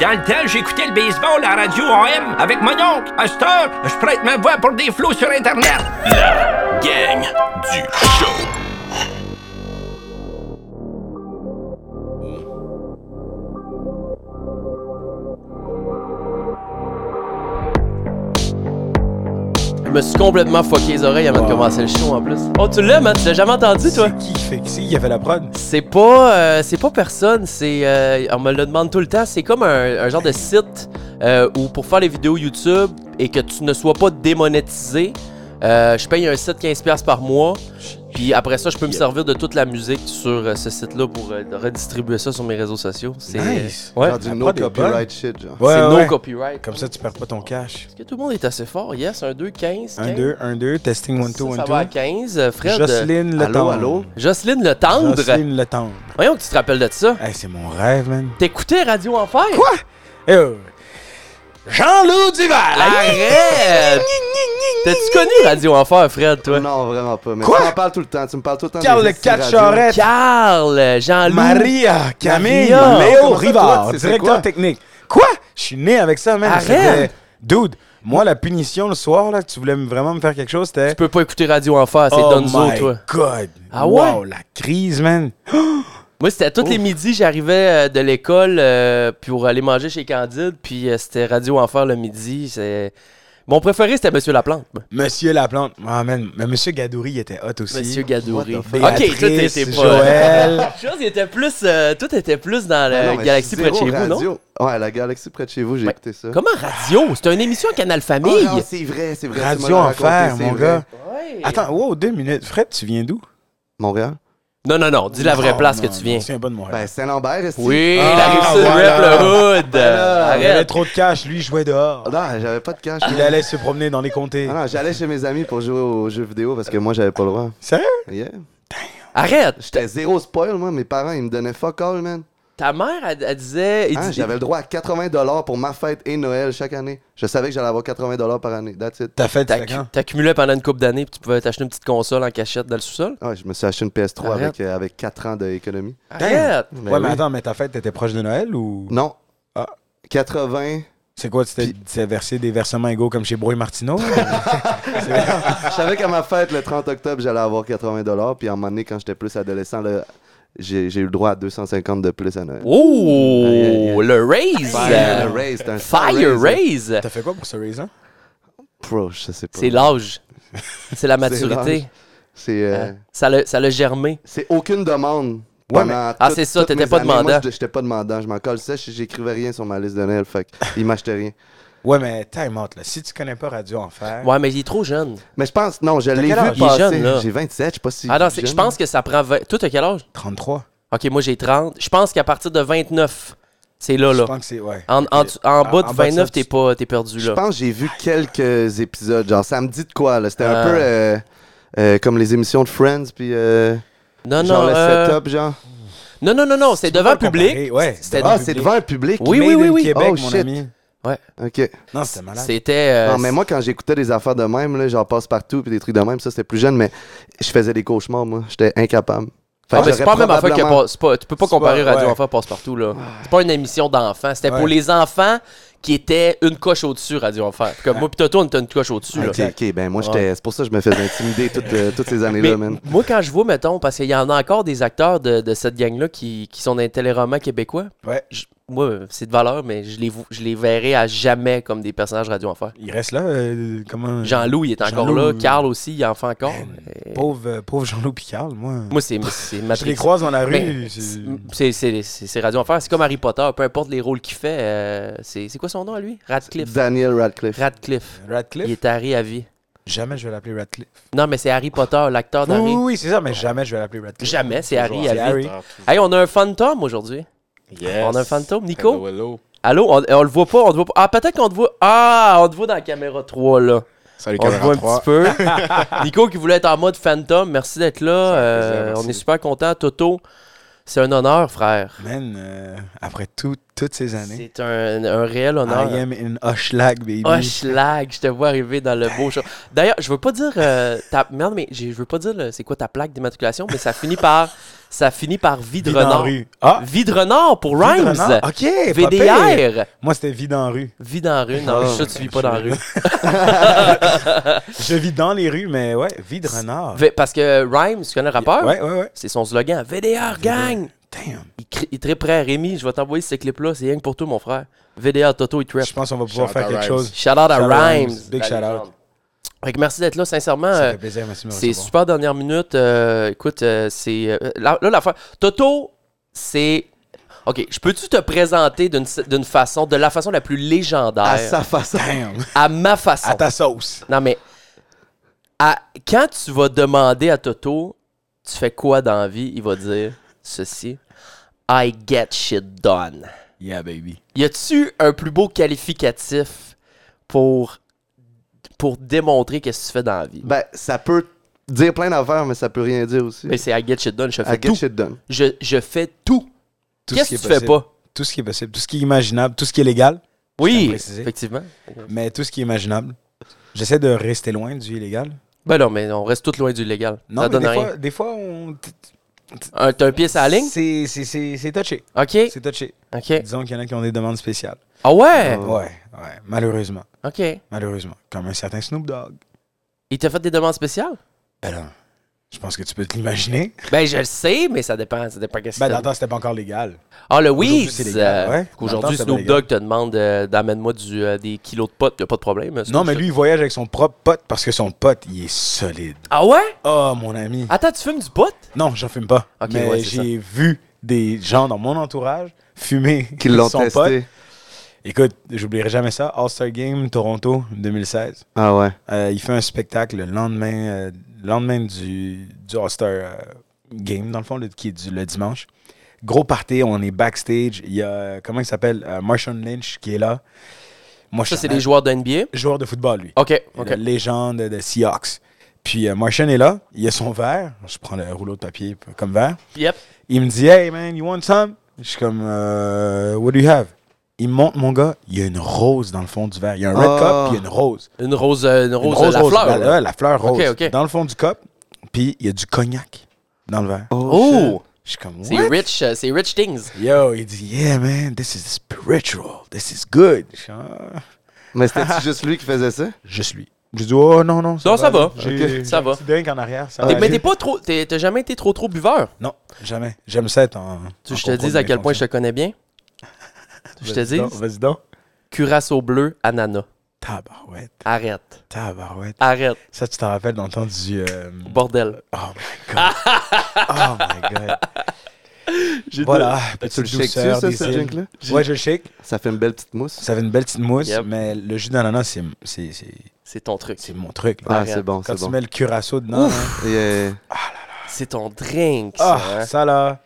Dans le temps, j'écoutais le baseball à la radio AM avec mon oncle. À cette heure, je prête ma voix pour des flots sur Internet. La gang du show. Je me suis complètement fucké les oreilles avant de Wow. commencer le show en plus. Oh, tu l'as, man? Tu l'as jamais entendu, toi? C'est qui qui fait qui? Il a fait la prod. C'est pas, euh, c'est pas personne, c'est, euh, on me le demande tout le temps, c'est comme un, un genre de site euh, où pour faire les vidéos YouTube et que tu ne sois pas démonétisé, euh, je paye un site 15$ par mois, puis après ça, je peux me servir de toute la musique sur euh, ce site-là pour euh, redistribuer ça sur mes réseaux sociaux. C'est, Nice. Ouais, Genre du la no prod est copyright shit, genre. Ouais, c'est ouais. no copyright. Comme ça, tu perds pas ton cash. Est-ce que tout le monde est assez fort? Yes, un 2, 15, 1, 2, 1, 2, testing 1, 2, ça, ça va à 1, 2. 15. Euh, Fred, euh, Jocelyne Le Allô, Tendre. allô? Jocelyne Le Tendre. Jocelyne Le Tendre. Voyons que tu te rappelles de ça. Hey, c'est mon rêve, man. T'écoutais Radio Enfer? Quoi? Eh, oh. Jean-Loup Duval! Arrête! T'as-tu connu Radio Enfer, Fred, toi? Non, vraiment pas. Mais Quoi? tu m'en parles tout le temps. Tu me parles tout le temps. Carl des Le hosties de radio. Catchorette. Carl, Jean-Loup. Maria, Camille, Maria. Léo Comment ça, toi, Rivard, tu sais directeur quoi? technique. Quoi? Je suis né avec ça, man. Arrête. C'était- Dude, moi, la punition le soir, là, que tu voulais me- vraiment me faire quelque chose, c'était... Tu peux pas écouter Radio Enfer, Ah, c'est oh Donzo, my toi. God. Ah ouais? Wow, la crise, man. Moi, c'était tous les midis, j'arrivais euh, de l'école euh, pour aller manger chez Candide, puis euh, c'était Radio Enfer le midi. c'est- Mon préféré, c'était Monsieur Laplante. Monsieur Laplante. Ah, man. Mais Monsieur Gadouri, il était hot aussi. Monsieur Gadouri. What the fuck? Ok, toi, Béatrice, t'étais pas... Joël. Chose, il était plus, euh, toi, t'étais plus dans Ah non, la mais galaxie Euh, près de zéro chez vous, non? radio. Ouais, la galaxie près de chez vous, j'ai Ouais. écouté ça. Comment radio? C'est une émission à Canal Oh, Famille. non, c'est vrai, c'est vrai. tu Radio me l'as raconté, Enfer, c'est mon vrai. gars. Ouais. Attends, wow, deux minutes. Fred, tu viens d'où? Montréal? Non, non, non, dis la vraie Ah, Oh, place non, que tu Je viens. me souviens pas de Montréal. Ben, Saint-Lambert, est-ce que- Oui, Ah, la rive sud voilà. rap le hood. Voilà. il avait Arrête. trop de cash, lui, il jouait dehors. Non, j'avais pas de cash. Il allait se promener dans les comtés. Ah non, j'allais chez mes amis pour jouer aux jeux vidéo parce que moi, j'avais pas le droit. Sérieux? Yeah. Arrête. J'étais zéro spoil, moi. Mes parents, ils me donnaient fuck all, man. Ta mère, elle, elle disait. il Hein, dit- j'avais le droit à 80$ pour ma fête et Noël chaque année. Je savais que j'allais avoir 80$ par année. That's it. T'as fait t'accu- c'était quand? T'accumulais pendant une couple d'années, puis tu pouvais t'acheter une petite console en cachette dans le sous-sol. Ouais, Ah, je me suis acheté une PS3 Arrête. avec, euh, avec 4 ans d'économie. Arrête. Mais ouais, Ben oui. mais attends, mais ta fête, t'étais proche de Noël ou. Non. Ah. 80. C'est quoi, tu t'es tu t'es versé des versements égaux comme chez Bro et Martineau? je savais qu'à ma fête, le 30 octobre, j'allais avoir 80$. Puis à un moment donné, quand j'étais plus adolescent, là, j'ai j'ai eu le droit à 250$ de plus à Noël. Oh, Aïe, aïe, aïe. le raise. Fire Raise, c'est un Fire raise. T'as fait quoi pour ce raisin? Pro, je sais pas. C'est l'âge. C'est la maturité. l'âge. C'est euh, Hein? Ça l'a ça l'a germé. c'est aucune demande. Ouais, mais- pendant Ah, tout- c'est ça, toutes t'étais mes pas demandant. Moi, j'étais- J'étais pas demandant. Je m'en colle ça. J'écrivais rien sur ma liste de Noël. Fait qu'ils m'achetaient rien. Ouais, mais time out, là. Si tu connais pas Radio Enfer. Ouais, mais il est trop jeune. Mais je pense, non, je l'ai quel âge? vu Il est jeune, là. passer. J'ai 27, je sais pas si. Ah non, c'est- je pense que ça prend 20. Toi, t'as quel âge? 33. Ok, moi j'ai 30. Je pense qu'à partir de 29, c'est là, Je là. pense que c'est. Ouais. En, en, en bas En- de en bas de 29, ça, t'es tu- pas t'es perdu Je là. pense que j'ai vu quelques épisodes. Genre, ça me dit de quoi, là. C'était Ah. un peu euh, euh, comme les émissions de Friends, puis euh, Non, genre non, le euh, setup, genre. non, non, non, non, c'est Tu peux devant pas le public. comparer, ouais, C'était devant Ah, le c'est public. devant le public. Oui, Made oui, in oui, oui. Québec, Oh, mon shit. ami. Ok. Non, c'était malade. C'était. euh, Non, mais moi, quand j'écoutais des affaires de même, là, genre passe partout, puis des trucs de même, ça, c'était plus jeune, mais je faisais des cauchemars, moi. J'étais incapable. Fait ah, que mais c'est j'aurais pas la même affaire que probablement- pas- c'est pas- tu peux pas C'est pas- comparer Radio ouais. Enfer Passe-Partout là. C'est pas une émission d'enfants. C'était pour Ouais. les enfants qui étaient une coche au-dessus Radio Enfer. Comme moi pis Toto, on était une coche au-dessus là. Ok, ok, ben moi, j'étais. C'est pour ça que je me faisais intimider toutes, euh, toutes ces années-là, Mais man. moi quand je vois mettons parce qu'il y en a encore des acteurs de, de cette gang là qui, qui sont dans les téléromans québécois. Ouais. Je- moi c'est de valeur mais je les vo- je les verrai à jamais comme des personnages Radio Enfer. Il reste là. euh, comment. Jean-Loup il est encore Jean-Loup, là, oui. Carl aussi il en fait encore. Et- Pauvre, euh, pauvre Jean-Loup Picard, moi. Moi c'est c'est Je les Matrix. croise dans la Mais rue. c'est- C'est, c'est, c'est, c'est Radio Enfer. C'est comme Harry Potter. Peu importe les rôles qu'il fait. euh, c'est, c'est quoi son nom à lui Radcliffe. Daniel Radcliffe. Radcliffe. Il Radcliffe? est Harry à vie. Jamais je vais l'appeler Radcliffe. Non, mais c'est Harry Potter, l'acteur Oui, d'Harry. oui, oui, c'est ça, mais jamais je vais l'appeler Radcliffe. Jamais, c'est Harry C'est à Harry. vie. Hey, on a un fantôme aujourd'hui. Yes. On a un fantôme, Nico? Hello, hello. Allô, on, on le voit pas, on te voit pas. Ah, peut-être qu'on te voit. Ah, on te voit dans la caméra 3, là. Salut, On te caméra voit 3. un petit peu. Nico qui voulait être en mode fantôme, merci d'être là. Ça fait Euh, plaisir, merci. on est super content. Toto, c'est un honneur, frère. Man, euh, après tout- toute toutes ces années. C'est un, un réel honneur. I am in Hoshlag, baby. Oh, schlag, je te vois arriver dans le beau show. D'ailleurs, je veux pas dire euh, ta merde, mais j'ai- je veux pas dire le- c'est quoi ta plaque d'immatriculation, mais ça finit par ça finit par vie de Vie dans la renard. rue. Ah! Vie de renard pour Rhymes. Vie dans la- OK, pas pire. VDR. Moi, c'était vie dans la rue. Vie dans la rue. Non, Oh. je suis sûr que tu vis pas dans la rue. Je vis dans les rues, mais ouais, vie de renard. V- Parce que Rhymes, tu connais le rappeur? Ouais, ouais, ouais. C'est son slogan. VDR gang! Damn. Il, crie- il très prêt Rémi, je vais t'envoyer ce clip-là, c'est rien que pour toi, mon frère. VDR Toto, il trap. Je pense qu'on va pouvoir Shout faire out quelque Rhymes. chose. Shout out à Shout out Rhymes. Rhymes. Big La shout out. légende. Fait que merci d'être là, sincèrement. Ça euh, fait plaisir, merci de me C'est recevoir. super dernière minute. Euh, écoute, euh, c'est. euh, là, là, l'affaire. Toto, c'est. Ok, je peux-tu te présenter d'une d'une façon, de la façon la plus légendaire, À à, sa façon. Damn. ma façon. À ta sauce. Non, mais. à- quand tu vas demander à Toto, tu fais quoi dans la vie Il va dire ceci I get shit done. Yeah, baby. Y a-tu un plus beau qualificatif pour, pour démontrer qu'est-ce que tu fais dans la vie Ben, ça peut dire plein d'affaires, mais ça peut rien dire aussi. Mais c'est I get shit done, je fais I get tout. shit done. Je, je fais tout. Tout ce Qu'est-ce qui que est tu possible. fais pas? Tout ce qui est possible, tout ce qui est imaginable, tout ce qui est légal, tiens à Oui, préciser. effectivement. mais tout ce qui est imaginable. J'essaie de rester loin du illégal. Ben non, mais on reste tout loin du légal. Non, ça mais donne des rien. fois, des fois, on. t- Un- T'as un pied sur la ligne? C'est- c'est- C'est c'est touché. OK, C'est touché. OK. Disons qu'il y en a qui ont des demandes spéciales. Ah ouais? Ouais, ouais. Malheureusement. OK. Malheureusement. Comme un certain Snoop Dogg. Il t'a fait des demandes spéciales? Ben là, je pense que tu peux te l'imaginer. Ben je le sais, mais ça dépend. Ça dépend qu'est-ce Ben, que dans t'as- le temps, c'était pas encore légal. Ah, le Aujourd'hui, Weez! c'est légal, ouais. Dans le Aujourd'hui, temps, Snoop c'est pas Dogg te demande euh, d'amène-moi du, euh, des kilos de potes. Y'a pas de problème. Snoop, Non, mais ça. lui, il voyage avec son propre pote parce que son pote, il est solide. Ah ouais? Oh, mon ami. Attends, tu fumes du pot? Non, j'en fume pas. Ah. Ok, mais ouais, c'est j'ai vu des gens dans mon entourage fumer Qui l'ont son testé. pote. Écoute, j'oublierai jamais ça. All-Star Game Toronto 2016. Ah ouais. Euh, il fait un spectacle le lendemain, euh, le lendemain du, du All-Star euh, Game, dans le fond, le, qui est du- le dimanche. Gros party, on est backstage. Il y a, euh, comment il s'appelle Euh, Marshawn Lynch qui est là. Moi, Ça, c'est des joueurs de NBA. joueur de football, lui. OK, OK. La légende de Seahawks. Puis euh, Marshawn est là, il a son verre. Je prends le rouleau de papier p- comme verre. Yep. Il me dit Hey man, you want some? Je suis comme Euh, What do you have? Il me montre mon gars, il y a une rose dans le fond du verre. Il y a un red Oh. cup, puis il y a une rose. Une rose, euh, une Ah. rose, Une euh, la fleur. la, là. ouais, la fleur rose. Ok, ok. Dans le fond du cup, puis il y a du cognac dans le verre. Oh! Je suis comme C'est What? rich, euh, c'est rich things. Yo, il dit Yeah man, this is spiritual, this is good. Je suis, Ah, Mais c'était juste lui qui faisait ça? Je suis. Je dis Oh non, non, ça Non, va. ça va. J'ai- Ok, ça j'ai va. Un petit drink en arrière. Ça T'es- va Mais aller. t'es pas trop, t'es- t'as jamais été trop trop buveur. Non, jamais. J'aime ça être en. Tu, en je te contrôle dis de à mes quel point je fonctions. te connais bien. Je te Vas-y dis, donc, Vas-y donc. curaçao bleu, ananas. Tabarouette. Arrête, Tabarouette. arrête, Ça, tu t'en rappelles dans le temps du. euh, bordel. Oh my god. oh my god. Voilà. Petite Tu le shakes-tu, douceur ça, des ce îles. drink-là? Ouais, je le shake. Ça fait une belle petite mousse. Ça avait une belle petite mousse, Yep. mais le jus d'ananas, c'est, c'est, c'est, C'est ton truc. c'est mon truc. là. Ah, Arrête. c'est bon, Quand c'est tu bon. mets le curaçao dedans, hein, Yeah. C'est ton drink. ça, ah, hein. ça là.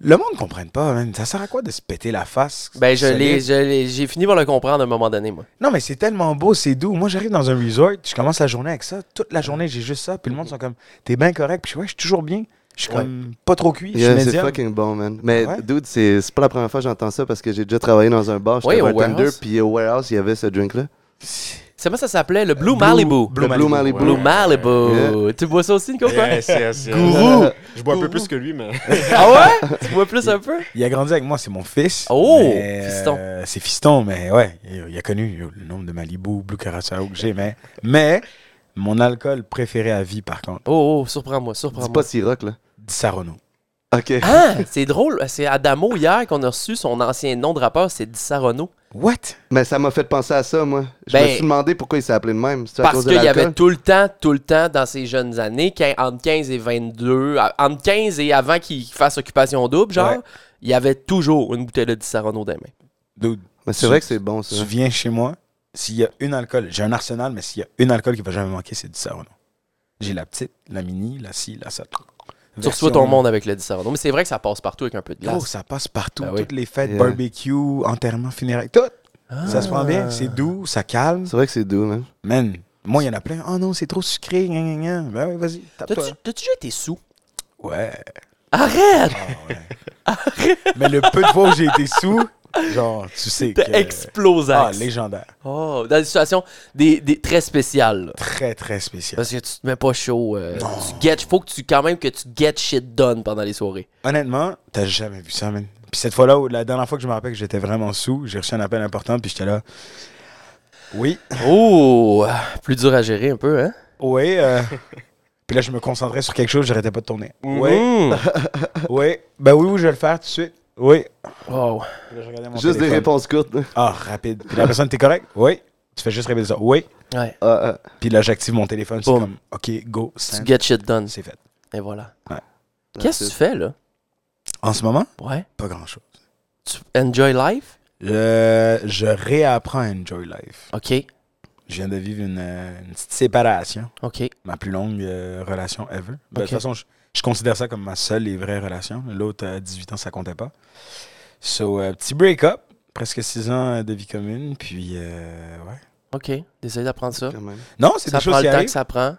Le monde ne comprenne pas, man. Ça sert à quoi de se péter la face? Ben je solide? l'ai, je l'ai- j'ai fini par le comprendre à un moment donné moi. Non, mais c'est tellement beau, c'est doux. Moi, j'arrive dans un resort, je commence la journée avec ça. Toute la journée, j'ai juste ça. Puis le monde sont comme, t'es bien correct. Puis je suis, ouais, je suis toujours bien. Je suis comme pas trop cuit. Yeah, je suis c'est médium. fucking bon, man. Mais Ouais. dude, c'est c'est pas la première fois que j'entends ça parce que j'ai déjà travaillé dans un bar. Ouais, J'étais au bartender, warehouse. puis au warehouse, il y avait ce drink-là. C'est pas ça s'appelait le Blue Malibu. Blue Le Blue Malibu. Malibu. Blue Malibu. Tu bois ça aussi Nico quoi? Yes, yes, yes. Gourou. Je bois un peu plus que lui, mais. Ah ouais? Tu bois plus un peu? Il a grandi avec moi, c'est mon fils. Oh, Mais, euh, fiston. c'est fiston, mais ouais, il il a connu euh, le nombre de Malibu, Blue Curaçao que j'ai, mais, mais mon alcool préféré à vie, par contre, Oh oh, surprends-moi, C'est surprends-moi. pas si rock, là. Disaronno. Ok. Ah, c'est drôle, c'est Adamo hier qu'on a reçu son ancien nom de rappeur, c'est Dissarono. What? Mais ça m'a fait penser à ça, moi. Je Ben, me suis demandé pourquoi il s'est appelé de même. C'est-tu à Parce cause de qu'il y l'alcool? avait tout le temps, tout le temps dans ses jeunes années, quin- entre 15 et 22, à- entre 15 et avant qu'il fasse occupation double, genre, Ouais. il y avait toujours une bouteille de Disaronno dans les mains. Dude, Mais c'est vrai que c'est bon, ça. tu viens chez moi, s'il y a une alcool, j'ai un arsenal, mais s'il y a une alcool qui va jamais manquer, c'est Disaronno. J'ai la petite, la mini, la ci, la ça. Tu reçois ton monde avec le Disaronno. Mais c'est vrai que ça passe partout avec un peu de hein. Gros, glace. ça passe partout. Ben oui. Toutes les fêtes, Yeah. barbecue, enterrement, funéraire, tout. Ça se prend bien, c'est doux, ça calme. C'est vrai que c'est doux, man. Man, moi, il y en a plein. Oh non, c'est trop sucré. gna, gna, gna. Ben ouais, vas-y, tape-toi. T'as-tu t'as-tu déjà été sous? Ouais. Arrête! Ah, Mais le peu de fois où j'ai été sous, Genre, tu sais que... T'es Ah, explosax. légendaire. Oh, dans des situations des, des- très spéciales. là. Très, très spécial. Parce que tu te mets pas chaud. euh, tu get, faut que tu quand même que tu get shit done pendant les soirées. Honnêtement, t'as jamais vu ça, man. Puis cette fois-là, où- la dernière fois que je me rappelle que j'étais vraiment sous, j'ai reçu un appel important, puis j'étais là... Oui, Oh, plus dur à gérer un peu, hein? oui. euh, Puis là, je me concentrais sur quelque chose, j'arrêtais pas de tourner. Mhm. Oui, Mm. oui. Ben oui, oui, je vais le faire tout de suite. Oui. Wow. Puis là, je regardais mon Juste des téléphone. réponses courtes. Ah, rapide. Puis la personne, t'es correct? Oui. Tu fais juste répéter ça. Oui. Ouais. Ah, ah. Puis là, j'active mon téléphone. C'est Boum. comme, OK, go, Tu send. get shit done. C'est fait. Et voilà. Ouais. Qu'est-ce que tu fais, là? En ce moment, Ouais. pas grand-chose. Tu enjoy life? Je, je réapprends à enjoy life. OK. Je viens de vivre une, euh, une petite séparation. OK. Ma plus longue euh, relation ever. Ben, De Ok. toute façon, je, je considère ça comme ma seule et vraie relation. L'autre, à 18 ans, ça comptait pas. So, euh, petit break-up. Presque 6 ans euh, de vie commune. Puis, euh, ouais. OK. D'essayer d'apprendre ça. Quand même. Non, c'est Ça des prend choses le qui temps arrivent. que ça prend.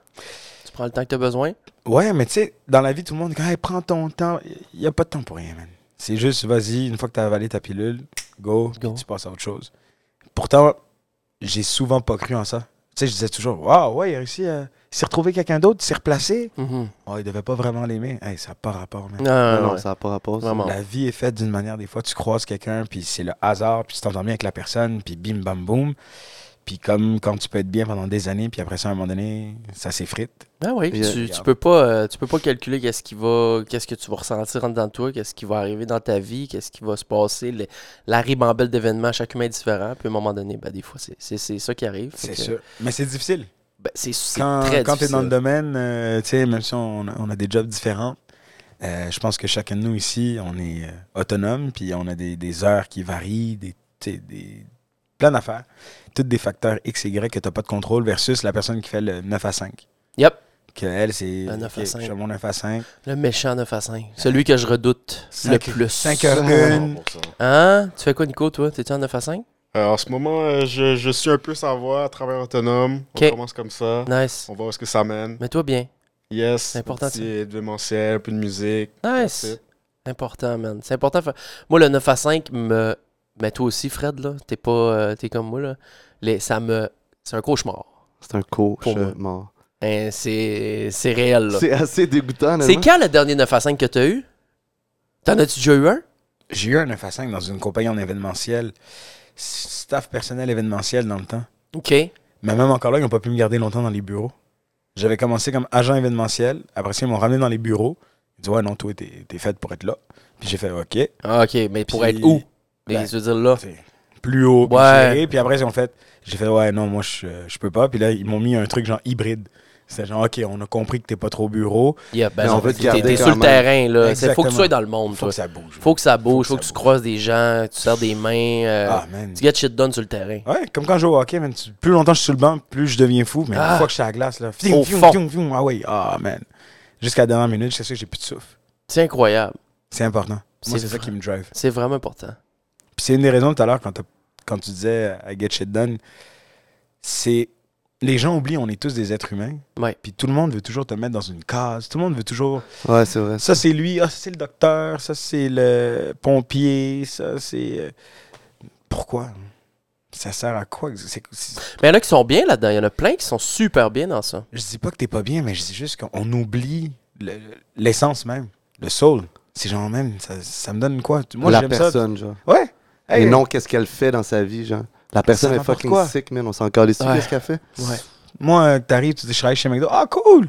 Tu prends le temps que tu as besoin. Ouais, mais tu sais, dans la vie, tout le monde dit Hey, prends ton temps. Il n'y a pas de temps pour rien, man. C'est juste, vas-y, une fois que tu as avalé ta pilule, go, puis Go. tu passes à autre chose. Pourtant, j'ai souvent pas cru en ça. Tu sais, je disais toujours Waouh, ouais, il a réussi à. Il s'est retrouvé quelqu'un d'autre, il s'est replacé. Mhm. Oh, il devait pas vraiment l'aimer. Hey, ça n'a pas rapport, man. Non, non, Non, non, non, Ah, ouais. ça n'a pas rapport. ça. Vraiment. La vie est faite d'une manière, des fois, tu croises quelqu'un, puis c'est le hasard, puis tu t'entends bien avec la personne, puis bim, bam, boum. Puis comme quand tu peux être bien pendant des années, puis après ça, à un moment donné, ça s'effrite. Ah oui, Puis, euh, tu, tu regarde. peux pas euh, tu peux pas calculer qu'est-ce qui va qu'est-ce que tu vas ressentir en dedans de toi, qu'est-ce qui va arriver dans ta vie, qu'est-ce qui va se passer, le- la ribambelle d'événements, chaque humain est différent, puis à un moment donné, ben, des fois c'est- c'est c'est ça qui arrive. Fait C'est que, sûr. Mais c'est difficile. ben, c'est c'est quand, très quand tu es dans le difficile. domaine, euh, tu sais, même si on, on a des jobs différents, euh, je pense que chacun de nous ici, on est euh, autonome, puis on a des, des heures qui varient, des, tu sais, des plein d'affaires. Toutes des facteurs X et Y que tu n'as pas de contrôle versus la personne qui fait le 9 à 5. Yep, Que elle, c'est. Le 9 à OK, 5. Je fais mon 9 à 5. le méchant 9 à 5, celui que je redoute le plus. Ah, 5h1. Hein? Tu fais quoi Nico toi? T'es-tu en 9 à 5? Euh, en ce moment, euh, je, je suis un peu sans voix, travailleur autonome. Ok. On commence comme ça. Nice. On va voir ce que ça mène. Mets-toi bien. Yes. C'est important, ça. C'est événementiel, un peu de musique. Nice. That's Important, man. C'est important. Fa- Moi, le 9 à 5 me. Mais toi aussi, Fred, là. T'es pas. euh, t'es comme moi, là. Les... Ça me. C'est un cauchemar. C'est un coach Pour moi. mort. Hein, c'est. C'est réel, là. C'est assez dégoûtant. C'est honnêtement. quand le dernier 9 à 5 que t'as eu? T'en as-tu déjà eu un? J'ai eu un 9 à 5 dans une compagnie en événementiel. Staff personnel événementiel dans le temps. OK. Puis Mais même encore là, ils n'ont pas pu me garder longtemps dans les bureaux. J'avais commencé comme agent événementiel. Après ça, ils m'ont ramené dans les bureaux. Ils disent Ouais, non, toi, t'es es fait pour être là. Puis j'ai fait OK. Ah, OK, mais pour Puis- être où? Ben, Et je veux dire là. t'sais, plus haut, plus Ouais. serré. Puis après, ils ont fait J'ai fait Ouais, non, moi, je euh, je peux pas. Puis là, ils m'ont mis un truc genre hybride. C'était genre OK, on a compris que t'es pas trop au bureau. Yeah, ben, Mais non, on veut te t'es- garder T'es quand sur le même. terrain, là. C'est- Faut que tu Exactement. sois dans le monde, Faut toi. que ça bouge. Faut que ça bouge, faut Faut que que tu ça croises des gens, tu serres des mains. euh, Ah, man. Tu gets shit done sur le terrain. Ouais, comme quand je joue au hockey, man, tu- plus longtemps je suis sur le banc, plus je deviens fou. Mais Ah. une fois que je suis à la glace, là, Au fium, fium, fond. fium, fium, ah oui, ah, man. Jusqu'à la dernière minute, je sais que j'ai plus de souffle. C'est incroyable. C'est important. Moi, C'est c'est ça vrai. qui me drive. C'est vraiment important. Puis c'est une des raisons tout à l'heure quand, t'as- quand tu disais à Get Shit Done, c'est les gens oublient, on est tous des êtres humains. Ouais. Puis tout le monde veut toujours te mettre dans une case. Tout le monde veut toujours. Ouais, c'est vrai. Ça c'est lui, ah, ça c'est le docteur, ça c'est le pompier, ça c'est. euh, Pourquoi Ça sert à quoi C'est- c'est- Mais il y en a qui sont bien là-dedans. Il y en a plein qui sont super bien dans ça. Je dis pas que t'es pas bien, mais je dis juste qu'on oublie le- l'essence même, le soul. C'est genre même, ça, ça me donne quoi Moi la j'aime ça. personne, genre. Ouais. Et Hey, non, qu'est-ce qu'elle fait dans sa vie, genre. La personne est n'importe fucking quoi. sick, man. On s'en encore les Ouais. qu'est-ce qu'elle fait. Ouais. Moi, euh, t'arrives, tu dis je travaille chez McDo. Ah cool.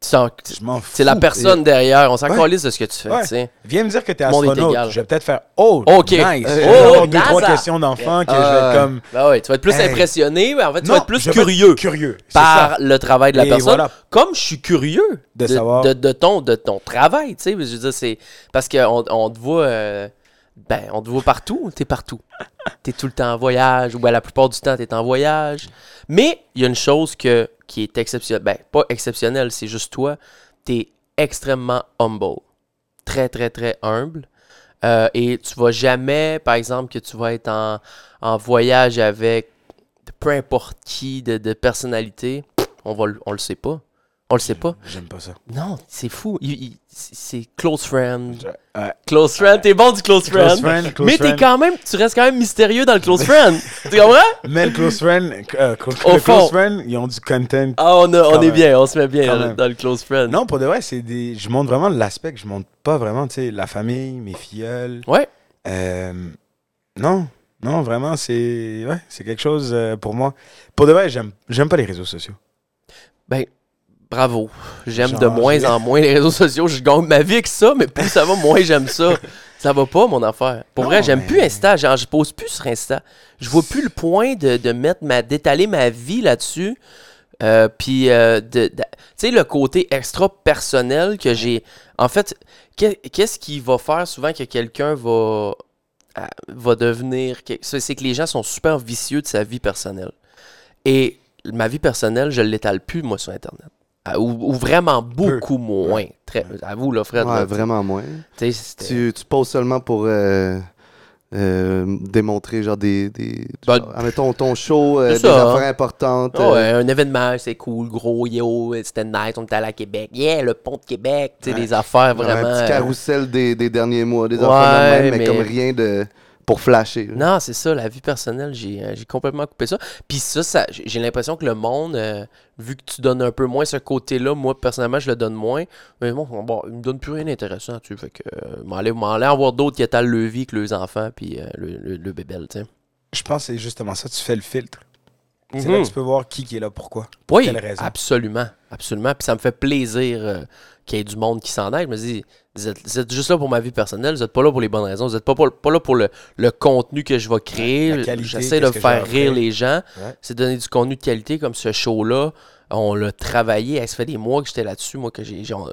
Tu sens- Je m'en fous. C'est la personne derrière. On s'en Ouais. calisse de ce que tu fais. Ouais. tu sais. Viens me dire que t'es Tout le monde est astronaute. égal. Je vais peut-être faire oh, Ok. nice. Euh, Je vais avoir oh, deux, trois NASA. questions d'enfants que je vais Ah. être comme. Ben ouais, tu vas être plus Hey. impressionné, mais en fait, tu Non, vas être plus je vais être curieux Curieux. c'est par ça. le travail de la Et personne. voilà. Comme je suis curieux De savoir. de, de ton, de ton travail, tu sais. Je veux dire, c'est. Parce qu'on on te voit. euh, ben, on te voit partout. T'es partout. T'es tout le temps en voyage, ou ben, la plupart du temps, t'es en voyage. Mais il y a une chose que, qui est exceptionnelle. Ben, pas exceptionnelle, c'est juste toi. T'es extrêmement humble. Très, très, très humble. Euh, et tu vas jamais, par exemple, que tu vas être en, en voyage avec peu importe qui de, de personnalité. On, va, le- on le sait pas. On le sait pas. J'aime pas ça. Non, c'est fou. Il- il- c'est- c'est close friend. Euh, Close friend, t'es bon du close friend. Close friend, close mais t'es friend. quand même, tu restes quand même mystérieux dans le close friend. tu comprends? mais le close friend, euh, clo- Au le fond. close friend, ils ont du content. Ah, on, a- on Quand est même. bien, on se met bien Quand dans, même. dans le close friend. Non, pour de vrai, c'est des. Je montre vraiment l'aspect que je montre pas vraiment, tu sais, la famille, mes filleuls. Ouais. Euh, non, non, vraiment, c'est. Ouais, c'est quelque chose euh, pour moi. Pour de vrai, j'aime, j'aime pas les réseaux sociaux. Ben, bravo. J'aime Genre, de moins j'ai- en moins les réseaux sociaux. Je gagne ma vie avec ça, mais plus ça va, moins j'aime ça. Ça va pas, mon affaire. Pour Non, vrai, j'aime mais- plus Insta. Genre, je pose plus sur Insta. Je vois plus le point de, de mettre ma. d'étaler ma vie là-dessus. Euh, puis, euh, de, de- tu sais, le côté extra personnel que j'ai. En fait, qu'est- qu'est-ce qui va faire souvent que quelqu'un va, à- va devenir. que- C'est c'est que les gens sont super vicieux de sa vie personnelle. Et ma vie personnelle, je l'étale plus, moi, sur Internet. Ah, Ou, ou vraiment beaucoup moins. Très, avoue, là, Fred. Ouais, là, vraiment moins. tu sais, c'était- Tu, tu poses seulement pour euh, euh, démontrer, genre, des. des Ben, genre, admettons, ton show, euh, c'est des ça. affaires importantes. Ah ouais, euh, un événement, c'est cool, gros, yo, c'était nice, on était allé à Québec. Yeah, le pont de Québec, tu sais, des affaires vraiment. Un euh, petit carrousel des, des derniers mois, des Ouais, affaires de même, mais, mais- comme rien de. pour flasher. là. Non, c'est ça, la vie personnelle, j'ai euh, j'ai complètement coupé ça. Puis ça, ça j'ai j'ai l'impression que le monde, euh, vu que tu donnes un peu moins ce côté-là, moi personnellement, je le donne moins. Mais bon, bon il me donne plus rien d'intéressant, tu sais. Fait que, euh, m'en aller- m'en aller en voir d'autres qui étalent le vie que leurs enfants, puis euh, le, le, le bébel, tu sais. Je pense que c'est justement ça, tu fais le filtre. C'est Mhm. là que tu peux voir qui, qui est là, pourquoi. pour Oui, quelle raison. absolument, absolument. Puis ça me fait plaisir euh, qu'il y ait du monde qui s'en aille. Je me dis, vous êtes, vous êtes juste là pour ma vie personnelle, vous n'êtes pas là pour les bonnes raisons, vous n'êtes pas, pour- pas là pour le, le contenu que je vais La- créer. la qualité, J'essaie de qu'est-ce que je vais faire offrir. rire les gens, Ouais. c'est donner du contenu de qualité comme ce show-là. On l'a travaillé, Hey, ça fait des mois que j'étais là-dessus, moi que j'ai. j'en-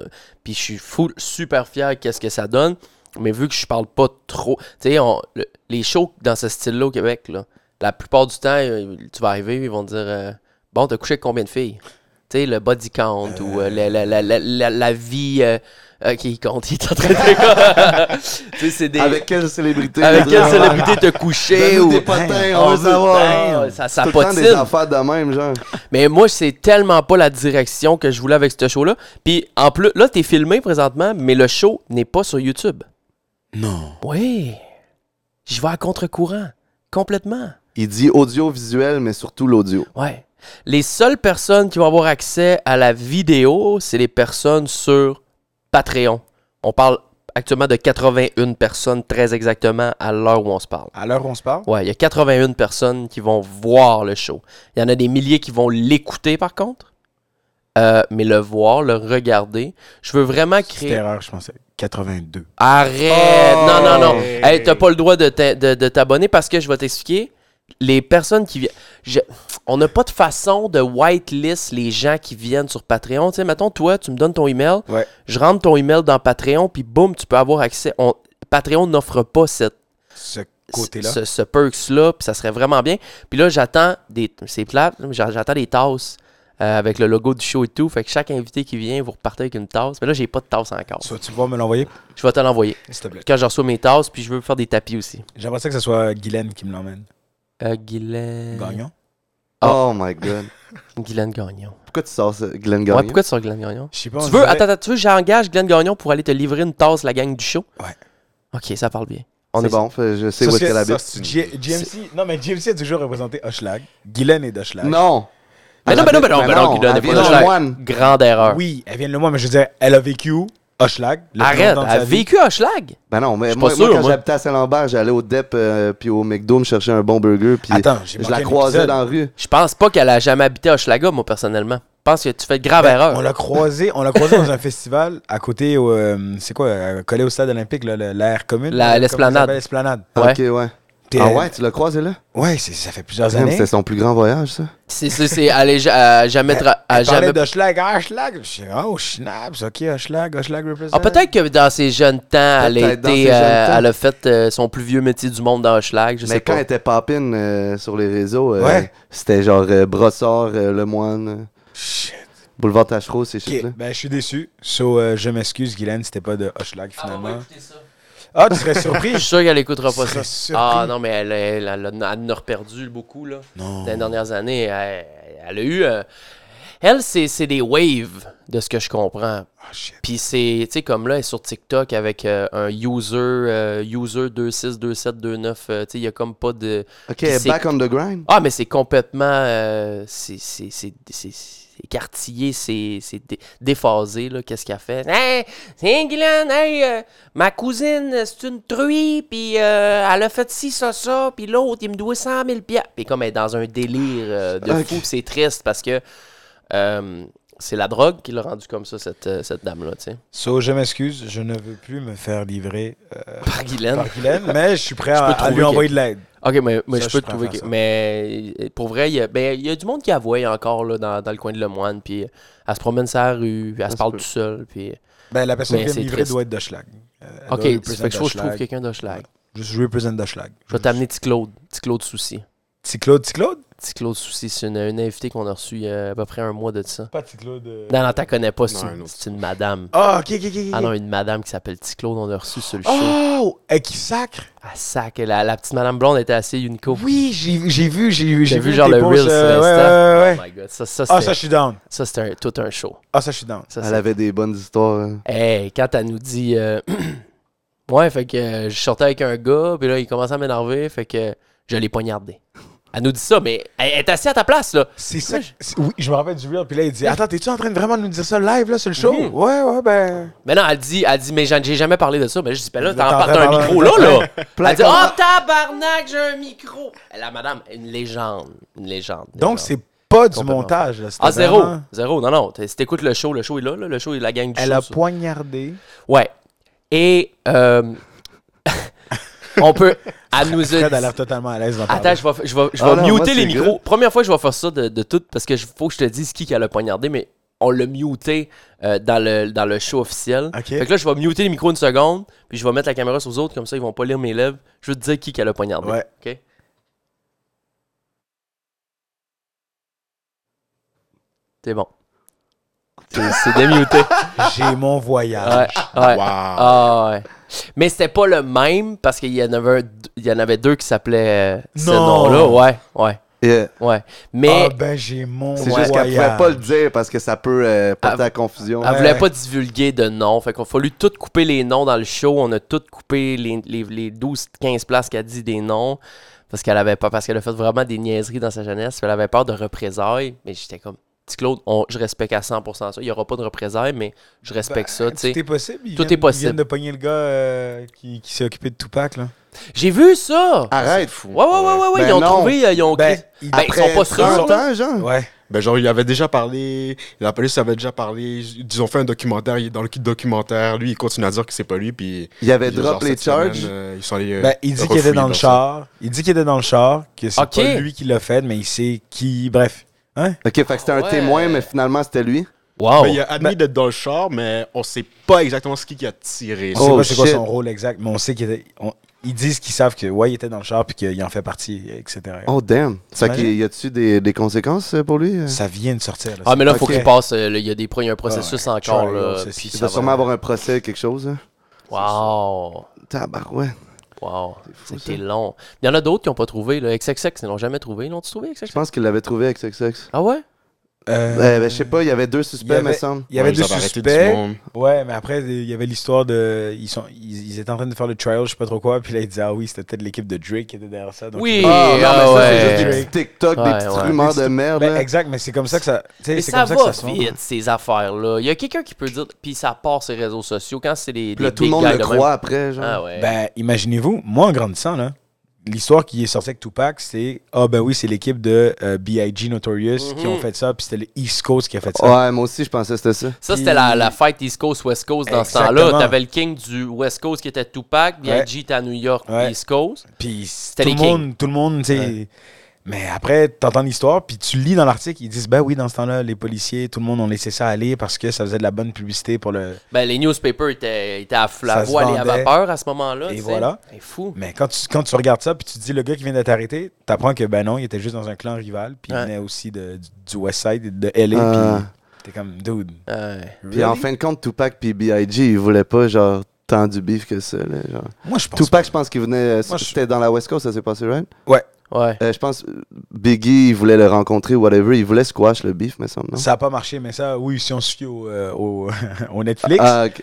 Puis je suis full, super fier qu'est-ce que ça donne. Mais vu que je parle pas trop, tu sais, on- le- les shows dans ce style-là au Québec, là, la plupart du temps, euh, tu vas arriver, ils vont te dire euh, Bon, t'as couché avec combien de filles Tu sais, le body count ou euh, la, la- la- la- la- la vie euh, euh, qui compte. Il est en train de- Tu sais, c'est des. Avec quelle célébrité avec là, quelle là, célébrité te coucher Donne-nous ou. des potins, Ah, on veut savoir. ah, Ça, C'est ça tout le temps patine. des affaires de même, genre. Mais moi, c'est tellement pas la direction que je voulais avec ce show-là. Puis en plus, là, t'es filmé présentement, mais le show n'est pas sur YouTube. Non. Oui. Je vais à contre-courant. Complètement. Il dit audiovisuel, mais surtout l'audio. Ouais. Les seules personnes qui vont avoir accès à la vidéo, c'est les personnes sur Patreon. On parle actuellement de 81 personnes très exactement à l'heure où on se parle. À l'heure où on se parle, Ouais, il y a 81 personnes qui vont voir le show. Il y en a des milliers qui vont l'écouter par contre. Euh, mais le voir, le regarder. Je veux vraiment c'était créer. erreur, je pensais. 82. Arrête! Non, non, non. Oh. Hey, t'as pas le droit de t'a- de de t'abonner parce que je vais t'expliquer. Les personnes qui viennent. je- On n'a pas de façon de whitelist les gens qui viennent sur Patreon. Tu sais, mettons, toi, tu me donnes ton email. Ouais. Je rentre ton email dans Patreon, puis boum, tu peux avoir accès. On- Patreon n'offre pas cette Ce côté-là. ce, ce perks-là, puis ça serait vraiment bien. Puis là, j'attends des. C'est plate, mais j'a- j'attends des tasses euh, avec le logo du show et tout. Fait que chaque invité qui vient, vous repartez avec une tasse. Mais là, j'ai pas de tasse encore. Soit tu vas me l'envoyer, Je vais te l'envoyer. s'il te plaît. Quand je reçois mes tasses, puis je veux faire des tapis aussi. J'aimerais ça que ce soit Guylaine qui me l'emmène. Euh, Guylaine. Gagnon. Ah. Oh my god. Guylaine Gagnon. Pourquoi tu sors ça, Glenn Ouais, Gagnon? pourquoi tu sors Guylaine Gagnon? Je sais pas. on Tu veux, dirait- attends, attends, tu veux, que j'engage Glenn Gagnon pour aller te livrer une tasse, la gang du show? Ouais. Ok, ça parle bien. C'est est- bon, fait- je sais Ça, où est-ce c'est- qu'elle ça, habite. c'est- G- GMC. Non, mais GMC a toujours représenté Hochlag. Guylaine est d'Hochlag. Non! Mais non, mais non, mais non, Mais mais non, non, Guylaine, elle pas vient de de la- Moine. Grande erreur. Oui, elle vient de moi, mais je veux dire, elle a vécu Hochlag. le plus Arrête, longtemps de elle sa a vie. vécu à Schlag. Ben non, mais suis moi, pas moi, sûr, quand moi. j'habitais à Saint-Lambert, j'allais au DEP euh, puis au McDo me chercher un bon burger puis Attends, j'ai je manqué la un croisais épisode. dans la rue. Je pense pas qu'elle a jamais habité à Hochelaga, moi, personnellement. Je pense que tu fais de graves erreurs. Ben, On l'a croisé, on l'a croisé dans un festival à côté, au, euh, c'est quoi, euh, collé au stade olympique, là, le- l'air commune. La- là, comment l'esplanade. ça s'appelle, L'esplanade. Ouais. Ok, ouais. T'es- Ah ouais, tu l'as croisé là? Ouais, c'est- ça fait plusieurs Damn, euh, années. C'était son plus grand voyage, ça. C'est, c'est, c'est, elle est ja- à jamais. tra- à Elle parlait jamais... d'Hochlag, ah, Hochlag. Je suis oh, schnaps, ok, Hochlag, Hochlag represent. Ah, peut-être que dans ses jeunes temps, elle a, Peut-être dans été, ses euh, jeunes temps. elle a fait euh, son plus vieux métier du monde dans Hochelag, je sais Mais quand pas. elle était papine euh, sur les réseaux, euh, Ouais. c'était genre euh, Brossard, euh, Le Moine, euh, Shit. Boulevard Tachereau, ces shit-là. Ok, ben je suis déçu. So, euh, je m'excuse, Guylaine, c'était pas de Hochlag finalement. Ah, tu serais Je suis surpris? sûr qu'elle écoutera pas serais ça. surpris. Ah non, mais elle, elle, elle, en a- elle en a reperdu beaucoup là. non. Dans les dernières années, elle, elle a eu. euh, Elle, c'est c'est des waves, de ce que je comprends. Ah, shit. Puis c'est, tu sais, comme là, elle est sur TikTok avec euh, un user, euh, user 262729. euh, tu sais, il n'y a comme pas de. Ok, Puis c'est- back on the grind. Ah, mais c'est complètement. euh, c'est c'est- c'est- c'est- c'est quartier, c'est c'est dé- déphasé, là. Qu'est-ce qu'elle fait? Hey, c'est Guylaine, hey, euh, ma cousine, c'est une truie, puis euh, elle a fait ci, ça, ça, puis l'autre, il me doit 100 000 piastres. Puis comme elle est dans un délire euh, de Ok. fou, puis c'est triste parce que. euh, c'est la drogue qui l'a rendu comme ça, cette, euh, cette dame-là, tu sais. So, je m'excuse, je ne veux plus me faire livrer euh, Par Guylaine. par Guylaine, mais je suis prêt à, peux à trouver lui envoyer quelqu'un. de l'aide. Ok, mais, mais Ça, je peux je trouver. préfère que- ça. Mais euh, pour vrai, il y, a, ben, il y a du monde qui avoue encore là, dans, dans le coin de Lemoine. Puis euh, elle se promène sa rue, puis elle se se parle peut. tout seul. Puis... Ben, la personne Mais qui vient c'est me livrer triste. doit être de Schlag. Euh, elle Ok, doit fait represent que je trouve que je trouve Schlag. quelqu'un de schlag. Juste, je represent de Schlag. Je vais t'amener Petit Claude. Petit Claude Souci. Petit Claude, petit Claude? Petit Claude Souci, c'est une, une invitée qu'on a reçue il y a à peu près un mois de ça. Pas de Claude. euh, Non, non, t'en connais pas, c'est Non, une, un autre. c'est une madame. Ah, ok, ok, ok. Ah ok. non, une madame qui s'appelle Petit Claude, on l'a reçue sur le show. Oh! Elle qui sacre? À sac, la, la petite madame blonde était assez unico. Oui, j'ai j'ai vu, j'ai vu. J'ai vu tes genre le posts, Reels euh, sur ouais, Insta. ouais, ouais, Oh ouais. my god, ça, ça, Ah, c'était- ça, je suis down. ça, c'était un- tout un show. Ah, ça, je suis down. Ça, Elle avait des bonnes histoires. hein. Hey, quand elle nous dit. euh, ouais, fait que euh, je sortais avec un gars, puis là, il commençait à m'énerver, fait que je l'ai poignardé. Elle nous dit ça, mais elle elle est assise à ta place, là. C'est ça. que- c'est- Oui, je me rappelle du Reel, puis là, il dit Attends, t'es-tu en train de vraiment nous dire ça live, là, sur le show? Ouais, ouais, ben. Mais non, elle dit, elle dit mais j'en- j'ai jamais parlé de ça. Mais je dis, ben là, Là, t'en t'en parles d'un parles- micro, là, là. Plein Elle dit, comme- oh, tabarnak, j'ai un micro. La madame, une légende. Une légende. une légende. Donc, c'est pas du Complètement. montage, là. c'était Ah, zéro. vraiment- Zéro, non, non. t'es- Si t'écoutes le show, le show est là, là, le show est la gang du Elle show. a ça. poignardé. Ouais. Et, euh, on peut. Elle nous a Fred a dit- l'air totalement à l'aise dans Attends, je vais, je vais, je vais Ah non, muter moi, les c'est micros. good. Première fois, je vais faire ça de, de tout parce que je- faut que je te dise qui qu'elle a poignardé, mais on l'a muté euh, dans, le, dans le show officiel. Ok. Fait que là, je vais muter les micros une seconde, puis je vais mettre la caméra sur les autres, comme ça, ils vont pas lire mes lèvres. Je veux te dire qui qu'elle a poignardé. Ouais. Ok? C'est bon. C'est c'est démuté. J'ai mon voyage. Ouais, ouais. Wow. Ah ouais. Mais c'était pas le même parce qu'il y en avait, un- il y en avait deux qui s'appelaient euh, ce Non. nom-là. Ouais, ouais, Yeah. ouais. Ah, Mais ben, j'ai mon C'est voyage. juste qu'elle pouvait pas le dire parce que ça peut euh, porter à confusion. elle ouais. voulait pas divulguer de nom. Fait qu'on a fallu tout couper les noms dans le show. On a tout coupé les, les, les 12-15 places qu'elle dit des noms. Parce qu'elle avait peur, parce qu'elle a fait vraiment des niaiseries dans sa jeunesse. puis Elle avait peur de représailles. Mais j'étais comme, petit Claude, on- je respecte à 100% ça. Il y aura pas de représailles, mais je respecte ça, tu sais. Tout est possible. ils Tout est viennent- possible. Ils viennent de pogner le gars euh, qui, qui s'est occupé de Tupac, là. J'ai vu ça! Arrête, fou. Ouais, ouais, ouais, ouais, ouais. Ben ils ont non. trouvé, euh, ils ont. Ben, ils, ils- Ah, ils sont pas sûrs. 30 là. ans, genre. Ouais. Ben genre, il avait déjà parlé, la police avait déjà parlé, ils ont fait un documentaire, il est dans le documentaire, lui, il continue à dire que c'est pas lui, puis... Il avait genre, Ben, drop les cette charges. semaine, euh, ils sont allés, euh, Ben, il dit qu'il refouiller était dans le ça. char. Il dit qu'il était dans le char, que c'est Ok. pas lui qui l'a fait, mais il sait qui. Bref. Hein? Ok, fait que c'était un Ouais. témoin, mais finalement c'était lui. Wow. Ben, il a admis d'être dans le char, mais on sait pas exactement ce qui qui a tiré. On sait Oh, pas c'est quoi shit. son rôle exact, mais on sait qu'il était. on- ils disent qu'ils savent que, ouais, il était dans le char puis qu'il en fait partie, etc. Oh damn. Fait T'imagines? qu'il y a-tu des, des conséquences euh, pour lui euh? Ça vient de sortir. Là, Ah, mais là, il faut Ok. qu'il passe. euh, là, Il y a des pro- il y a un processus Ah ouais, encore. trial, Là, ceci, puis Il ça doit va- sûrement avoir un procès, quelque chose. hein. Wow. Tabarouette. Wow. fou, C'était ça. long. Il y en a d'autres qui n'ont pas trouvé. Là. XXX, ils l'ont jamais trouvé. Ils l'ont-tu trouvé, Je XXX? pense qu'il l'avait trouvé avec sexe. Ah ouais? Euh, ben, je sais pas, il y avait deux suspects, me semble. il y avait Ouais, deux ils avaient arrêté du suspects. monde. Ouais, mais après, il y avait l'histoire de. Ils, sont, ils, ils étaient en train de faire le trial, je sais pas trop quoi. Puis là, ils disaient, ah oui, c'était peut-être l'équipe de Drake qui était derrière ça. donc- Oui. Ah, non, ah mais ça, ouais. c'est juste des petits TikTok, Ouais, des petites ouais. rumeurs Des de merde. Ben, là. exact, mais c'est comme ça que ça. tu sais, Mais c'est ça comme ça, va que ça se vend. vite, ces affaires-là. Il y a quelqu'un qui peut dire. Puis ça part ses réseaux sociaux. Quand c'est des. Puis là, des tout le big monde guys le de même. croit après, genre. Ah ouais. Ben, imaginez-vous, moi, en grandissant, là, l'histoire qui est sortie avec Tupac, c'est Ah, ben oui, c'est l'équipe de euh, B.I.G. Notorious Mhm. qui ont fait ça, puis c'était le East Coast qui a fait ça. Ouais, moi aussi, je pensais que c'était ça. Ça, c'était la, la fight East Coast-West Coast dans ce temps-là. Exactement. T'avais le king du West Coast qui était Tupac, B.I.G. Ouais. était à New York, Ouais. East Coast. Puis C'était tout le les kings. monde, tout le monde, tu sais. Mais après, t'entends l'histoire, puis tu lis dans l'article, ils disent Ben oui, dans ce temps-là, les policiers, tout le monde ont laissé ça aller parce que ça faisait de la bonne publicité pour le. Ben, les newspapers étaient, étaient à la Ça se voix aller à vendait. vapeur à ce moment-là. Et tu sais. voilà. C'est fou. Mais quand tu, quand tu regardes ça, puis tu te dis le gars qui vient d'être arrêté, t'apprends que ben non, il était juste dans un clan rival, puis Ouais. il venait aussi de, du, du West Side, de LA, Ah. puis t'es comme dude. Ouais. Puis en fin de compte, Tupac puis B.I.G., ils voulaient pas, genre, tant du beef que ça, là, genre. Moi, je pense. Tupac, je pense qu'il venait. euh, Moi, je- C'était dans la West Coast, ça s'est passé, right? Ouais. Ouais. Euh, je pense euh, Biggie, il voulait le rencontrer ou whatever. Il voulait squash le beef, mais ça, non? Ça n'a pas marché, mais ça, oui, si on se fie au, euh, au- au Netflix. Ah, ok.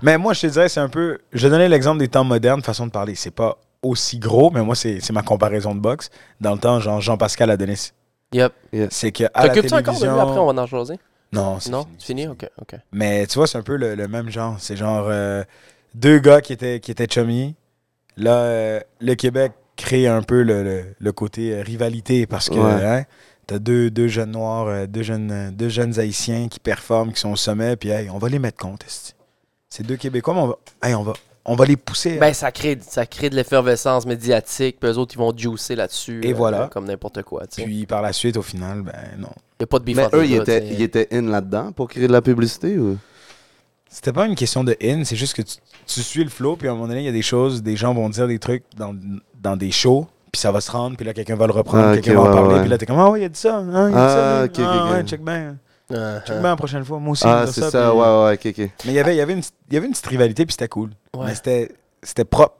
Mais moi, je te dirais, c'est un peu. Je donnais l'exemple des temps modernes, façon de parler. C'est pas aussi gros, mais moi, c'est c'est ma comparaison de boxe. Dans le temps, genre Jean-Pascal Adonis. Yep. C'est que à la T'occupes-tu encore de lui télévision- après, on va en jaser? Non, c'est Non? fini. C'est fini? Ok, ok. Mais tu vois, c'est un peu le, le même genre. C'est genre euh, deux gars qui étaient, qui étaient chummies. Là, euh, le Québec crée un peu le, le- le côté euh, rivalité parce que Ouais. hein, t'as deux, deux jeunes noirs, euh, deux, jeunes, deux jeunes haïtiens qui performent, qui sont au sommet, puis hey, on va les mettre compte. esti. C'est deux Québécois, mais on va, hey, on va, on va les pousser. hein. Ben, ça crée, ça crée de l'effervescence médiatique, puis eux autres, ils vont juicer là-dessus. euh, Et voilà. Comme n'importe quoi, tu sais. puis par la suite, au final, ben non. Il n'y a pas de beef Mais entre eux, les ils gars, étaient, tu sais. ils étaient in là-dedans pour créer de la publicité ou? C'était pas une question de in, c'est juste que tu, tu suis le flow, puis à un moment donné, il y a des choses, des gens vont dire des trucs dans, dans des shows, puis ça va se rendre, puis là, quelqu'un va le reprendre, Ah, ok, quelqu'un va en ouais, parler, ouais. puis là, t'es comme, ah oui, il a dit ça, hein, il a dit ça, Ah, lui. ok, ok, Ah, ok. ouais, check bien, Ah, check ah. bien la prochaine fois, moi aussi, je vais Ah, dire c'est ça, puis- ouais, ouais, ok, ok. Mais il y avait- il y avait une- il y avait une petite rivalité, puis c'était cool, Ouais. mais c'était c'était propre.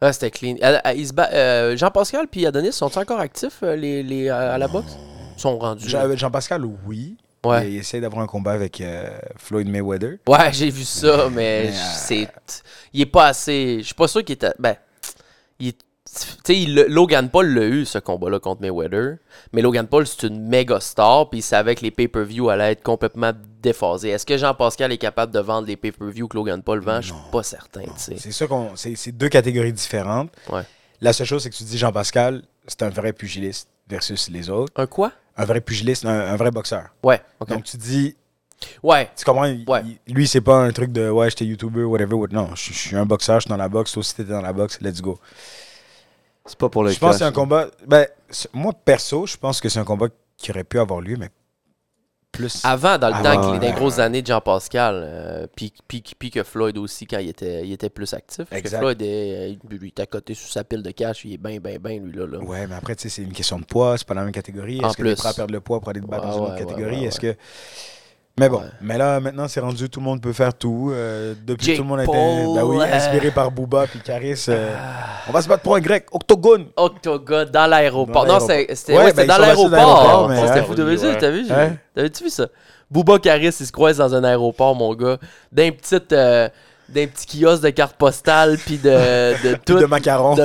Ah, c'était clean. Ah, ah, ils se ba- euh, Jean-Pascal puis Adonis sont-ils encore actifs, euh, les, les, euh, à la boxe? Ils sont rendus. Jean- avec Jean-Pascal, oui, Ouais. il, il essaie d'avoir un combat avec euh, Floyd Mayweather. Ouais, j'ai vu ça, mais Mais, j- euh, c'est. Il est pas assez. Je suis pas sûr qu'il était. Ben. Il... est- Tu sais, il l'a- Logan Paul l'a eu, ce combat-là, contre Mayweather. Mais Logan Paul, c'est une méga star, puis il savait que les pay-per-view allaient être complètement déphasés. Est-ce que Jean-Pascal est capable de vendre les pay-per-view que Logan Paul vend? Je suis pas certain, tu sais. C'est sûr qu'on. C'est c'est deux catégories différentes. Ouais. La seule chose, c'est que tu dis Jean-Pascal, c'est un vrai pugiliste versus les autres. Un quoi? un vrai pugiliste, un, un vrai boxeur. Ouais, ok. Donc tu dis, Ouais, tu comprends, il- Ouais. il- lui c'est pas un truc de ouais, j'étais YouTuber, whatever, what- non, je, je suis un boxeur, je suis dans la boxe, toi aussi t'étais dans la boxe, let's go. C'est pas pour le je pense que cash, c'est un là. combat, ben, c'est- moi perso, je pense que c'est un combat qui aurait pu avoir lieu, mais plus. Avant, dans le Avant, temps, qu'il ouais. dans les grosses années de Jean-Pascal, euh, puis, puis- puis que Floyd aussi, quand il était, il était plus actif. Parce que Exact. Floyd, euh, lui, il était coté sous sa pile de cash, il est bien, bien, bien, lui, là. là. Ouais, mais après, tu sais, c'est une question de poids, c'est pas la même catégorie. En Est-ce que plus. t'es prêt à perdre le poids pour aller te battre Ouais, dans une ouais, autre catégorie? ouais, ouais, Est-ce que. Mais bon, Ouais. mais là, maintenant, c'est rendu, tout le monde peut faire tout. euh, depuis, Jake tout le monde a Paul, Ah. été ben oui, euh, inspiré par Booba puis Caris. euh, on va se battre pour un grec, octogone! Octogone dans l'aéroport. Dans l'aéroport. Non, c'est- c'était Ouais, ouais, ben, c'était dans ils sont restés dans l'aéroport. l'aéroport, mais, C'était hein. fou de vu ça, Ouais. t'as vu? j'ai- Hein? T'avais-tu vu ça? Booba Caris, il se croise dans un aéroport, mon gars. D'un petit, euh, d'un petit kiosque de cartes postales, puis de, de Puis tout. de Hein? macarons. de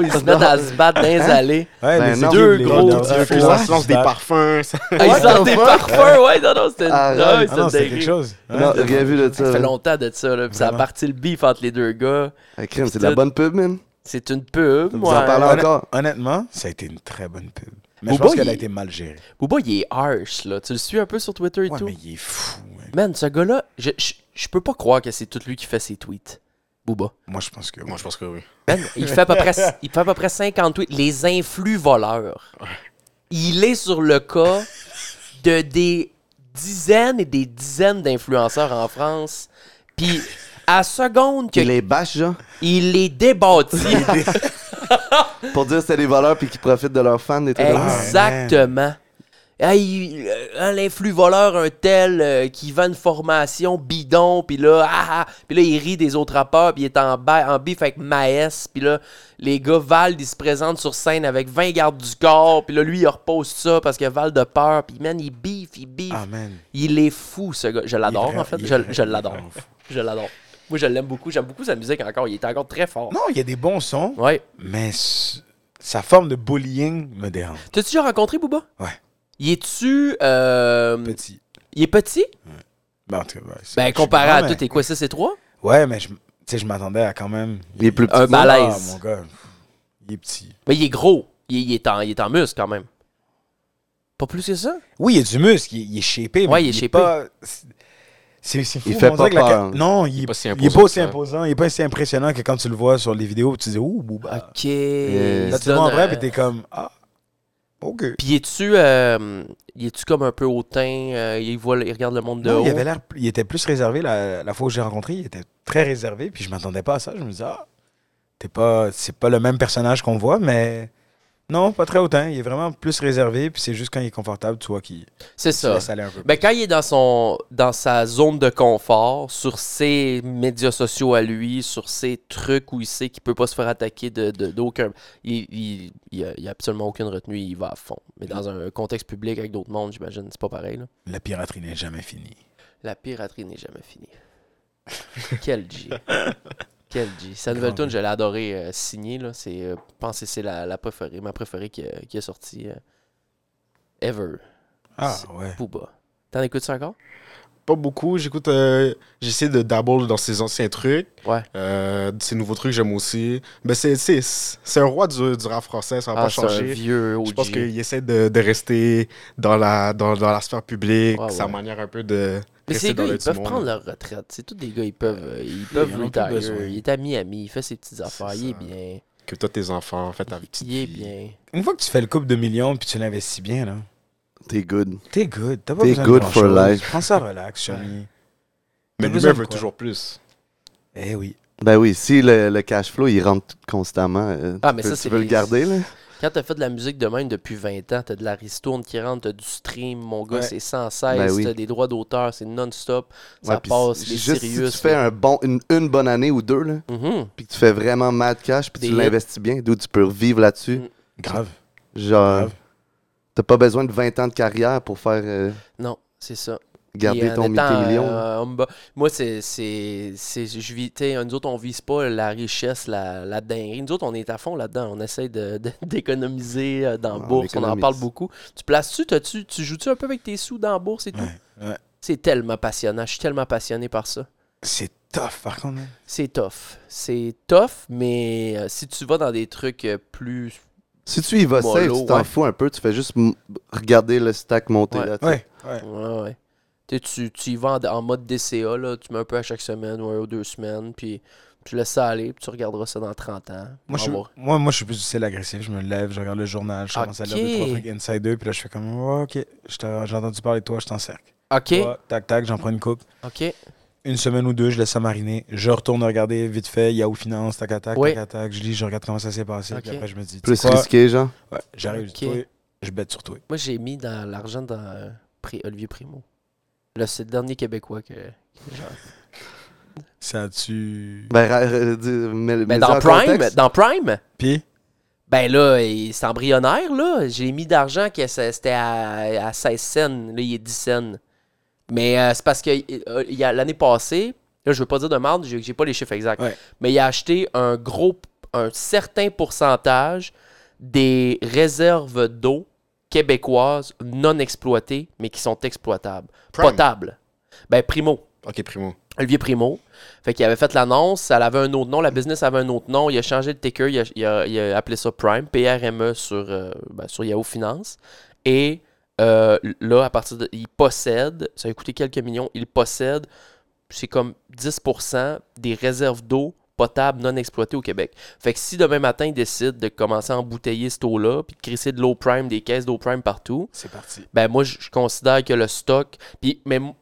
ils se mettent à se battre dans les allées. Ouais, Ben les non. deux Deux gros gros Ça diffus, se lance des parfums. ça- Ah, ils sortent des parfums, ouais, non, non, c'était Ah, ouais, Ah non, c'est c'était dingue. quelque chose. hein. Non, rien vu de Ça ça. fait là. longtemps de ça, là. Puis ça a Vraiment. parti le beef entre les deux gars. Ah, crème, c'est de la bonne pub, man. C'est une pub. Vous en ouais. parlez Honnêt- encore. Honnêtement, ça a été une très bonne pub. Mais Au je pense bout, qu'elle a il- été mal gérée. Euh, Booba, il est harsh, là. Tu le suis un peu sur Twitter et Ouais, tout. mais il est fou. hein. Man, ce gars-là, je, je, je peux pas croire que c'est tout lui qui fait ses tweets. Booba. Moi, je pense que. Moi, je pense que oui. Man, il fait à peu près, il fait à peu près 50 tweets. Les influx voleurs. Il est sur le cas de des dizaines et des dizaines d'influenceurs en France. Puis, à seconde que Il les bâche, genre. il les débattit. Pour dire que c'était des voleurs puis qu'ils profitent de leurs fans, Ah, des trucs comme ça. Exactement. Ah, il- euh, L'influx voleur, un tel euh, qui vend une formation bidon, puis là, ah, ah, puis là, il rit des autres rappeurs, puis il est en, ba- en bif avec Maes, puis là, les gars, Vald, ils se présentent sur scène avec 20 gardes du corps, puis là, lui, il repose ça parce que Vald a peur, puis man, il bif, il bif. Ah, man. Il est fou, ce gars. Je l'adore, Il est en fait. vrai- il est Je, vrai- je il est l'adore. vraiment fou. Je l'adore. Moi, je l'aime beaucoup. J'aime beaucoup sa musique encore. Il est encore très fort. Non, il y a des bons sons, Ouais. mais s- sa forme de bullying me dérange. T'as-tu déjà rencontré Booba? Ouais. Il est-tu. euh, Petit. Il est petit? Ben, en tout cas, ouais, c'est- je Ben, suis comparé grand, à mais- tout, t'es quoi, 6 et 3? Ouais, mais je, tu sais, je m'attendais à quand même. Il est plus petit. Un Ah, mon malaise. gars. Il est petit. Mais Ben, il est gros. Il, il est en, il est en muscle, quand même. Pas plus que ça? Oui, il y a du muscle, il, il est shapé, mais Ouais, il est il est, shapé. pas... c'est- C'est c'est fou. Il fait mais on dirait pas que la- peur. Non, il, est pas si il est imposant pas aussi que ça. imposant, il est pas si impressionnant que quand tu le vois sur les vidéos, tu dis « Ouh, Booba! OK. il Là, se Ah. tu le vois en Ah, donne, vrai, euh, puis t'es comme « Ah, ok. Puis es-tu. euh, il est-tu comme un peu hautain? euh, il, voit, il regarde le monde de Non, haut? il avait l'air... Il était plus réservé la, la fois où j'ai rencontré, il était très réservé, puis je m'attendais pas à ça. Je me disais « Ah, t'es pas... C'est pas le même personnage qu'on voit, mais Non, pas très autant. Il est vraiment plus réservé, puis c'est juste quand il est confortable, tu vois, qu'il C'est se ça. laisse aller un peu. Ben, quand il est dans, son, dans sa zone de confort, sur ses médias sociaux à lui, sur ses trucs où il sait qu'il peut pas se faire attaquer de, de- d'aucun. Il n'y a, il a absolument aucune retenue, il va à fond. Mais dans un contexte public avec d'autres mondes, j'imagine, c'est pas pareil. là. La piraterie n'est jamais finie. La piraterie n'est jamais finie. Quel G. Quel G. Sa nouvelle tune, je l'ai adoré euh, signée. Là. C'est, euh, je pense que c'est la, la préférée, ma préférée qui, a- qui est sortie euh, ever. Ah, C'est- ouais. Booba. T'en écoutes ça encore? Pas beaucoup. J'écoute. euh, J'essaie de dabble dans ses anciens trucs. Ouais. Euh, ses nouveaux trucs, j'aime aussi. Mais c'est c'est- c'est un roi du, du rap français, ça va pas Ah, c'est un changer. vieux OG. Je pense qu'il essaie de, de rester dans la, dans, dans la sphère public, Ouais, sa ouais. manière un peu de. Mais rester ces gars, dans le ils petit peuvent monde. prendre leur retraite. C'est tous des gars, ils peuvent, euh, ils peuvent en ont plus retire. besoin. Il est à Miami, il fait ses petites affaires, il est ça. bien. Que toi, tes enfants, fais ta petite. Il est vie. bien. Une fois que tu fais le couple de millions, puis tu l'investis bien, là, T'es good. t'es good. T'as pas T'es besoin good de for grand-chose. life. Prends ça relax, chummy. T'as Mais besoin lui-même de veut quoi? toujours plus. Eh oui. Ben oui, si le, le cash flow, il rentre constamment, euh, Ah, tu mais peux, ça, tu c'est veux le les- garder, là? Quand t'as fait de la musique de même depuis 20 ans, t'as de la ristourne qui rentre, t'as du stream, mon gars, Ouais. c'est sans cesse, Ben oui. t'as des droits d'auteur, c'est non-stop, ça Ouais, puis passe, si- les juste sérieux. si tu fais un bon, une, une bonne année ou deux, là, Mhm, puis que tu fais vraiment mad cash, puis Des tu l'investis bien, d'où tu peux vivre là-dessus. Mm. Grave. Genre, Grave. t'as pas besoin de 20 ans de carrière pour faire euh, Non, c'est ça. garder Et en ton étant, multimillion. million euh, là. homme bas- moi, c'est. c'est- c'est- Je vis. tu sais, nous autres, on vise pas la richesse, la, la dinguerie. Nous autres, on est à fond là-dedans. On essaie de- de- d'économiser euh, dans Ah, on bourse. On en économise. parle beaucoup. Tu places-tu t'as-tu- Tu joues-tu un peu avec tes sous dans bourse et tout Ouais, ouais. C'est tellement passionnant. Je suis tellement passionné par ça. C'est tough, par contre. hein. C'est tough. C'est tough, mais euh, si tu vas dans des trucs euh, plus. Si tu y vas Bon, safe, l'eau, tu t'en ouais. fous un peu, tu fais juste m- regarder le stack monter Ouais. là. tu sais. Ouais, ouais. Ouais, ouais. Tu sais, Tu, tu y vas en, en mode DCA, là. tu mets un peu à chaque semaine ou un ou deux semaines, puis tu laisses ça aller, puis tu regarderas ça dans 30 ans. Moi, je, On suis- va- moi, moi, je suis plus du style agressif. Je me lève, je regarde le journal, je commence à lire deux, trois Ok. trucs insider, puis là, je fais comme, Ouais, OK, je t'ai- j'ai entendu parler de toi, je t'encercle. Ok, Ouais, tac, tac, j'en prends une coupe. ok. Une semaine ou deux, je laisse ça mariner. Je retourne regarder vite fait, Yahoo Finance, tac, tac, tac, Oui. tac, tac. Je lis, je regarde comment ça s'est passé, puis Ok. après, je me dis, tu Plus sais quoi? risqué, genre. Ouais, j'arrive, Ok. sur toi, je bête sur toi. Moi, j'ai mis dans l'argent dans euh, Pri- Olivier Primo. Là, c'est le dernier Québécois que. Ça tu. Ben, ra- ra- dis- Mais mets- mets-le Ben, dans en Prime, contexte. dans Prime, Puis, ben là, il- c'est embryonnaire, là. J'ai mis d'argent que ça- c'était à, à 16 cents. Là, il est 10 cents. Mais euh, c'est parce que euh, il y a- l'année passée, là, je veux pas dire de merde, j'ai j'ai pas les chiffres exacts. Ouais. Mais il a acheté un gros, un certain pourcentage des réserves d'eau québécoises non exploitées, mais qui sont exploitables. Prime. Potable. Ben, Primo. Ok, primo. Olivier Primo. Fait qu'il avait fait l'annonce, elle avait un autre nom, la business avait un autre nom, il a changé le ticker, il a, il a- il a appelé ça Prime, PRME sur, euh, ben, sur Yahoo Finance. Et euh, là, à partir de. Il possède, ça a coûté quelques millions, il possède, c'est comme 10% des réserves d'eau potable non exploitées au Québec. Fait que si demain matin, il décide de commencer à embouteiller cette eau-là, puis de crisser de l'eau Prime, des caisses d'eau Prime partout, c'est parti. ben moi je je considère que le stock puis mais m-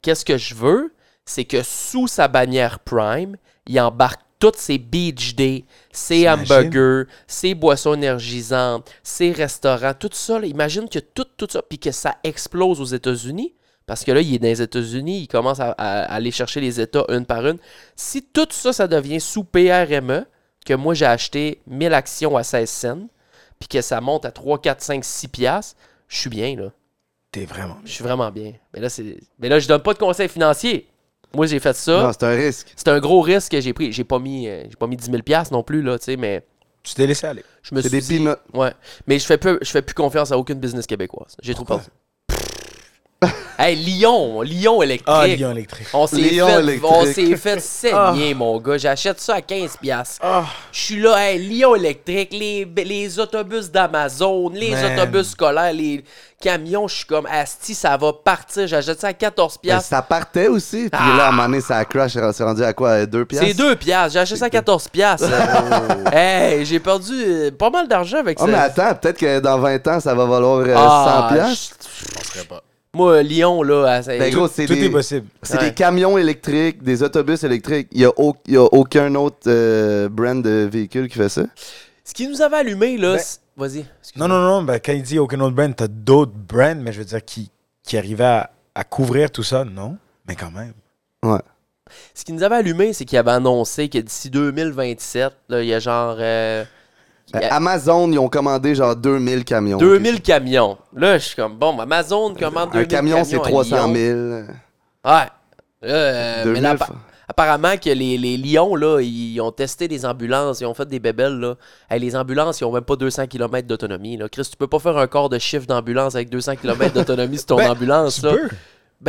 qu'est-ce que je veux c'est que sous sa bannière Prime il embarque toutes ses beach days, ses T'imagines? hamburgers, ses boissons énergisantes, ses restaurants, tout ça. là, imagine que tout, tout ça, puis que ça explose aux États-Unis, parce que là, il est dans les États-Unis, il commence à, à- à aller chercher les États une par une. Si tout ça, ça devient sous PRME, E, que moi j'ai acheté 1000 actions à 16 cents, puis que ça monte à 3, 4, 5, 6 piastres, je suis bien, là. T'es vraiment. Je suis vraiment bien. Mais là, c'est. Mais là, je donne pas de conseils financiers. Moi, j'ai fait ça. Non, c'est un risque. C'est un gros risque que j'ai pris. J'ai pas mis, euh, j'ai pas mis 10 000 piastres non plus, là, tu sais, mais Tu t'es laissé aller. je me C'est suis des dit- peanuts. Ben, Ouais. Mais je fais plus, je fais plus confiance à aucune business québécoise. J'ai trop peur. hey, Lyon! Lyon électrique! Ah, Lyon électrique. On s'est Lyon fait, électrique. Ah. on s'est fait saigner, mon gars. J'achète ça à 15 piastres. Je suis là, hey, Lyon électrique, les, les autobus d'Amazon, les Man. autobus scolaires, les camions. Je suis comme, asti, ça va partir. J'achète ça à 14 Ben, piastres. Ah. ça partait aussi, puis là, à un moment donné, ça crash, c'est rendu à quoi, 2 piastres? C'est 2 piastres. J'ai acheté ça à 14 piastres. hey, j'ai perdu euh, pas mal d'argent avec Oh, ça. mais attends, peut-être que dans 20 ans, ça va valoir euh, 100 Ah, piastres. Je penserais pas. Moi, Lyon, là, à- Ben, gros, c'est Tout des, est possible. c'est Ouais. des camions électriques, des autobus électriques. Il n'y a, au- il y a aucun autre euh, brand de véhicule qui fait ça. ce qui nous avait allumé, là, Ben, c'est- Vas-y. Non, non, non. Ben, quand il dit aucun autre brand, t'as d'autres brands, mais je veux dire, qui, qui arrivaient à, à couvrir tout ça, non. Mais quand même. Ouais. Ce qui nous avait allumé, c'est qu'il avait annoncé que d'ici 2027, là, il y a genre euh, Euh, Yeah. Amazon, ils ont commandé genre 2000 camions. 2000 camions. Là, je suis comme, bon, Amazon commande 2000 Un camion, c'est camions à 300 Lyon. 000. Ouais. Euh, mais 2000, là, fa- appa- apparemment que les, les lions, là, ils ont testé des ambulances, ils ont fait des bébelles, là. Hey, les ambulances, ils ont même pas 200 km d'autonomie, là. Chris, tu peux pas faire un corps de chiffre d'ambulance avec 200 km d'autonomie sur ton Ben, ambulance, Tu là. peux.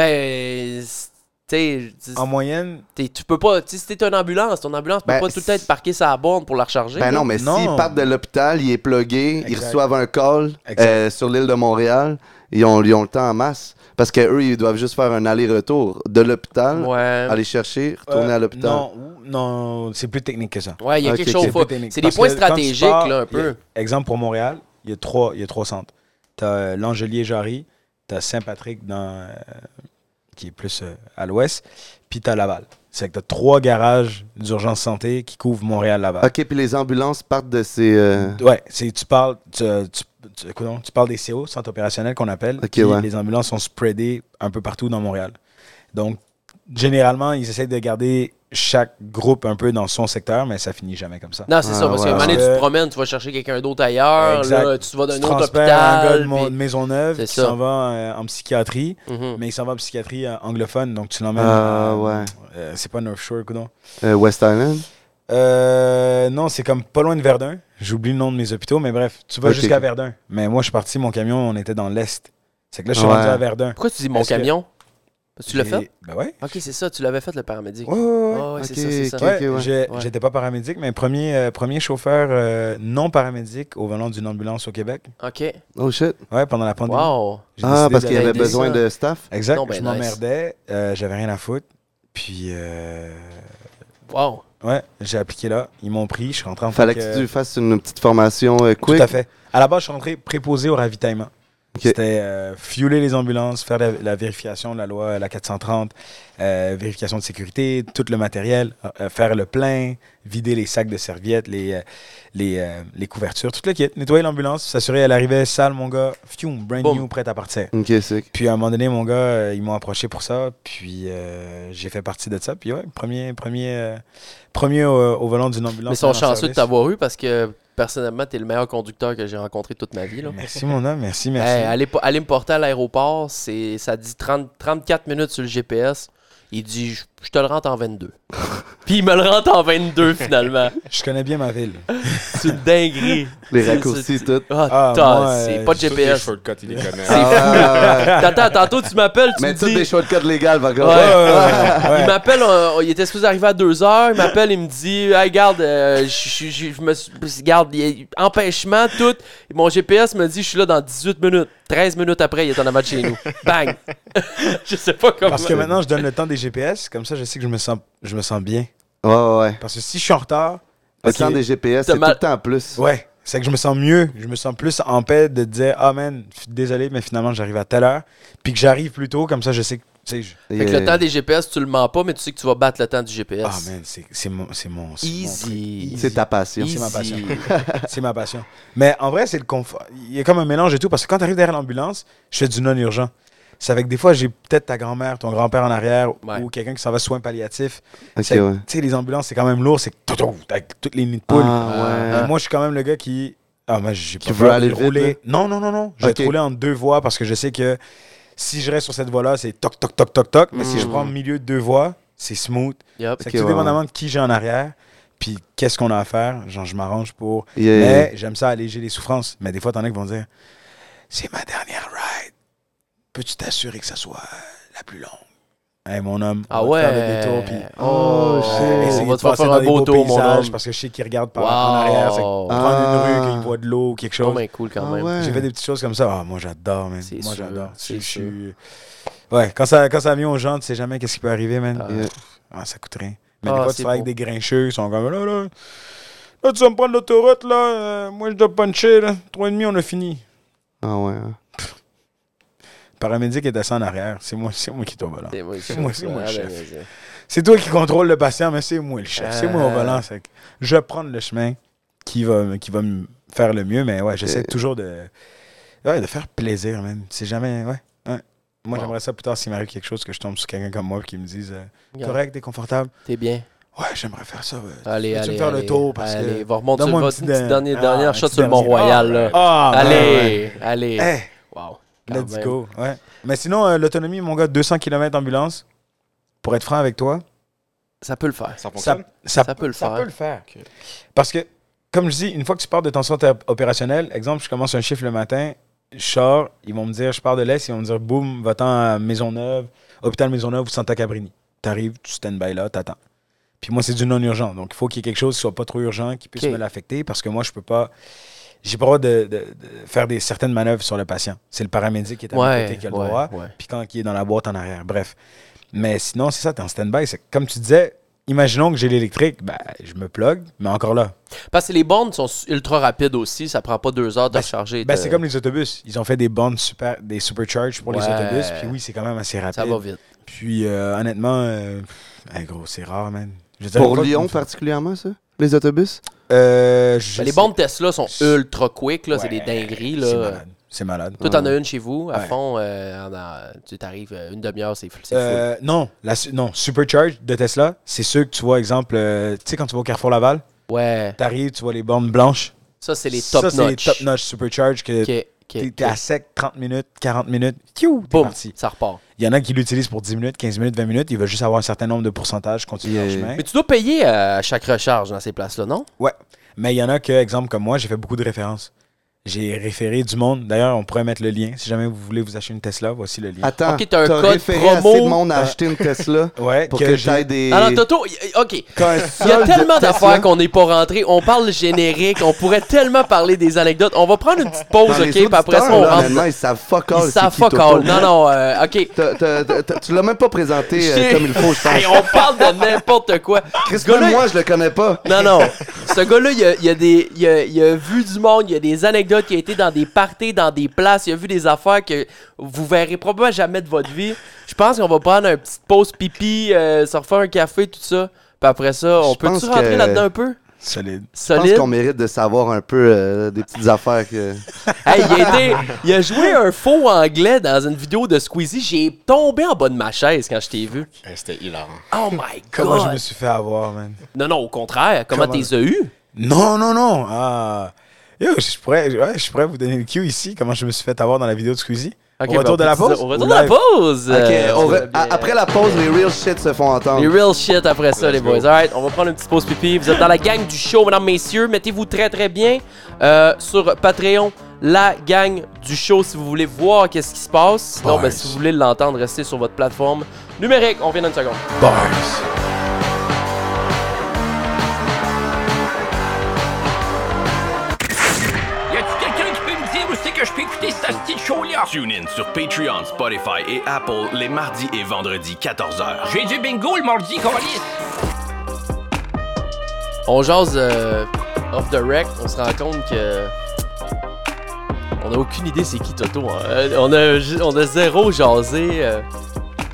Ben, c'est- tu sais, c'est- En moyenne, t'es- tu peux pas, tu sais, si t'es une ambulance, ton ambulance peut Ben, pas tout le temps être parquée sur la borne pour la recharger. Ben là. non, mais Non. s'ils partent de l'hôpital, il est plugué, ils Exact. reçoivent un call Exact. euh, sur l'île de Montréal, ils ont, ils ont le temps en masse. Parce que eux, ils doivent juste faire un aller-retour de l'hôpital, Ouais. aller chercher, retourner Euh, à l'hôpital. Non, ou- non, c'est plus technique que ça. Ouais, il y a Ok, quelque ok. chose. C'est faut- plus technique. C'est des Parce points que quand tu stratégiques, pars, là, un il y a- peu. exemple, pour Montréal, il y a trois, il y a trois centres. euh, Tu as Langelier-Jarry, tu as Saint-Patrick, dans, euh, qui est plus euh, à l'ouest, puis tu as Laval. C'est que tu as trois garages d'urgence santé qui couvrent Montréal-Laval. Ok, puis les ambulances partent de ces. euh, Ouais, c'est, tu, parles, tu, euh, tu- tu- coudonc, tu parles des CO, centres opérationnels qu'on appelle. Ok, puis ouais. Les ambulances sont spreadées un peu partout dans Montréal. Donc, généralement, ils essaient de garder chaque groupe un peu dans son secteur, mais ça finit jamais comme ça. Non, c'est Ah, ça, parce ouais, qu'à un moment donné, ouais. tu te promènes, tu vas chercher quelqu'un d'autre ailleurs, Exact. là, tu vas d'un tu autre transfères un gars de, hôpital. mon- de puis- Mhm. Maisonneuve C'est qui ça. s'en va euh, en psychiatrie, Mhm. mais il s'en va en psychiatrie euh, anglophone, donc tu l'emmènes. Ah, euh, ouais. euh, c'est pas North Shore, coudon. euh, West Island. Euh, non, c'est comme pas loin de Verdun. J'oublie le nom de mes hôpitaux, mais bref, tu vas Ok. jusqu'à Verdun. Mais moi, je suis parti, mon camion, on était dans l'Est. C'est que là, je suis Ouais. rendu à Verdun. Pourquoi tu dis mon Est-ce que- camion Parce que Tu l'as Et- fait Ben ouais. Ok, c'est ça, tu l'avais fait le paramédic. Ouais, ouais, ouais, ouais. Ah ouais, c'est Ok, ça, c'est ça. ok. Ouais, ouais. j'ai- Ouais. J'étais pas paramédic, mais premier, euh, premier chauffeur euh, non paramédic au volant d'une ambulance au Québec. Ok. Oh shit. Ouais, pendant la pandémie. Wow. J'ai Ah, décidé parce qu'il d'aller y avait d'arrêter besoin ça. de staff. Exact, Non, ben, je nice. m'emmerdais, euh, j'avais rien à foutre. Puis, euh, Wow. ouais, j'ai appliqué là. Ils m'ont pris, je suis rentré en Fallait tant que tu fasses une petite formation euh, Tout quick. à fait. À la base, je suis rentré préposé au ravitaillement. C'était euh, fueler les ambulances, faire la, la vérification de la loi, euh, la 430, euh, vérification de sécurité, tout le matériel, euh, euh, faire le plein, vider les sacs de serviettes, les, euh, les, euh, les couvertures, toute la kit. Nettoyer l'ambulance, s'assurer qu'elle arrivait sale, mon gars, fium, brand Boum. new, prête à partir. Ok, sick. Puis à un moment donné, mon gars, euh, ils m'ont approché pour ça. Puis euh, j'ai fait partie de ça. Puis ouais, premier, premier, euh, premier au, au volant d'une ambulance. Mais ils sont en chanceux de service. t'avoir eu parce que personnellement, t'es le meilleur conducteur que j'ai rencontré toute ma vie. Là. Merci, mon homme. Merci, merci. Hey, allez, po- allez me porter à l'aéroport, c'est ça dit 30, 34 minutes sur le GPS. Il dit, je je te le rentre en 22. Puis il me le rentre en 22 finalement. Je connais bien ma ville. C'est une dinguerie. Les C'est- raccourcis, tout. Ah, Ah, t'as- moi, c'est euh, pas de Tous les GPS. shortcuts, il les connaît. Ah, ouais, ouais, ouais. T'attends, tantôt tu m'appelles, tu Mais me toutes dis- des shortcuts légales, par Ouais. Oh, contre. Ouais, ouais, ouais. Il m'appelle, on- on- il était supposé arriver à 2h, il m'appelle, il me dit Hey, garde, euh, je- je je- je me suis- Garde, il y a empêchement, tout. Mon GPS me dit Je suis là dans 18 minutes. 13 minutes après, il est en avant de chez nous. Bang Je sais pas comment. Parce que maintenant, je donne le temps des GPS. Comme ça, je sais que je me sens, je me sens bien. Ouais, ouais, ouais. Parce que si je suis en retard, Le ok, temps des GPS, T'as c'est tout mal- le temps en plus. ouais, c'est que je me sens mieux. Je me sens plus en paix de dire Ah, man, f- désolé, mais finalement, j'arrive à telle heure. Puis que j'arrive plus tôt. Comme ça, je sais que. tu sais, je- Fait que Yeah. le temps des GPS, tu le mens pas, mais tu sais que tu vas battre le temps du GPS. euh, Ah, man, c'est c'est mon. C'est mon, c'est mon truc. Easy. C'est ta passion. C'est ma passion. Easy. C'est ma passion. Mais en vrai, c'est le confort. Il y a comme un mélange et tout. Parce que quand tu arrives derrière l'ambulance, je fais du non-urgent. C'est avec des fois, j'ai peut-être ta grand-mère, ton grand-père en arrière Ouais. ou quelqu'un qui s'en va soins palliatifs. Ok, C'est- ouais. Tu sais, les ambulances, c'est quand même lourd. C'est toutou, avec toutes les nids de poule. Ah, Et ouais. moi, je suis quand même le gars qui. Ah, moi, j'ai Qui pas veut peur aller de vite, là? rouler. Non, non, non, non. Je vais Ok. rouler en deux voies parce que je sais que si je reste sur cette voie-là, c'est toc, toc, toc, toc, toc. Mais si je prends le milieu de deux voies, c'est smooth. Yup. C'est Hmm. Ok, que tout ouais, dépendamment de qui j'ai en arrière, puis qu'est-ce qu'on a à faire, genre, je m'arrange pour. Yeah, Mais j'aime ça alléger les souffrances. Mais des fois, t'en as qui vont dire C'est ma dernière ride. Peux-tu t'assurer que ça soit la plus longue Hey, mon homme. Ah on va te faire ouais. des tours, puis- Oh, shit. essayer On va de te faire passer faire dans un des beau beaux tour, mon paysages homme. parce que je sais qu'ils regardent par en arrière. c'est que Wow. Ah. Prendre une rue, qu'ils voient de l'eau, quelque C'est chose. bien cool quand Ah même. ouais. J'ai fait des petites choses comme ça. Ah, moi, j'adore, man. C'est Moi, sûr, j'adore. c'est Je je suis. Ouais, quand ça, quand ça vient aux gens, tu sais jamais qu'est-ce qui peut arriver, man. Ah. Yeah. Ah, ça coûte rien. Mais Ah, des fois, c'est tu vas avec beau. des grincheux, ils sont comme là, là. Là, tu vas me prendre l'autoroute, là. euh, moi, je dois puncher, là. Trois et demi, on a fini. Ah, ouais. hein. Le paramédic est assis en arrière. C'est moi, c'est moi qui tombe là. C'est moi, C'est moi, c'est moi, Ah, chef. ben, vas-y. C'est toi qui contrôle le patient, mais c'est moi le chef. C'est moi au Ah. volant. c'est que je vais prendre le chemin qui va, qui va me faire le mieux, mais ouais, j'essaie toujours de, ouais, de faire plaisir, même. C'est jamais. Ouais. ouais. Moi, Wow. j'aimerais ça plus tard s'il m'arrive quelque chose que je tombe sur quelqu'un comme moi qui me dise euh, Correct, t'es confortable. T'es bien. Ouais, j'aimerais faire ça. ouais. Allez, Peux-tu allez. me faire allez, le tour parce allez, que- va remonter Donne-moi votre un petit petite de- dernière, Ah, dernière un shot petit sur le dernier. Mont-Royal, là. Ah, ben, ouais. allez, allez. Hey, Wow. quand let's même. go. Ouais. Mais sinon, euh, l'autonomie, mon gars, 200 km ambulance, pour être franc avec toi, Ça peut le faire. Ça ça, fonctionne? ça, Ça peut le ça faire. peut le faire. Parce que, comme je dis, une fois que tu pars de ton centre opérationnel, exemple, je commence un chiffre le matin, je sors, ils vont me dire, je pars de l'Est, ils vont me dire, boum, va-t'en à Maisonneuve, hôpital Maisonneuve ou Santa Cabrini. T'arrives, tu stand-by là, t'attends. Puis moi, c'est du non-urgent. Donc, il faut qu'il y ait quelque chose qui soit pas trop urgent, qui puisse Ok. me l'affecter, parce que moi, je peux pas. J'ai pas le droit de, de- de faire des, certaines manœuvres sur le patient. C'est le paramédic qui est à Ouais, mon côté qui a le ouais, droit, ouais. puis quand il est dans la boîte en arrière. Bref. Mais sinon, c'est ça, t'es en stand-by. C'est- Comme tu disais, imaginons que j'ai l'électrique, ben, je me plug, mais encore là, Parce que les bornes sont ultra rapides aussi. Ça prend pas deux heures de recharger. Ben, t'as- c'est comme les autobus. Ils ont fait des bandes super, des supercharges pour les Ouais. autobus. Puis oui, c'est quand même assez rapide. Ça va vite. Puis euh, honnêtement, euh, pff, hey, gros, c'est rare, man. Je veux dire, Pour pas- Lyon particulièrement, ça? Les autobus? Euh, je Ben, les sais- bornes Tesla sont ultra quick, là. C'est des Ouais, dingueries, C'est là. malade. C'est malade. Toi, t'en as une chez vous, à Ouais. fond. euh, en- en- tu t'arrives euh, une demi-heure, c'est full. c'est full. Euh, non, la, su- non, supercharge de Tesla, c'est ceux que tu vois, exemple, euh, tu sais, quand tu vas au Carrefour Laval, ouais. t'arrives, tu vois les bornes blanches. Ça, c'est les Ça, top c'est les notch. top notch supercharge que Ok, ok, t'es t'es ok. à sec 30 minutes, 40 minutes. Tiou, t'es Boum, parti. Hein? ça repart. Il y en a qui l'utilisent pour 10 minutes, 15 minutes, 20 minutes. Ils veulent juste avoir un certain nombre de pourcentages, continuer leur Yeah. chemin. Mais tu dois payer euh, à chaque recharge dans ces places-là, non? Ouais. Mais il y en a que, exemple, comme moi, j'ai fait beaucoup de références. J'ai référé du monde. D'ailleurs, on pourrait mettre le lien. Si jamais vous voulez vous acheter une Tesla, voici le lien. Attends, Ok, t'as un t'as code référé promo. assez de monde à acheter une Tesla Ouais, pour Euh, que que, j'ai- t'ailles des... Alors, Toto, y- y- OK. Qu'un Il y a solde tellement Ah, Tesla. d'affaires qu'on n'est pas rentré. On parle générique. on pourrait tellement parler des anecdotes. On va prendre une petite Dans pause, les OK? Puis après ça, auditeurs, on là, rentre. honnêtement, ils savent fuck all. Ils savent c'est qui fuck Toto. all. Non, non, euh, OK. T'as- t'as- t'as- t'as- Tu l'as même pas présenté euh, Chier. comme il faut, je Hey, pense. on parle de n'importe quoi. Chris, gars-là, même moi, je le connais pas. Non, non. Ce gars-là, il a, il a des, il a, il a vu du monde, il a des anecdotes, il a été dans des parties, dans des places, il a vu des affaires que vous verrez probablement jamais de votre vie. Je pense qu'on va prendre une petite pause pipi, euh, se refaire un café, tout ça. Puis après ça, on Je peut-tu pense rentrer que- là-dedans un peu? Solide. Je pense Solide. qu'on mérite de savoir un peu euh, des petites affaires que... Hey, il, a été- il a joué un faux anglais dans une vidéo de Squeezie. J'ai tombé en bas de ma chaise quand je t'ai vu. Eh, C'était hilarant. Oh my Comment god! je me suis fait avoir, man. Non, non, au contraire. Comment Comment- t'es eu? Non, non, non. Ah. Yo, je pourrais, ouais, je pourrais vous donner le cue ici, comment je me suis fait avoir dans la vidéo de Squeezie. Ok, au ben, on retour de peut la dire- pause? Au ou retour de la live? pause! Ok, euh, on on re- va bien- a- Après la pause, les real shit se font entendre. Les real shit après ça, les Let's boys. go. Alright, on va prendre une petite pause pipi. Vous êtes dans la gang du show, mesdames, messieurs. Mettez-vous très, très bien euh, sur Patreon, la gang du show, si vous voulez voir qu'est-ce qui se passe. Non, Bars. mais si vous voulez l'entendre, restez sur votre plateforme numérique. On revient dans une seconde. Bars. Y a-tu quelqu'un qui peut me dire où c'est que je peux écouter cette petite show-là? TuneIn sur Patreon, Spotify et Apple les mardis et vendredis 14h. J'ai du bingo le mardi, Colis. On jase euh, off the rec, on se rend compte que. On a aucune idée c'est qui Toto. hein. Euh, on, a, ju- on a zéro jasé. euh.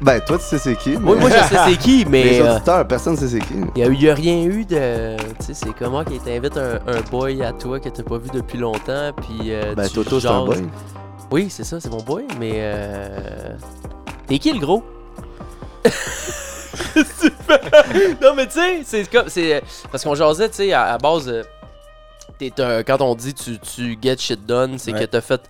Ben, toi, tu sais c'est qui. Moi, mais- moi, je sais c'est qui, mais. Les euh, auditeurs, personne ne sait c'est qui. Il y a, eu- y a rien eu de. Tu sais, c'est comment qu'il t'invite un, un boy à toi que t'as pas vu depuis longtemps, puis. euh, Ben, tu Toto, c'est jases. un boy. Oui, c'est ça, c'est mon boy, mais. Euh... T'es qui le gros? Super. non, mais tu sais, c'est comme. c'est, euh, Parce qu'on jasait, tu sais, à, à base. euh, t'es un- quand on dit tu, tu get shit done, c'est Ouais. que t'as fait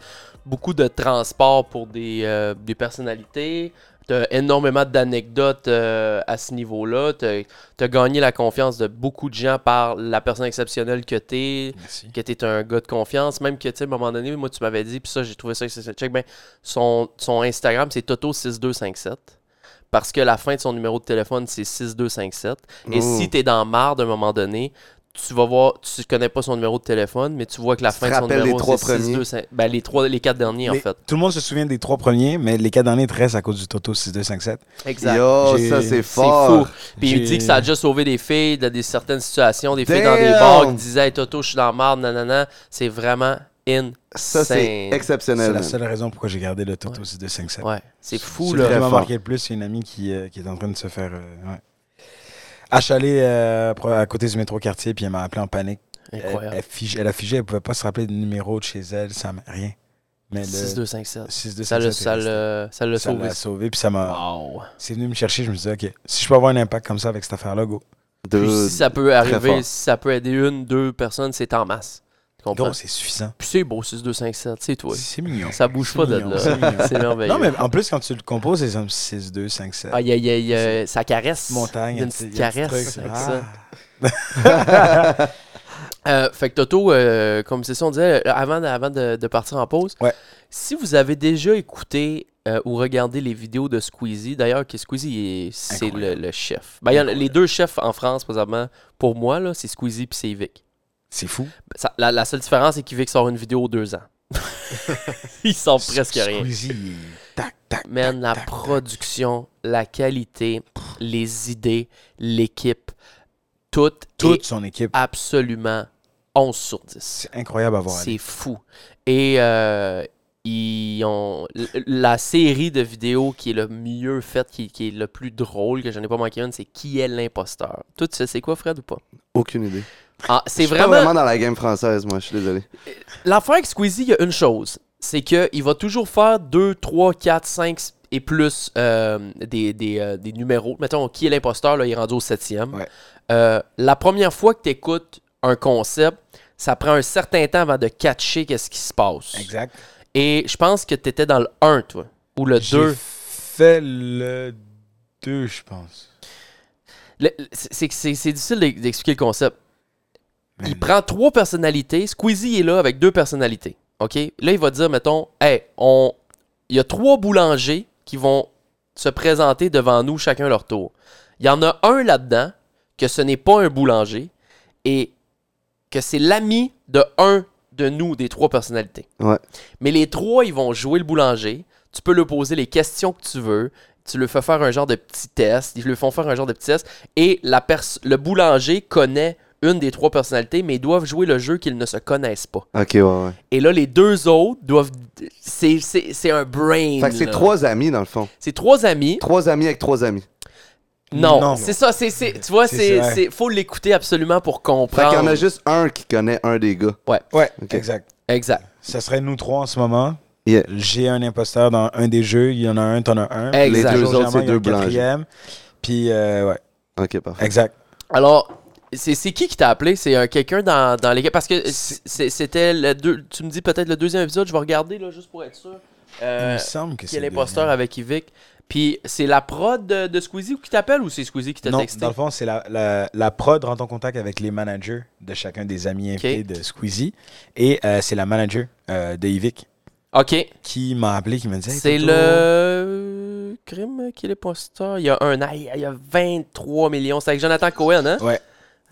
beaucoup de transport pour des, euh, des personnalités. T'as énormément d'anecdotes euh, à ce niveau-là. T'as t'as gagné la confiance de beaucoup de gens par la personne exceptionnelle que t'es Merci. que t'es un gars de confiance, même que, tu sais, à un moment donné, moi, tu m'avais dit, puis ça, j'ai trouvé ça exceptionnel. Check, ben, son, son Instagram, c'est Toto6257. Parce que la fin de son numéro de téléphone, c'est 6257. Et Oh. si t'es dans marre d'un moment donné, tu vas voir, tu connais pas son numéro de téléphone, mais tu vois que la Tu te fin de son rappelles les numéro, trois c'est 6257. Ben, les trois, les quatre derniers, en Mais fait. Tout le monde se souvient des trois premiers, mais les quatre derniers te restent à cause du Toto 6257. Exact. Yo, J'ai- ça, c'est C'est fou. fort. Puis il J'ai- dit que ça a déjà sauvé des filles dans des certaines situations, des filles dans des Damn! bars qui disaient hey, Toto, je suis dans la marde, nanana. C'est vraiment insane. Ça, c'est C'est exceptionnel. la seule raison pourquoi j'ai gardé le Toto 6257. Ouais, c'est fou, Celui là. qui m'a fort. marqué le plus, c'est une amie qui, euh, qui est en train de se faire euh, ouais. achaler euh, pro- à côté du métro quartier, puis elle m'a appelé en panique. Elle, Incroyable. elle fige- elle a figé, elle pouvait pas se rappeler de numéro de chez elle, ça m'a rien. Mais le 6257. 6-2, Ça l'a c'est ça resté. l'a- ça l'a Ça sauvé. l'a sauvé, puis ça m'a. Wow. C'est venu me chercher, je me disais, OK, si je peux avoir un impact comme ça avec cette affaire-là, go. Puis si ça peut arriver, fort. si ça peut aider une, deux personnes, c'est en masse. Tu comprends? Go, c'est suffisant. Puis c'est beau, 6257, c'est toi. C'est mignon. Ça bouge C'est pas de mignon, c'est là. mignon. C'est merveilleux. Non, mais en plus, quand tu le composes, c'est comme 6, 2, 5, 7. Aïe, aïe, aïe, euh, ça caresse. Montagne, Il y a une un petit- petite il y a un petit caresse truc, avec ah. ça. Euh, fait que Toto, euh, comme c'est ça, on disait, euh, avant, de, avant de, de partir en pause, Ouais. si vous avez déjà écouté euh, ou regardé les vidéos de Squeezie, d'ailleurs, que Squeezie, il est- c'est le, Incroyable. le chef. Ben, il y en a- les deux chefs en France, présentement, pour moi, là, c'est Squeezie puis c'est Vic. C'est fou. Ça- la, la seule différence, c'est qu'Yvick sort une vidéo aux deux ans. il sort presque rien. Squeezie, il- tac, tac. Man, la tac, tac. production, la qualité, les idées, l'équipe, tout, est Toute son équipe. absolument 11 sur 10. C'est incroyable à voir. aller. C'est fou. Et euh, ils ont l- la série de vidéos qui est le mieux faite, qui, qui est le plus drôle, que j'en ai pas manqué une, c'est Qui est l'imposteur? Tout ça, c'est quoi, Fred, ou pas? Aucune idée. Ah, c'est Je suis pas vraiment... vraiment dans la game française, moi, je suis désolé. L'affaire avec Squeezie, il y a une chose, c'est qu'il va toujours faire 2, 3, 4, 5 et plus euh, des, des, euh, des numéros. Mettons, qui est l'imposteur, là, il est rendu au septième. Ouais. Euh, la première fois que tu écoutes un concept, ça prend un certain temps avant de catcher qu'est-ce qui se passe. Exact. Et je pense que tu étais dans le 1, toi, ou le J'ai 2. fait le 2, je pense. Le- le- C'est c'est- c'est difficile d'ex- d'expliquer le concept. Il Man. prend trois personnalités. Squeezie est là avec deux personnalités. OK? Là, il va dire, mettons, hey, on... il y a trois boulangers qui vont se présenter devant nous chacun leur tour. Il y en a un là-dedans que ce n'est pas un boulanger et que c'est l'ami de un de nous, des trois personnalités. Ouais. Mais les trois, ils vont jouer le boulanger. Tu peux leur poser les questions que tu veux. Tu leur fais faire un genre de petit test. Ils leur font faire un genre de petit test. Et la pers- le boulanger connaît une des trois personnalités, mais ils doivent jouer le jeu qu'ils ne se connaissent pas. Ok, ouais, ouais. Et là, les deux autres doivent. C'est, c'est- c'est un brain. Fait que c'est là. trois amis, dans le fond. C'est trois amis. Trois amis avec trois amis. Non, Non. c'est ça. C'est, c'est- tu vois, C'est c'est, ça. c'est- faut l'écouter absolument pour Fait comprendre. qu'il y en a juste un qui connaît un des gars. Ouais, Ok. exact. Exact. Ça serait nous trois en ce moment. Yeah. J'ai un imposteur dans un des jeux. Il y en a un, t'en as un. Exact. Les deux Toujours, autres, généralement, il c'est y a deux un blancs. quatrième. Puis, euh, ouais, Ok, parfait. exact. Alors, c'est, c'est qui qui t'a appelé C'est euh, quelqu'un dans, dans l'équipe. Parce que C'est- c'est- c'était le deux. Tu me dis peut-être le deuxième épisode. Je vais regarder là, juste pour être sûr. il Euh, me semble que qui c'est. est l'imposteur avec Yvick. Puis c'est la prod de, de Squeezie qui t'appelle ou c'est Squeezie qui t'a Non, texté dans le fond, c'est la, la, la prod rentre en contact avec les managers de chacun des amis invités de Squeezie. Et euh, c'est la manager euh, de Yvick Ok. qui m'a appelé, qui m'a dit Hey, C'est Toto, le crime qui est l'imposteur. Il y a un an, il y a 23 millions. C'est avec Jonathan Cohen, hein? Ouais.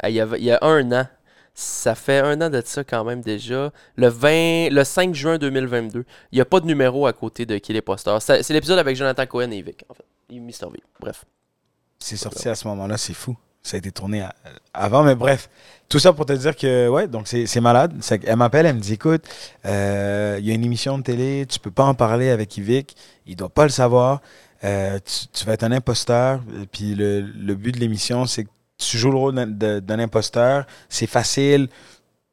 Ah, Il y a, il y a un an. Ça fait un an de ça quand même déjà. Le 20, le 5 juin 2022. Il n'y a pas de numéro à côté de qui est l'imposteur. Ça- C'est l'épisode avec Jonathan Cohen et Vic, en fait. Et Mr. V. Bref. C'est sorti à ce moment-là, c'est fou. Ça a été tourné à- avant, mais bref. Tout ça pour te dire que, ouais, donc c'est c'est malade. C'est que Elle m'appelle, elle me dit écoute, euh, il y a une émission de télé, tu peux pas en parler avec Yvick, il doit pas le savoir. Euh, tu, tu vas être un imposteur. Et Puis le, le but de l'émission, c'est que tu joues le rôle d'un- de- d'un imposteur. C'est facile.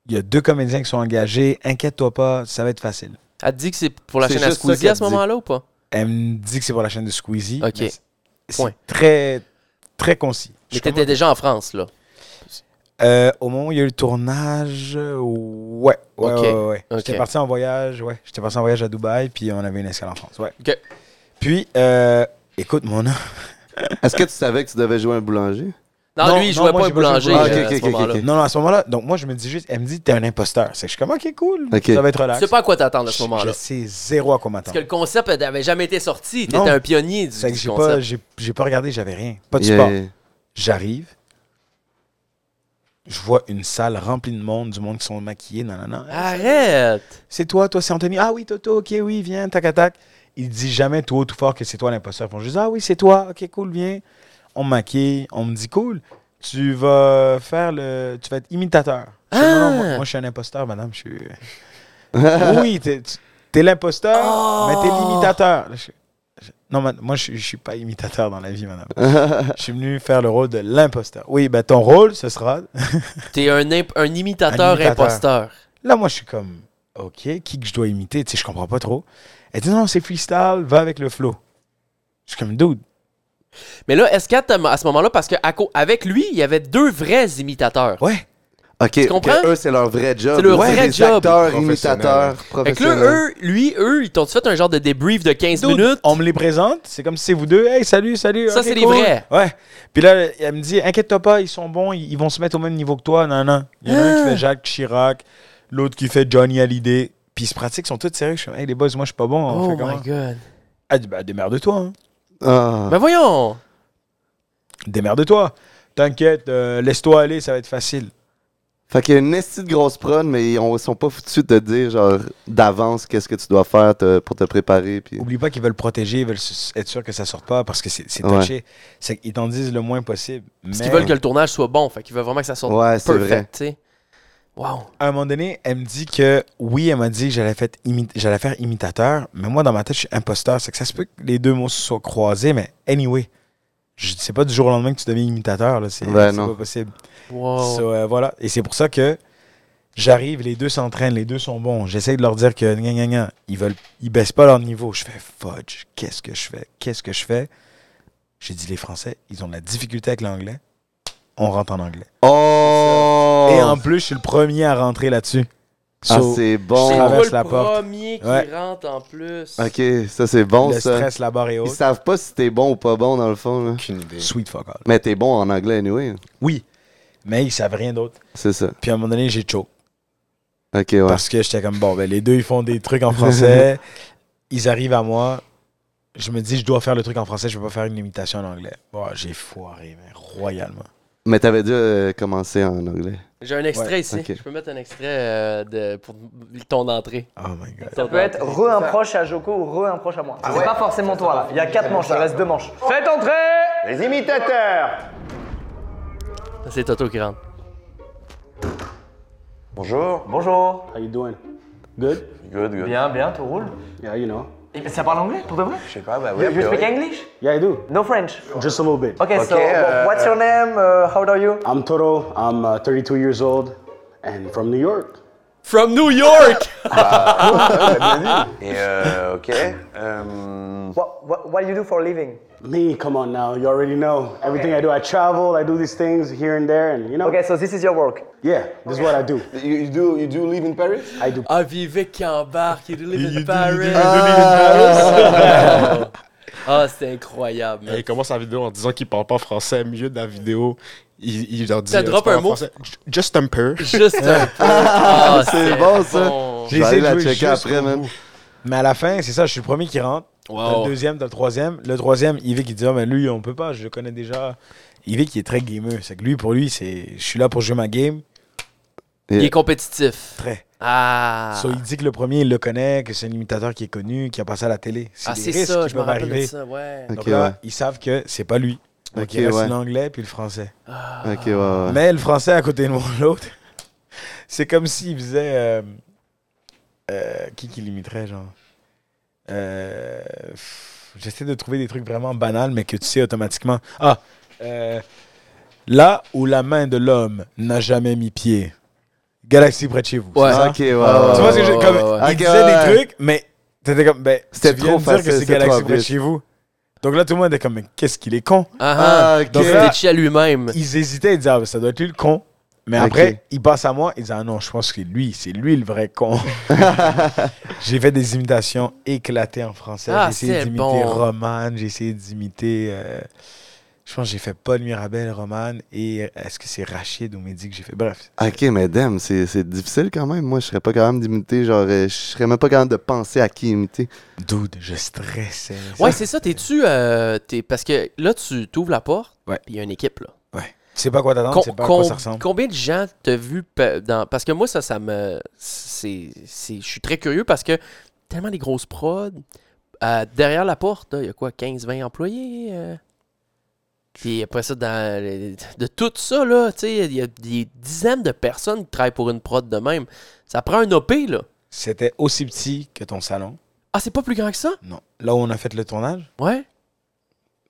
Il y a deux comédiens qui sont engagés. Inquiète-toi pas, ça va être facile. Elle te dit que c'est pour la C'est chaîne à juste ça Squeezie à qu'elle ce dit. moment-là ou pas? Elle me dit que c'est pour la chaîne de Squeezie. Ok. mais c'est- Point. C'est très, très concis. Mais Je t'étais déjà en France, là. Euh, au moment où il y a eu le tournage, euh, ouais. Ouais, Ok, ouais, ouais, ouais. ok. J'étais parti en voyage, ouais. J'étais parti en voyage à Dubaï, puis on avait une escale en France, ouais. Ok. Puis, euh, écoute, mon homme. Est-ce que tu savais que tu devais jouer un boulanger? Non, Non, lui, il non, jouait moi, pas j'ai pas joué au un Ah, boulanger boulanger. euh, Ok, à ce ok, ok, moment-là. ok. Non, non, à ce moment-là, donc moi, je me dis juste, elle me dit, t'es un imposteur. C'est que je suis comme, ok, cool. Ok. Ça va être Tu relax. sais pas à quoi t'attendre à ce Je- moment-là. Je sais zéro à quoi m'attendre. Parce que le concept n'avait jamais été sorti. T'étais Non. un pionnier du, C'est que du j'ai concept. pas, j'ai, j'ai pas regardé, j'avais rien. Pas de Yeah. sport. J'arrive. Je vois une salle remplie de monde, du monde qui sont maquillés, nanana. Arrête! C'est toi, toi, c'est Anthony. Ah oui, Toto, ok, oui, viens, tac, tac, tac. Il dit jamais tout haut, tout fort que c'est toi l'imposteur. Ils font juste, ah oui, c'est toi, ok, cool, viens. On me maquille, on me dit, cool, tu vas faire le. Tu vas être imitateur. Je dis, Non, non, moi, moi, je suis un imposteur, madame. Je suis. euh, oui, t'es, tu- t'es l'imposteur, mais t'es l'imitateur. Là, je- je- Non, ma- moi, je, je suis pas imitateur dans la vie, madame. je suis venu faire le rôle de l'imposteur. Oui, ben ton rôle, ce sera. T'es un, imp- un imitateur, Un imitateur. imposteur. Là, moi, je suis comme, ok, qui que je dois imiter Tu sais, je comprends pas trop. Elle dit non, c'est freestyle, va avec le flow. Je suis comme dude. Mais là, S4, t'as- à ce moment-là, parce que à co- avec lui, il y avait deux vrais imitateurs. Ouais. Ok, Tu comprends? que eux, c'est leur vrai job. C'est leur Ouais, vrai des job. acteurs, Professionnels. imitateurs, Fait que là, professionnels. eux, lui, eux, ils t'ont fait un genre de débrief de 15 Dude, Oh, minutes. On me les présente, c'est comme si c'est vous deux. Hey, salut, salut. Ça, ok, c'est les cool. vrais. Ouais. Puis là, elle me dit, inquiète-toi pas, ils sont bons, ils ils vont se mettre au même niveau que toi. Non, non. Il y en a Ah. un qui fait Jacques Chirac, l'autre qui fait Johnny Hallyday. Puis ils se pratiquent, ils sont tous sérieux. Je suis comme, hey, les boys, moi, je suis pas bon. On Oh fait my comment? god. Elle dit, bah, démerde-toi. hein. Ah. Ben voyons. Démerde-toi. T'inquiète, euh, laisse-toi aller, ça va être facile. Fait qu'il y a une estie de grosse prod, mais ils ont- ils sont pas foutus de te dire, genre, d'avance, qu'est-ce que tu dois faire te- pour te préparer. Puis... Oublie pas qu'ils veulent protéger, ils veulent s- être sûrs que ça sorte pas parce que c'est c'est Ouais. touché. C'est qu'ils t'en disent le moins possible. Parce Mais qu'ils veulent que le tournage soit bon. Fait qu'ils veulent vraiment que ça sorte Ouais, c'est perfect, vrai. tu sais. Wow. à un moment donné, elle me dit que oui, elle m'a dit que j'allais fait imi- j'allais faire imitateur, mais moi dans ma tête, je suis imposteur. C'est que ça se peut que les deux mots se soient croisés, mais anyway, je c'est pas du jour au lendemain que tu deviens imitateur. là. C'est Ouais, Ben c'est non. pas possible. Oh. Wow. So, euh, voilà. Et c'est pour ça que j'arrive, les deux s'entraînent, les deux sont bons. J'essaie de leur dire que gna, gna, gna, ils veulent, ils baissent pas leur niveau. Je fais fudge, qu'est-ce que je fais, qu'est-ce que je fais. J'ai dit les Français, ils ont de la difficulté avec l'anglais. On rentre en anglais. Oh! Et en plus, je suis le premier à rentrer là-dessus. So, Ah, c'est on c'est bon. travaille. toi traverse le la porte. premier qui Ouais. rentre en plus. Ok, ça, c'est bon, le ça. stress, la barre est Ils haute. savent pas si t'es bon ou pas bon, dans le fond. Là. Aucune idée. Sweet fuck all. Mais t'es bon en anglais, anyway. Oui, mais ils savent rien d'autre. C'est ça. Puis à un moment donné, j'ai chaud. Ok, ouais. Parce que j'étais comme, bon, ben, les deux, ils font des trucs en français. ils arrivent à moi. Je me dis, je dois faire le truc en français, je peux pas faire une imitation en anglais. Bon, j'ai foiré, mais royalement. Mais t'avais déjà euh, commencé en anglais. J'ai un extrait ici. ok. Je peux mettre un extrait euh, de, pour ton entrée. Oh my god. Ça peut être re un proche à Joko ou re un proche à moi. Ah c'est pas forcément toi là. Il y a quatre manches, il reste deux manches. Faites entrer Les imitateurs Ça, C'est Toto qui rentre. Bonjour. Bonjour. How you doing? Good? Good, good. Bien, bien, tout roule. Yeah, you know. Et ça parle anglais pour de vrai Je sais pas, bah oui. You, you bah speak oui. English Yeah, I do. No French. Just a little bit. Okay, so euh, what's your name uh, How old are you I'm Toto. I'm uh, 32 years old and from New York. From New York! Et euh, ok. Euh, What, what, what do you do for a living Me, come on now. You already know everything I do. I travel. I do these things here and there, and you know. Okay, so this is your work. Yeah, this is what I do. you, you do, you do live in Paris? Ah, Vivek qui embarque, il live in Paris. Ah, c'est incroyable. Et man. il commence la vidéo en disant qu'il parle pas français. Au milieu de la vidéo, il, il leur dit. Ça euh, drop tu parles un mot? français? J- Just un peu. Juste un peu. Ah, C'est bon, ça. bon. Je vais aller essayé de la jouer checker jusqu'au après, man. bout. Mais à la fin, c'est ça, je suis le premier qui rentre. T'as Wow. Le deuxième, t'as le troisième. Le troisième, Yvick, il dit, ah, mais lui, on peut pas, je le connais déjà. Yvick, il est très gameux. C'est que lui, pour lui, c'est je suis là pour jouer ma game. Il est compétitif. Très. Ah. So, il dit que le premier, il le connaît, que c'est un imitateur qui est connu, qui a passé à la télé. C'est Ah, des c'est risques ça, qui je me peuvent rappelle de arriver. ça, ouais. Ok, Donc là, ouais. ils savent que c'est pas lui. Donc Ok, il reste ouais. l'anglais puis le français. Ok, ouais, ouais. Mais le français à côté de moi, l'autre, c'est comme s'il faisait. euh, euh, qui qui l'imiterait, genre Euh, pff, J'essaie de trouver des trucs vraiment banals, mais que tu sais automatiquement. Ah euh, Là où la main de l'homme n'a jamais mis pied. Galaxie près de chez vous. Ouais. c'est ça? Ok, ouais, ouais. Tu vois ce que j'ai. Comme, Ouais, ouais, ouais. Il Ok, disait ouais, des ouais. trucs, mais t'étais comme. Ben, C'était tu viens trop de dire facile, que c'est c'était Galaxy trop près de obvious. chez vous. Donc là, tout le monde était comme, mais qu'est-ce qu'il est con. Ah, ah. Ah, ok. Donc Il là- était chill à lui-même. Ils hésitaient, ils disaient, ah, ben, ça doit être lui le con. Mais Ok. après, ils passent à moi, ils disent, ah non, je pense que lui, c'est lui le vrai con. j'ai fait des imitations éclatées en français. Ah, j'ai essayé c'est d'imiter bon. Roman, j'ai essayé d'imiter. euh, je pense que j'ai fait Paul Mirabel, Roman, et euh, est-ce que c'est Rachid ou Mehdi que j'ai fait Bref. Ok, mais damn, c'est c'est difficile quand même. Moi, je serais pas capable d'imiter. Genre, euh, je serais même pas capable de penser à qui imiter. Dude, je stressais. Ouais, c'est ça, t'es-tu. euh, t'es- Parce que là, tu t'ouvres la porte, Ouais. puis il y a une équipe, là. Tu sais pas à quoi t'attendre, Com- tu sais pas à quoi com- ça ressemble. Combien de gens t'as vu pe- dans. Parce que moi, ça, ça me. c'est c'est- Je suis très curieux parce que tellement des grosses prods. euh, derrière la porte, là, il y a quoi, 15-20 employés? euh. Puis après ça, dans, les- de tout ça, là, tu sais, il y a des dizaines de personnes qui travaillent pour une prod de même. Ça prend un OP, là. C'était aussi petit que ton salon. Ah, c'est pas plus grand que ça? Non. Là où on a fait le tournage, Ouais.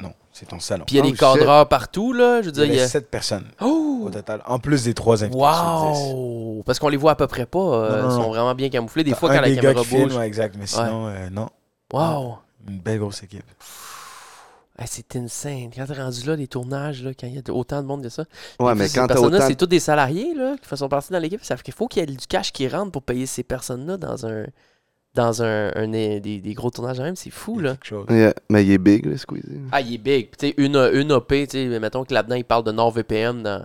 non, c'est ton salon. Puis il y a Oh, des shit. cadreurs partout, là. Je veux dire, Il y avait a- sept personnes Oh! au total, en plus des trois invités sur dix. Wow! Parce qu'on les voit à peu près pas. euh, Non, non, ils sont non. vraiment bien camouflés. Des T'as fois, un quand la des caméra gars bouge. qui filme, ouais, exact. Mais sinon, euh, non, Wow! une belle grosse équipe. Hey, c'est insane. Quand t'es rendu là, les tournages, là, quand il y a de- autant de monde que ça. Ouais, mais Ces quand t'as personnes-là, autant. c'est tous des salariés là, qui font partie dans l'équipe. Ça fait qu'il faut qu'il y ait du cash qui rentre pour payer ces personnes-là dans un. Dans un, un- des, des gros tournages, même, c'est fou, Il y a là. quelque chose. Yeah, Mais il est big, le Squeezie. Ah, il est big. Puis, tu sais, une, une OP, tu sais, mettons que là-dedans, il parle de NordVPN. Dans...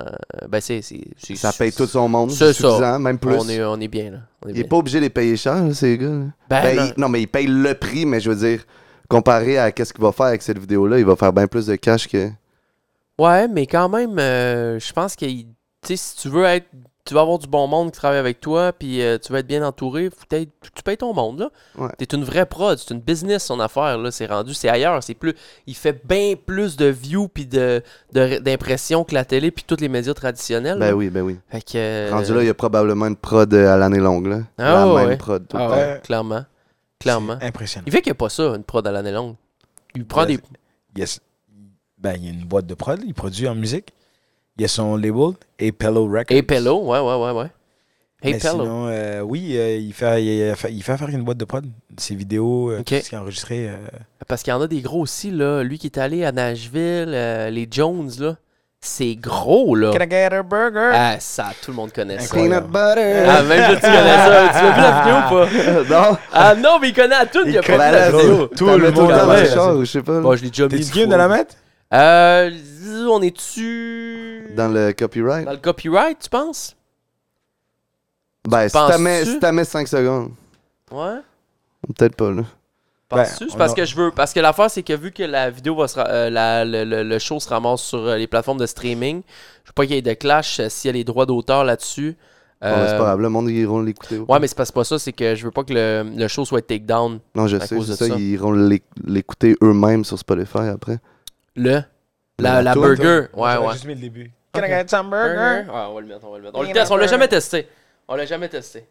Ben, c'est. c'est- c'est- Ça paye tout son monde. C'est C'est ça. suffisant, même plus. On est, on est bien, là. On est Il bien. est pas obligé de les payer cher, là, ces gars. là. Ben, Ben, non. il- non, mais il paye le prix, mais je veux dire, comparé à qu'est-ce qu'il va faire avec cette vidéo-là, il va faire bien plus de cash que. Ouais, mais quand même, euh, je pense que tu sais, si tu veux être. Tu vas avoir du bon monde qui travaille avec toi, puis euh, tu vas être bien entouré, faut peut-être- tu payes ton monde, là. Ouais. T'es une vraie prod, c'est une business, son affaire, là. C'est rendu, c'est ailleurs, c'est plus. Il fait bien plus de views, puis de, de- d'impressions que la télé, puis tous les médias traditionnels. Ben là. oui, ben oui. Fait que. euh, Rendu là, il y a probablement une prod euh, à l'année longue, là. Ah, La ouais, même ouais. prod. tout le ah temps. ouais, clairement. Clairement. C'est impressionnant. Il fait qu'il n'y a pas ça, une prod à l'année longue. Il prend des. Yes. Ben, il y a une boîte de prod, il produit en musique. Il y a son label, Apello Records. Hey, Pello, ouais, ouais, ouais, ouais. Hey, Mais Pello. sinon, euh, oui, euh, il, fait, il, fait, il fait faire une boîte de prod. Ses vidéos, euh, Ok. tout ce qui est enregistré. euh, Parce qu'il y en a des gros aussi, là. Lui qui est allé à Nashville, euh, les Jones, là. C'est gros, là. Can I get a burger? Ah, ça, tout le monde connaît ça. Incroyable. Peanut butter! Ah, même là, tu connais ça. Tu l'as vu la vidéo ou pas? non! Ah non, mais il connaît à tout, il, a pas vu la vidéo. Tout le Tout le monde temps dans connaît le ça. char, ou je sais pas. là. Bon, je l'ai déjà mis. T'es-tu une game de fois. la mettre? Euh, zzz, on est-tu. Dans le copyright? Dans le copyright, tu penses? Ben, si t'as mis- penses-tu? si t'as mis 5 secondes, Ouais. Peut-être pas, là. Ben, Penses-tu? C'est on parce a- que je veux. Parce que l'affaire, c'est que vu que la vidéo va se. ra- euh, la- le, le- le show se ramasse sur euh, les plateformes de streaming, je veux pas qu'il y ait de clash euh, s'il y a les droits d'auteur là-dessus. Bon, ben, c'est Euh, pas grave, le monde, ils iront l'écouter. Ouais, mais c'est pas, c'est pas ça, c'est que je veux pas que le, le show soit take down. non, je à sais, cause de ça, ça. ils iront l'éc- l'écouter eux-mêmes sur Spotify après. Le. La, La la toune, burger. Ouais, J'aurais ouais. juste mis le début. Ok. Can I get some burger? Burger. Ouais, on va le mettre, on va le mettre. On le teste, on l'a jamais testé. On l'a jamais testé.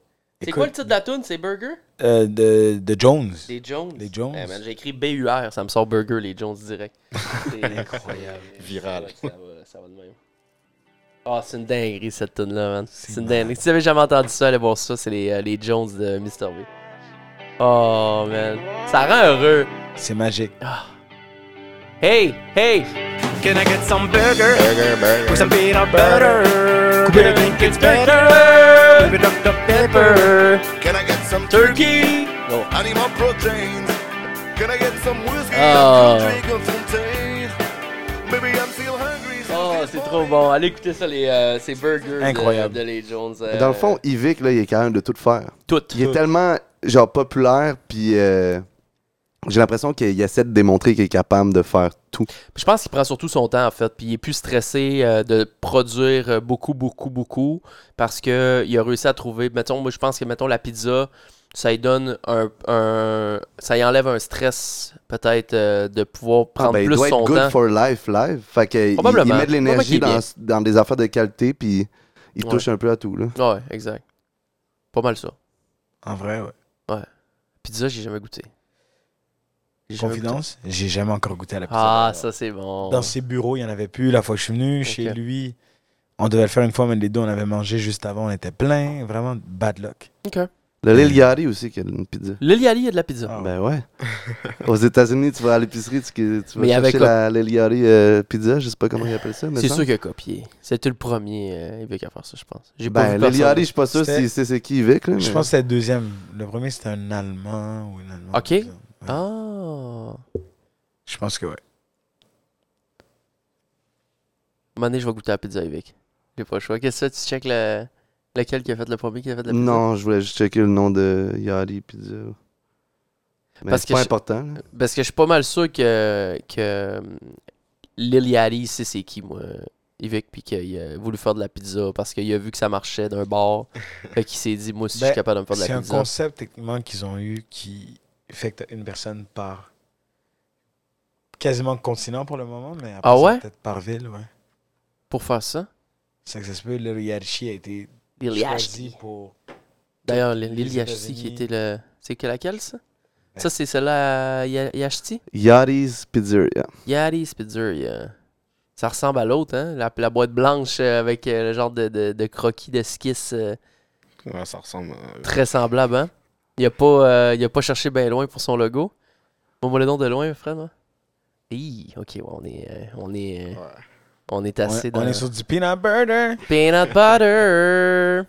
C'est quoi le titre de la tune C'est Burger Euh, de, de Jones. Les Jones. Les Jones. Eh, man, J'ai écrit B-U-R, ça me sort Burger, les Jones direct. C'est incroyable. Viral. Ça va, ça va de même. Ah, c'est une dinguerie cette tune là man. C'est une dinguerie. Si vous avez jamais entendu ça, allez voir ça, c'est les, euh, les Jones de Mr. V. Oh, man. Ça rend heureux. C'est magique. Ah. Hey, hey! Can I get some burger? Burger, burger. With some peanut butter. Can I make it better? With Dr. Pepper. Can I get some Turkey! Oh. animal proteins? Can I get some whiskey? Ah. Drink of something? Baby, I'm still hungry. Oh, c'est trop bon. Allez écouter ça, les, euh, ces burgers de- Incroyable. De, les Jones. euh, Dans le fond, Yvick, là, il est capable de tout faire. tout. Il est tellement, genre, populaire, puis euh, j'ai l'impression qu'il essaie de démontrer qu'il est capable de faire tout. Je pense qu'il prend surtout son temps, en fait. Puis il est plus stressé euh, de produire euh, beaucoup, beaucoup, beaucoup. Parce que euh, il a réussi à trouver. Mettons, moi, je pense que, mettons, la pizza, ça lui donne un. un- ça lui enlève un stress, peut-être, euh, de pouvoir prendre Ah, ben, plus il doit être son good temps. for life, live. Fait que il- il, Probablement. Probablement met de qu'il est l'énergie bien. dans, dans des affaires de qualité, puis il Ouais. touche un peu à tout, là. Ouais, exact. Pas mal ça. En vrai, ouais. Pizza, j'ai jamais goûté. J'ai jamais goûté. Confidence, j'ai jamais encore goûté à la pizza. Ah, ça, c'est bon. Dans ses bureaux, il n'y en avait plus la fois que je suis venu. Chez lui, on devait le faire une fois, mais les deux, on avait mangé juste avant, on était plein. Vraiment, bad luck. Le Lil Yachty aussi, qui a une pizza. Le Liali, il y a de la pizza. Ah, Ben ouais. Aux États-Unis, tu vas à l'épicerie, tu, tu vas Mais avec chercher la Lil Yachty euh, pizza, je sais pas comment ils appellent ça. mais C'est ça- sûr qu'il a copié. C'était le premier euh, Evic à faire ça, je pense. J'ai pas vu Ben, Lil personne. Yachty, je suis pas sûr C'était- si c'est c'est qui Yvick, Hmm. là. Je mais- pense que c'était le deuxième. Le premier, c'était un Allemand ou une Allemande. Ok. Ah. Je pense que ouais. Un moment donné, je vais goûter à la pizza Evic. J'ai pas le choix. Qu'est-ce que tu fais? tu check le... lequel qui a fait le premier qui a fait la pizza? Non, je voulais juste checker le nom de Yachty Pizza. Mais Parce c'est que pas je- important. là. Parce que je suis pas mal sûr que, que hum, Lil Yachty sait c'est qui, moi, Evic, puis qu'il a voulu faire de la pizza parce qu'il a vu que ça marchait d'un bar. fait qu'il s'est dit, moi aussi, je suis Ben, capable de me faire de C'est la un pizza. concept techniquement qu'ils ont eu qui fait que t'as une personne par quasiment continent pour le moment, mais après Ah ça, ouais? peut-être par ville, ouais. Pour faire ça, C'est que ça se peut, le Riachi a été Lil Yachty. choisi pour D'ailleurs, les Lil Yachty qui États-Unis. était le. C'est que laquelle ça Ça, c'est celle-là à Ya- Yashti? Yachty's Pizzeria. Yari Pizzeria. Ça ressemble à l'autre, hein? La, la boîte blanche euh, avec euh, le genre de, de, de croquis d'esquisse euh, Ouais, ça ressemble euh, à... très semblable, hein? Il a pas, euh, il a pas cherché bien loin pour son logo. Montre-moi le nom de loin, Fred. Hein? Hi, ok, ouais, on est, euh, on est, euh, on est On, assez dans on est sur du peanut butter. peanut butter.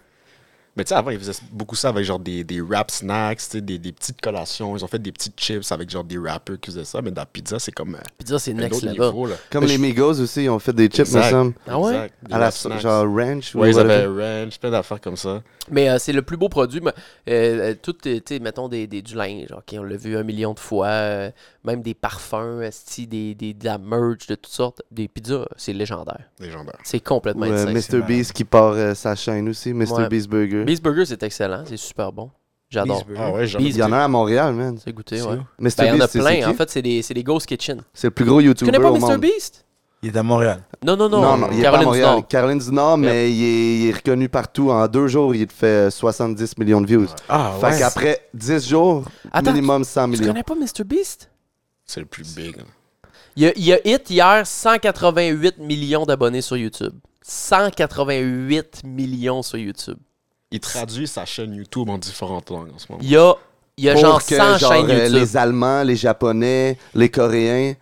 Mais tu sais, avant, ils faisaient beaucoup ça avec genre des, des wrap snacks, tu sais, des, des petites collations. Ils ont fait des petites chips avec genre des rappers qui faisaient ça. Mais dans la pizza, c'est comme euh, Pizza, oh, c'est un next autre là-bas. niveau. Là. Comme les Migos aussi, ils ont fait des chips, me Exact. semble. Ah ouais? Exact. Des À la wrap snacks. genre ranch. ou Ouais, ils avaient whatever. ranch, plein d'affaires comme ça. Mais euh, c'est le plus beau produit. mais, euh, euh, tout, euh, tu sais, mettons, des, des- du linge. ok, on l'a vu un million de fois. euh, même des parfums, esti, des, des, de la merch de toutes sortes. Des pizzas, c'est légendaire. Légendaire. C'est complètement Ou, euh, insane. Mr. Beast qui part euh, sa chaîne aussi, Mr. Ouais. Beast Burger. Beast Burger, c'est excellent. C'est super bon. J'adore. Ah ouais, genre. Beast Il y en a un à Montréal, man. C'est goûté, ouais. Mr. Ben, il y en a Beast, c'est- c'est plein. En qui? fait, c'est des, c'est des Ghost Kitchen. C'est le plus gros Tu YouTuber connais pas au Mr. monde. Beast? Il est à Montréal. Non, non, non. Non, non, il est pas à Caroline du Montréal. Nord. Caroline du Nord, mais il, est, il est reconnu partout. En deux jours, il te fait 70 millions de views. Ah Fait qu'après 10 jours, Attends, minimum 100 Tu millions. connais pas Mr. Beast? C'est le plus big. là. Il a, il a hit hier 188 millions d'abonnés sur YouTube. 188 millions sur YouTube. Il traduit sa chaîne YouTube en différentes langues en ce moment. Il y a, il y a Pour genre que, 100 genre, chaînes euh, YouTube. Les Allemands, les Japonais, les Coréens,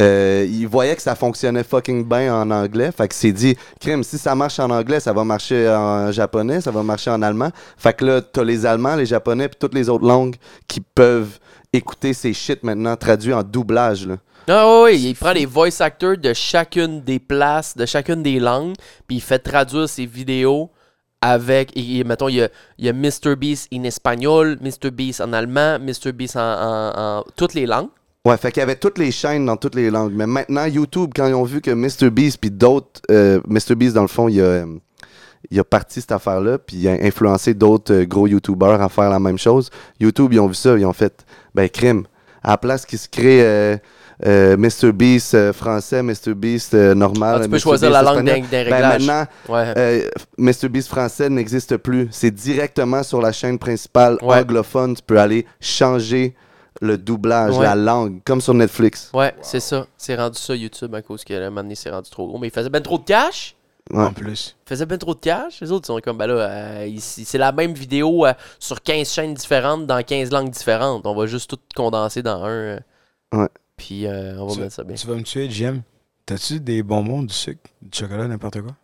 euh, ils voyaient que ça fonctionnait fucking bien en anglais. Fait que c'est dit, crime, si ça marche en anglais, ça va marcher en japonais, ça va marcher en allemand. Fait que là, t'as les Allemands, les Japonais, puis toutes les autres langues qui peuvent écouter ces shit maintenant traduits en doublage. Là. Ah oui, il prend les voice actors de chacune des places, de chacune des langues, puis il fait traduire ses vidéos avec, et, et, mettons, il y a, il y a Mr. Beast en espagnol, Mr. Beast en allemand, Mr. Beast en, en- en toutes les langues. Ouais, fait qu'il y avait toutes les chaînes dans toutes les langues. Mais maintenant, YouTube, quand ils ont vu que MrBeast puis d'autres. euh, MrBeast, dans le fond, il a, euh, il a parti cette affaire-là, puis il a influencé d'autres euh, gros YouTubers à faire la même chose. YouTube, ils ont vu ça, ils ont fait. Ben, crime. À la place qu'ils se créent euh, euh, MrBeast euh, français, MrBeast euh, normal. Ah, tu Mr. peux choisir la Beast langue espagnol. d'un des Ben, réglages. maintenant, ouais. euh, MrBeast français n'existe plus. C'est directement sur la chaîne principale Ouais. anglophone. Tu peux aller changer le doublage, Ouais. la langue, comme sur Netflix. Ouais, c'est ça. C'est rendu ça YouTube à cause que le moment donné, c'est rendu trop gros. Mais il faisait ben trop de cash. Ouais. En plus. Il faisait ben trop de cash. Les autres ils sont comme, ben là, euh, ils- c'est la même vidéo euh, sur 15 chaînes différentes dans 15 langues différentes. On va juste tout condenser dans un. euh, Ouais. Puis euh, on va mettre ça bien. Tu vas me tuer, Jim. T'as-tu des bonbons, du sucre, du chocolat, n'importe quoi?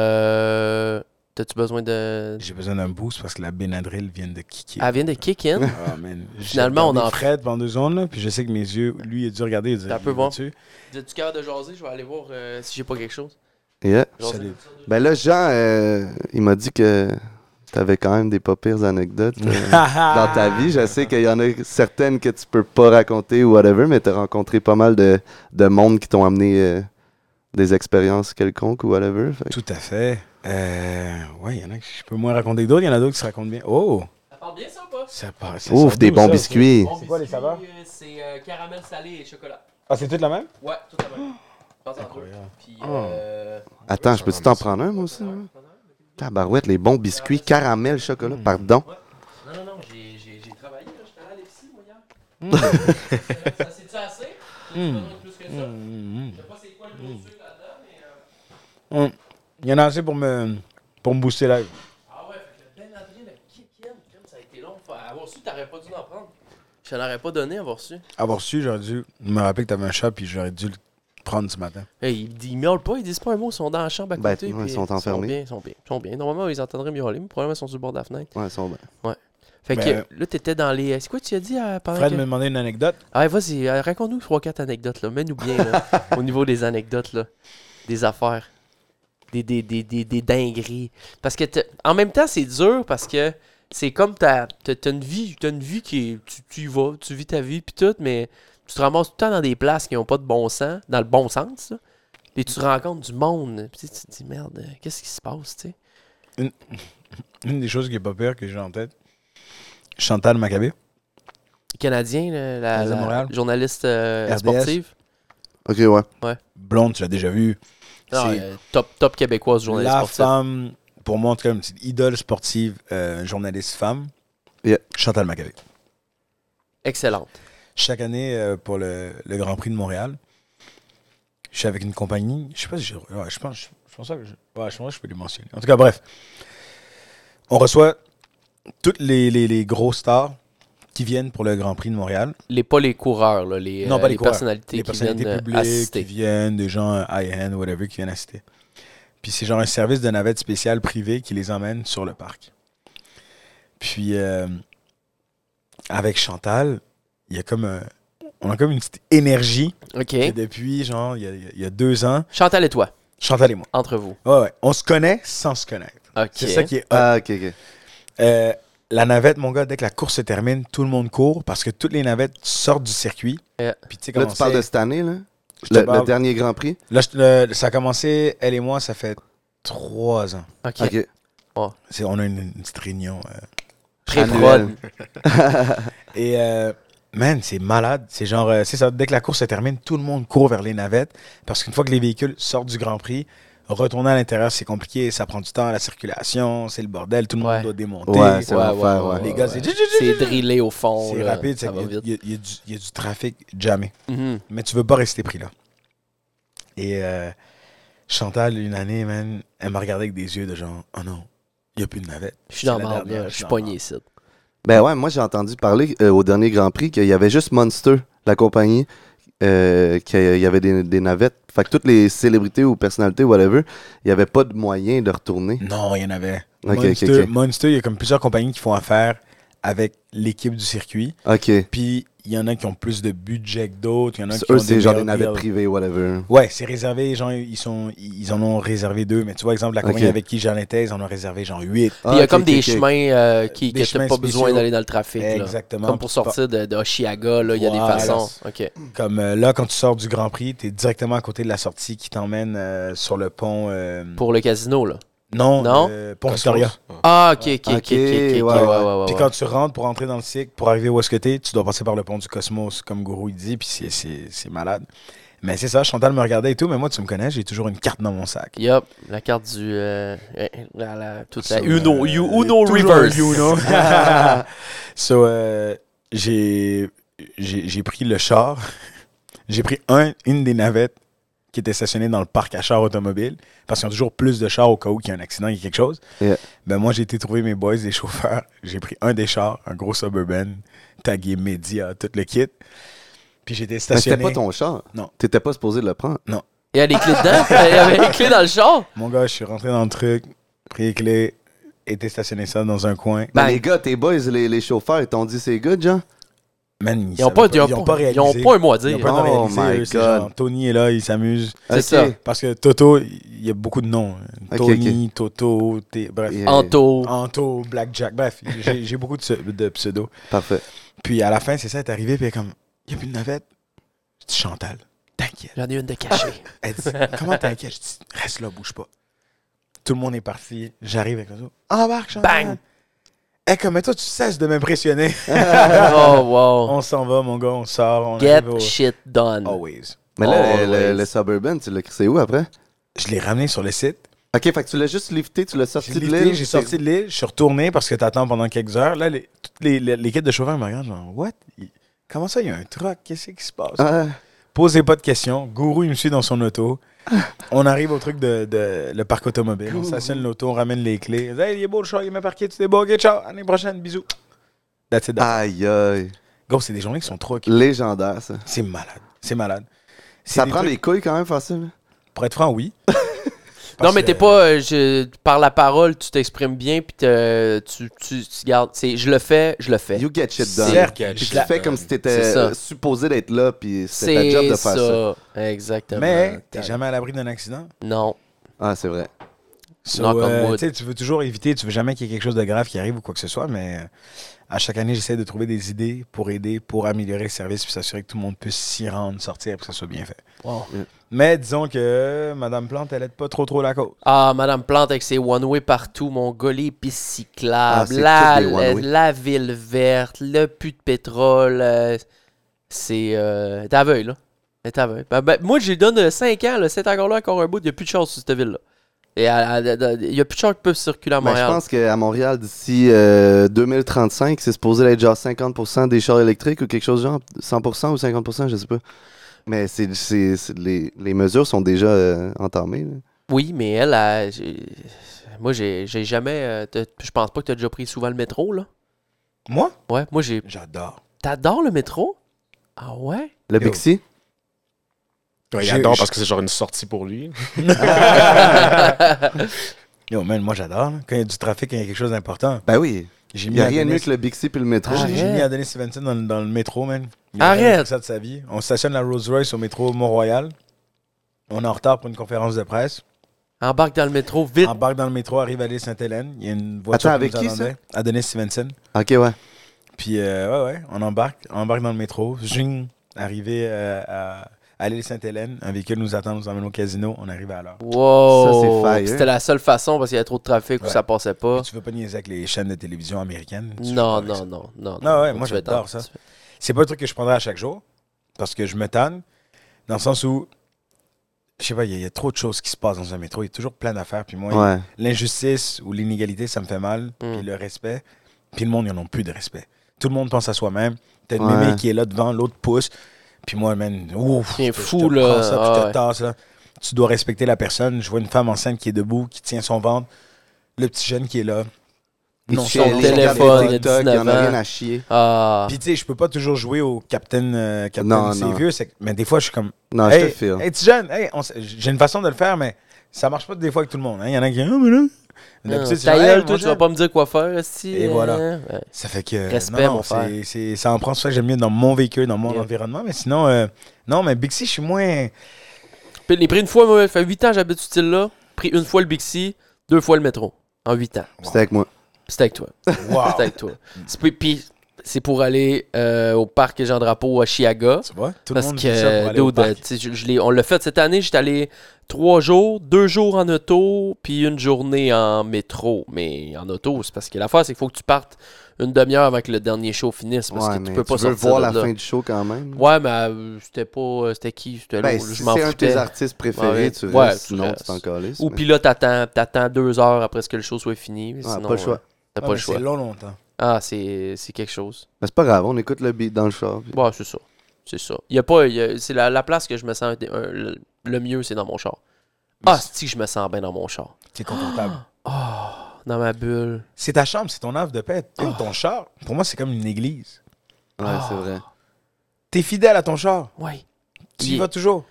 Euh. T'as-tu besoin de. J'ai besoin d'un boost parce que la Benadryl vient de kicker. Elle vient de kick in. Ah, man. J'ai Finalement, on regardé en- Fred pendant deux secondes, là, puis je sais que mes yeux, lui, il a dû regarder. Il a dit, T'as un peu il voir. va-tu? Vous êtes-tu capable de jaser? Je vais aller voir euh, si j'ai pas quelque chose. Yeah. Jaser. Salut. Ben là, Jean, euh, il m'a dit que t'avais quand même des pas pires anecdotes euh, dans ta vie. Je sais qu'il y en a certaines que tu peux pas raconter ou whatever, mais t'as rencontré pas mal de, de monde qui t'ont amené euh, des expériences quelconques ou whatever. Fait que- Tout à fait. Euh, ouais, il y en a que je peux moins raconter que d'autres. Il y en a d'autres qui se racontent bien. Oh! Ça parle bien ça ou pas? Ça passe. Ouf, des bons biscuits. C'est quoi les saveurs? C'est euh, caramel salé et chocolat. Ah, c'est toute la même? Ouais, tout à même. Passe en deux. Puis. Ah. Euh... Attends, je peux-tu t'en prendre un, moi aussi? hein? Tabarouette, les bons biscuits, caramel, Hmm. chocolat, pardon. Non, non, non, j'ai, j'ai, j'ai travaillé, là. J'étais allé à l'EPSI, moi, hier. ça, c'est-tu assez? J'ai besoin de plus que ça. Je sais pas c'est quoi le gros sucre là-dedans, mais... euh, Hum. Il y en a assez pour me, pour me booster live. Ah ouais, fait que le Benadryl, le kick-in, crème, ça a été long. Faut avoir su, t'aurais pas dû l'en prendre. Je te l'aurais pas donné, avoir su. Avoir su, j'aurais dû me rappeler que t'avais un chat, puis j'aurais dû le prendre ce matin. Hey, ils, ils miaulent pas, ils disent pas un mot, ils sont dans la chambre à Ben, côté. ouais, puis ils sont enfermés. bien, ils sont bien, ils sont bien. Normalement, ils entendraient miauler, mais probablement, ils sont sur le bord de la fenêtre. Ouais, ils sont bons. Fait que Ben, là, t'étais dans les... C'est quoi tu as dit euh, pendant Fred que- me demandait une anecdote. Ah, vas-y, euh, raconte-nous 3-4 anecdotes, là. Mets-nous bien, là, au niveau des anecdotes, là. Des affaires. Des, des, des, des, des dingueries. Parce que, t'as- en même temps, c'est dur parce que c'est comme t'as, t'as, t'as une vie, t'as une vie qui est. Tu, tu y vas, tu vis ta vie, puis tout, mais tu te ramasses tout le temps dans des places qui n'ont pas de bon sens, dans le bon sens, là. Et tu rencontres du monde. Puis tu sais, tu te dis, merde, euh, qu'est-ce qui se passe, tu sais? Une des choses qui est pas pire que j'ai en tête. Chantal Maccabé. Canadien, là, la, Canadien de la Montréal. journaliste euh, RDS. sportive. Ok, Euh, ouais. Blonde, tu l'as déjà vue. Non, C'est- euh, top, top québécoise journaliste la sportive. femme, pour moi, en tout cas, une petite idole sportive, euh, journaliste femme, Yeah. Chantal Maccabé. Excellente. Chaque année, euh, pour le, le Grand Prix de Montréal, je suis avec une compagnie. Je sais pas si j'ai- ouais, je pense, je pense que je, ouais, je pense que je peux les mentionner. En tout cas, bref. On reçoit toutes les, les, les gros stars qui viennent pour le Grand Prix de Montréal. Les, pas les coureurs, là, les, euh, coureurs. personnalités les qui personnalités viennent euh, publiques assister. qui viennent, des gens euh, high-end, whatever, qui viennent assister. Puis c'est genre un service de navette spéciale privée qui les emmène sur le parc. Puis euh, avec Chantal, il y a comme un- on a comme une petite énergie que OK. depuis genre il y a- il y, a- il y a deux ans, Chantal et toi, Chantal et moi. entre vous. Ouais, ouais, on se connaît sans se connaître. OK. C'est ça qui est hot. Ah, ok, ok. Euh, la navette, mon gars, dès que la course se termine, tout le monde court parce que toutes les navettes sortent du circuit. Yeah. Puis tu sais Là, comment tu parles c'est. de cette année, là? Je te Le, le parle- dernier Grand Prix? Là, je- le- ça a commencé, elle et moi, ça fait trois ans. OK. Ok. C'est- on a une, une petite réunion. euh. Pré-prod. Annuel. Et, euh, man, c'est malade. C'est genre, euh, c'est ça, dès que la course se termine, tout le monde court vers les navettes. Parce qu'une fois que les véhicules sortent du Grand Prix, retourner à l'intérieur, c'est compliqué, ça prend du temps, la circulation, c'est le bordel, tout le Ouais. monde doit démonter. Ouais, c'est Ouais, l'enfer, ouais, ouais. euh, les gars, ouais. c'est... C'est drillé au fond. C'est là. rapide, c'est ça va qu'il y a- vite. il y, a- il y a du- il y a du trafic jamais. Mhm. Mais tu veux pas rester pris là. Et euh, Chantal, une année, man, elle m'a regardé avec des yeux de genre, oh non, il n'y a plus de navette. Je suis dans C'est le la marde, dernière, là. Je suis dans pogné ici. Ben ouais, moi j'ai entendu parler euh, au dernier Grand Prix qu'il y avait juste Monster, la compagnie, euh, qu'il y avait des, des navettes. Fait que toutes les célébrités ou personnalités, whatever, il n'y avait pas de moyen de retourner. le marde. Non, il y en avait. Ok, ok, Monster, ok. Monster, il y a comme plusieurs compagnies qui font affaire avec l'équipe du circuit. Ok. Puis Hmm. il y en a qui ont plus de budget que d'autres. Il y en a qui Eux, ont c'est genre des meilleurs navettes deals. privées, whatever. Ouais, c'est réservé, genre, ils, sont, ils en ont réservé deux. Mais tu vois, exemple, la compagnie Ok. avec qui j'en étais, ils en ont réservé genre huit. Ah, Puis il y a ok, comme ok, des ok. chemins euh, Des qui que t'as chemins pas besoin spéciaux. d'aller dans le trafic. là. Exactement. Comme pour sortir de, de Oshiaga, là, il y a des Voilà. façons. OK. Comme euh, là, quand tu sors du Grand Prix, tu es directement à côté de la sortie qui t'emmène euh, sur le pont. euh, Pour le casino, là. Non, Non? euh, pont Victoria. Ah, OK, OK, OK, OK. Ok, OK, ouais, ouais, ouais, ouais, Puis ouais. quand tu rentres pour entrer dans le cycle, pour arriver où est-ce que t'es, tu dois passer par le pont du Cosmos, comme Gourou il dit, puis c'est- c'est c'est malade. Mais c'est ça, Chantal me regardait et tout, mais moi, tu me connais, j'ai toujours une carte dans mon sac. Yup, la carte du. euh, euh, la, la- toute la So, Uno, euh, you, Uno toujours Reverse. un Uno. so, euh, j'ai j'ai j'ai pris le char, j'ai pris un, une des navettes qui était stationnée dans le parc à char automobile, parce qu'ils ont toujours plus de chars au cas où il y a un accident, il y a quelque chose. Yeah. Ben moi, j'ai été trouver mes boys, les chauffeurs. J'ai pris un des chars, un gros Suburban, tagué Média, tout le kit. Puis j'étais Mais stationné. c'était pas ton char. Non. T'étais pas supposé le prendre. Il y a des clés dedans. Il y avait des clés dans le char. Mon gars, je suis rentré dans le truc, pris les clés, était stationné ça dans un coin. Mais Ben- les gars, tes boys, les, les chauffeurs, ils t'ont dit c'est good, genre? Man, Ils n'ont pas, ils ont pas- ils ont pas un mot à Ils dire. ont pas le temps de Oh réaliser, my eux, c'est God. genre, Tony est là, il s'amuse. C'est ça. Parce que Toto, il y a beaucoup de noms. Ok, Tony, Toto, T- bref. Yeah. Anto. Anto, Blackjack, bref, j'ai j'ai beaucoup de, ce- de pseudos. Parfait. Puis à la fin, c'est ça, elle est arrivé, puis elle est comme, il n'y a plus de navette. Je dis, Chantal, t'inquiète. J'en ai une de cachée. Elle dit, comment t'inquiète? Je dis, reste là, bouge pas. Tout le monde est parti, j'arrive avec l'auto. Embarque, Chantal. Bang! Elle est comme, mais toi, tu cesses de m'impressionner. oh, wow. on s'en va, mon gars, on sort, on Get arrive au... Oh, shit done. Always. Mais là, Always. le, le- le Suburban, tu l'as crissé où après? Je l'ai ramené sur le site. Ok, fait que tu l'as juste lifté, tu l'as J'ai sorti de lifté, l'île. J'ai sorti de l'île, je suis retourné parce que t'attends pendant quelques heures. Là, les- toutes les- les- l'équipe de chauffeurs me regarde, genre, what? Il- Comment ça, il y a un truck? Qu'est-ce qui se passe? Ah, Posez pas de questions. Gourou, il me suit dans son auto. on arrive au truc de, de- le parc automobile. On stationne l'auto, on ramène les clés. Hey, il est beau le char, il est bien parqué, tu t'es beau, ok, ciao, année prochaine, bisous. That's it. aïe, aïe. Gros, c'est des journées qui sont trop occupées. Légendaire, ça. C'est malade. C'est malade. C'est Ça des prend trucs- les couilles quand même, facile. hein? Pour être franc, oui. Non, Parce mais que- t'es pas. euh, je- par la parole, tu t'exprimes bien, puis te- tu, tu, tu gardes. c'est Je le fais, je le fais. You get shit done. Certes, Get Puis shit tu le fais done. comme si C'est t'étais ça. euh, supposé d'être là, puis c'est ta C'est job de faire ça. ça. Exactement. Mais t'es jamais à l'abri d'un accident. Non. Ah, c'est vrai. So, Knock on euh, wood. tu sais, tu veux toujours éviter, tu veux jamais qu'il y ait quelque chose de grave qui arrive ou quoi que ce soit, mais euh, à chaque année, j'essaie de trouver des idées pour aider, pour améliorer le service, puis s'assurer que tout le monde puisse s'y rendre, sortir, pour que ça soit bien fait. Yeah. Mais disons que euh, Madame Plante, elle aide pas trop trop la cause. Ah, Madame Plante avec ses one-way partout, mon gars, les pistes Ah, cyclables, c'est la, toutes des la, one-way. la ville verte, le put de pétrole. euh, c'est. Euh, elle est euh, aveugle, là. Elle est aveugle. Ben, ben, moi, je lui donne 5 ans, là, c'est encore là, encore un bout, il n'y a plus de chance sur cette ville-là. Il n'y a plus de chars qui peuvent circuler à Ben, je Montréal. pense qu'à Montréal, d'ici euh, 2035, c'est supposé être genre 50% des chars électriques ou quelque chose genre 100% ou 50%, je sais pas. Mais c'est, c'est- c'est- les, les mesures sont déjà euh, entamées. là. Oui, mais elle, elle, j'ai- moi, j'ai j'ai jamais. euh, t'as- je pense pas que tu as déjà pris souvent le métro, là. Moi, Ouais, moi, j'ai. j'adore. T'adores le métro? Ah ouais? Le Yo. Bixi, Ouais, il J'ai- adore j'ai- parce que c'est genre une sortie pour lui. Yo, man, moi, j'adore. là. Quand il y a du trafic, quand il y a quelque chose d'important. ben oui, J'ai il mis n'y a à rien de Denis- mieux que le Bixi puis le métro. Ah, J'ai- J'ai Arrête. mis à Denis Stevenson dans, dans le métro, man. Il a Arrête. jamais fait ça de sa vie. On stationne la Rolls Royce au métro Mont-Royal. On est en retard pour une conférence de presse. Embarque dans le métro, vite! Embarque dans le métro, arrive à l'île Sainte-Hélène. Il y a une voiture Attends, avec nous qui, attendait. À Denis Stevenson. Ok, ouais. Puis, euh, ouais, ouais, on embarque. On embarque dans le métro. Zing, arrivé euh, à, à l'île Sainte-Hélène. Un véhicule nous attend, nous emmène au casino. On arrive à l'heure. Wow! Ça, c'est fire. C'était la seule façon parce qu'il y avait trop de trafic où Ouais. ça passait pas. Puis Tu veux pas niaiser avec les chaînes de télévision américaines? tu joues pas Non, avec ça. non, non, non. Ah ouais, Faut moi, que tu j'adore aies ça. tendance. C'est pas un truc que je prendrais à chaque jour parce que je me tanne dans le sens où, je sais pas, il y, a- il y a trop de choses qui se passent dans un métro. Il y a toujours plein d'affaires. Puis moi, Ouais. l'injustice ou l'inégalité, ça me fait mal. Mm. Puis le respect. Puis le monde, ils n'en ont plus de respect. Tout le monde pense à soi-même. T'as une Ouais. mémé qui est là devant, l'autre pousse. Puis moi, man, ouf, T'es je te- je fou, te là. prends ça, puis je Ah te ouais. tasse, là. Tu dois respecter la personne. Je vois une femme enceinte qui est debout, qui tient son ventre. Le petit jeune qui est là. Il Non, chiale, son il téléphone, regarde des il a TikTok, il y en 19 a ans. rien à chier. Ah! Puis tu sais, je peux pas toujours jouer au Captain, euh, Captain Non, c'est non. vieux, c'est que- mais des fois je suis comme Non, je hey, te file. hey, petit jeune, hey, on s- j'ai une façon de le faire mais ça marche pas des fois avec tout le monde, hein. Il y en a qui Ah, mais là Non, D'habitude, c'est Ta genre, gueule, Hey, toi, mon tu vas jeune. pas me dire quoi faire, si. Et voilà. Ouais. Ça fait que Respect, non, non, mon frère. c'est- c'est- ça en prend c'est ça que j'aime mieux dans mon véhicule, dans mon Yeah. environnement, mais sinon euh, non, mais Bixi, je suis moins Puis les pris une fois, moi, ça fait 8 ans que j'habite ce style-là. Pris une fois le Bixi, deux fois le métro. En 8 ans. C'était avec moi. Puis C'était avec toi. C'était avec toi. C'est- puis- Puis c'est pour aller euh, au parc Jean-Drapeau à Chiaga. tu vois, tout le Parce monde fait ça pour que, aller au dude, euh, parc. tu sais, je- je l'ai- on l'a fait cette année, j'étais allé trois jours, deux jours en auto, puis une journée en métro. Mais en auto, c'est parce que l'affaire, c'est qu'il faut que tu partes une demi-heure avant que le dernier show finisse, parce Ouais, que mais tu peux pas veux sortir voir de la là. fin du show quand même. Ouais, mais euh, c'était pas... euh, C'était qui? C'était Ben, là, si je m'en c'est un de tes foutais. artistes préférés, Ouais, tu restes, ouais, tu sinon tu restes. t'en calisses. Ou mais- puis là, t'attends, t'attends deux heures après ce que le show soit fini. mais Ouais, sinon, pas le choix. euh, T'as Ah, pas mais le choix. C'est long longtemps. Ah, c'est c'est quelque chose. Mais c'est pas grave, on écoute le beat dans le char. puis- Ouais, c'est ça. C'est ça. Y a pas, y a- c'est la, la place que je me sens un- un- le, le mieux, c'est dans mon char. Ah, si je me sens bien dans mon char. C'est confortable. Ah. Dans ma bulle. C'est ta chambre, c'est ton havre de paix, Yo, Ah. ton char. Pour moi, c'est comme une église. Ouais, c'est vrai. T'es fidèle à ton char. Ouais. Tu Il- y vas toujours.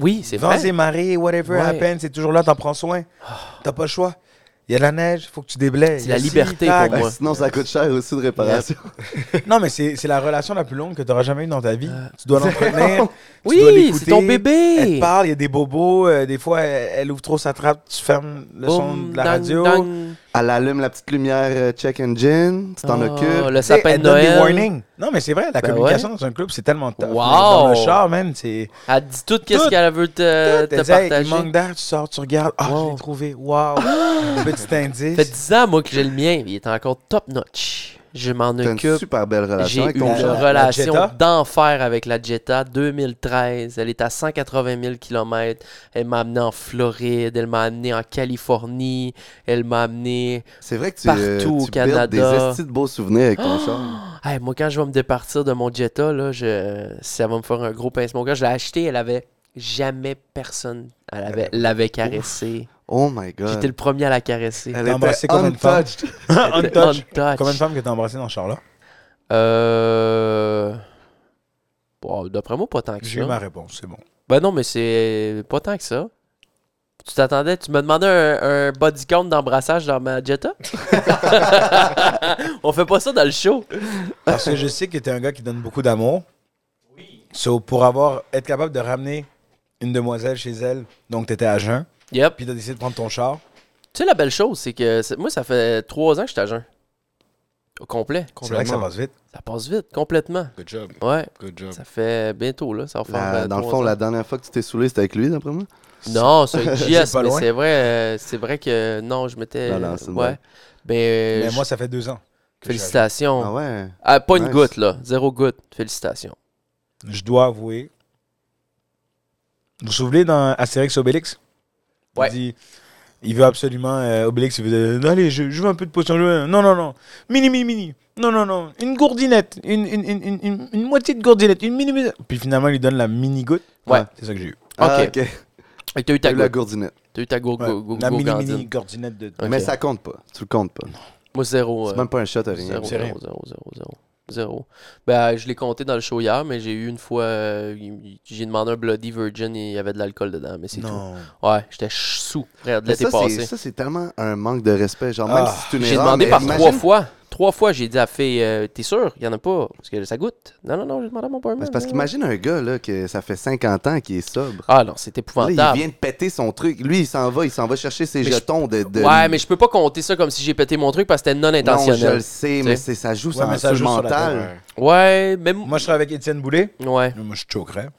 Oui, c'est Vents et vrai. marées, whatever Ouais. Ah. happens, c'est toujours là, t'en prends soin. T'as pas le choix. Il y a de la neige, faut que tu déblaies. C'est Il y a la ci, liberté tac. pour Ben, moi. sinon, ça coûte cher aussi de réparation. Non, mais c'est c'est la relation la plus longue que t'auras jamais eue dans ta vie. Tu dois l'entretenir. tu Euh. Oui, dois l'écouter. c'est ton bébé. Elle te parle, il y a des bobos. euh, des fois, elle, elle ouvre trop sa trappe, tu fermes le son Boum, de la dang, radio. dang. Elle allume la petite lumière euh, check engine, tu t'en Ah, occupes. Le Tu sais, sapin elle de donne Noël. des warnings. Non, mais c'est vrai, la Ben communication dans un club, c'est tellement tough. Wow. Dans le char, man, c'est. Elle dit tout qu'est-ce Tout. qu'elle veut te, Elle te dit, Hey, il partager. manque d'air, tu sors, tu regardes. Ah, je Euh, Wow. l'ai trouvé. Wow. Petit indice. Ça fait 10 ans, moi, que j'ai le mien. Il est encore top notch. Je m'en T'as une occupe. super belle J'ai relation avec une ton la- char. la relation Jetta? d'enfer avec la Jetta 2013. Elle est à 180 000 km. Elle m'a amené en Floride, elle m'a amené en Californie, elle m'a amené. C'est vrai que tu, Partout euh, tu au builds Canada. des estis de beaux souvenirs avec ton char. Hey, moi, quand je vais me départir de mon Jetta, là, je... ça va me faire un gros pincement. Quand je l'ai acheté, elle avait jamais personne. Elle avait- l'avait caressée. Oh my J'étais god. le premier à la caresser. Elle T'as embrassé était combien de femmes? untouched. Un C'était touch. untouched. Combien de femmes que t'as embrassées dans ce char-là? Euh. Bon, D'après moi, pas tant que J'ai ça. eu ma réponse, c'est bon. Ben non, mais c'est pas tant que ça. Tu t'attendais, tu me demandais un, un body count d'embrassage dans ma Jetta? On fait pas ça dans le show. Parce que je sais que t'es un gars qui donne beaucoup d'amour. Oui. So, pour avoir, être capable de ramener une demoiselle chez elle, donc t'étais à jeun, Yep. Tu puis t'as décidé de prendre ton char. sais, la belle chose, c'est que c'est- moi, ça fait trois ans que je suis à jeun. Au complet. C'est vrai que ça passe vite. Ça passe vite, complètement. Good job. Ouais. Good job. Ça fait bientôt, là. Ça va faire, La- euh, dans le trois fond, ans. la dernière fois que tu t'es saoulé, c'était avec lui, d'après moi. Non, c'est un JS, pas mais loin. c'est vrai, euh, c'est vrai que non, je m'étais. Non, non, c'est une ouais. blague. Mais, euh, Mais je- moi, ça fait deux ans. que je suis à félicitations. Ah ouais. Ah, pas une Nice. goutte, là. Zéro goutte. Félicitations. jeun. Je dois avouer. Vous vous souvenez dans Astérix Obélix? Ouais. Il dit Il veut absolument. euh, Obélix, il veut. euh, Allez, je, je veux un peu de potion. je veux- Non, non, non. Mini, mini, mini. Non, non, non. Une gourdinette. Une, une, une, une, une- une moitié de gourdinette. Une mini, mini. Puis finalement, il lui donne la mini goutte. Ouais. C'est ça que j'ai eu. Ah, Ok. ok. Fait que t'as eu ta La go. gourdinette. T'as eu ta go, Ouais. go, go, la go mini, Gardine. mini gourdinette de. Ok. Mais ça compte pas. Tu le comptes pas. Moi, zéro. C'est euh, même pas un shot à rien. Zéro, c'est rien. zéro, zéro, zéro, zéro. Zéro. Ben, je l'ai compté dans le show hier, mais j'ai eu une fois. euh, il- il- j'ai demandé un Bloody Virgin et il y avait de l'alcool dedans, mais c'est tout. Non. Ouais, j'étais ch- sous. Regarde, Mais l'été ça, c'est- passé. ça, c'est tellement un manque de respect. Genre, Ah. même si c'est une J'ai erreur, demandé mais par imagine- trois fois. Trois fois, j'ai dit à la fille, euh, t'es sûr, il y en a pas, parce que ça goûte. Non, non, non, j'ai demandé à mon barman. Mais C'est parce euh. qu'imagine un gars là, que ça fait 50 ans qu'il est sobre. Ah non, c'est Là, il épouvantable. vient de péter son truc. Lui, il s'en va, il s'en va chercher ses Mais je- jetons de, de- Ouais, mais je peux pas compter ça comme si j'ai pété mon truc parce que c'était non Non, je intentionnel. le sais, Tu mais sais. c'est- ça joue Ouais, sur mais le ça joue sur la mental. tête, Ouais, même. Moi, je serais avec Étienne Boulay. Ouais. Moi, je choquerais.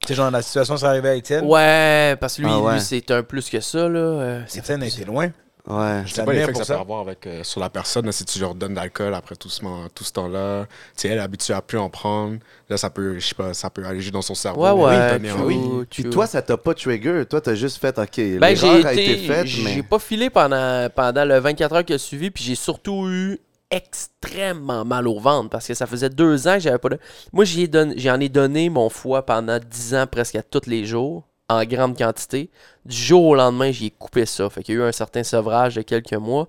Tu sais, genre, la situation serait arrivée à Étienne. Ouais, parce que lui, Ah lui, ouais. c'est un plus que ça, là. euh, c'est Étienne a été loin. Ouais. Je sais pas l'admire l'effet que pour ça, ça. peut avoir avec, euh, sur la personne là, si tu leur donnes de l'alcool après tout ce, moment- tout ce temps-là. Tu sais, elle est habituée à plus en prendre. Là, ça peut, je sais pas, ça peut aller juste dans son cerveau. Ouais, ouais. true, Mais oui, donner envie. Puis true. toi, ça t'a pas trigger. Toi, t'as juste fait, OK, Ben, j'ai l'erreur a été- été faite, j'ai mais... pas filé pendant, pendant le 24 heures qui a suivi, puis j'ai surtout eu extrêmement mal au ventre parce que ça faisait deux ans que j'avais pas de. Moi, j'y ai donné- j'en ai donné mon foie pendant dix ans presque à tous les jours, en grande quantité. Du jour au lendemain, j'y ai coupé ça. Fait qu'il y a eu un certain sevrage de quelques mois.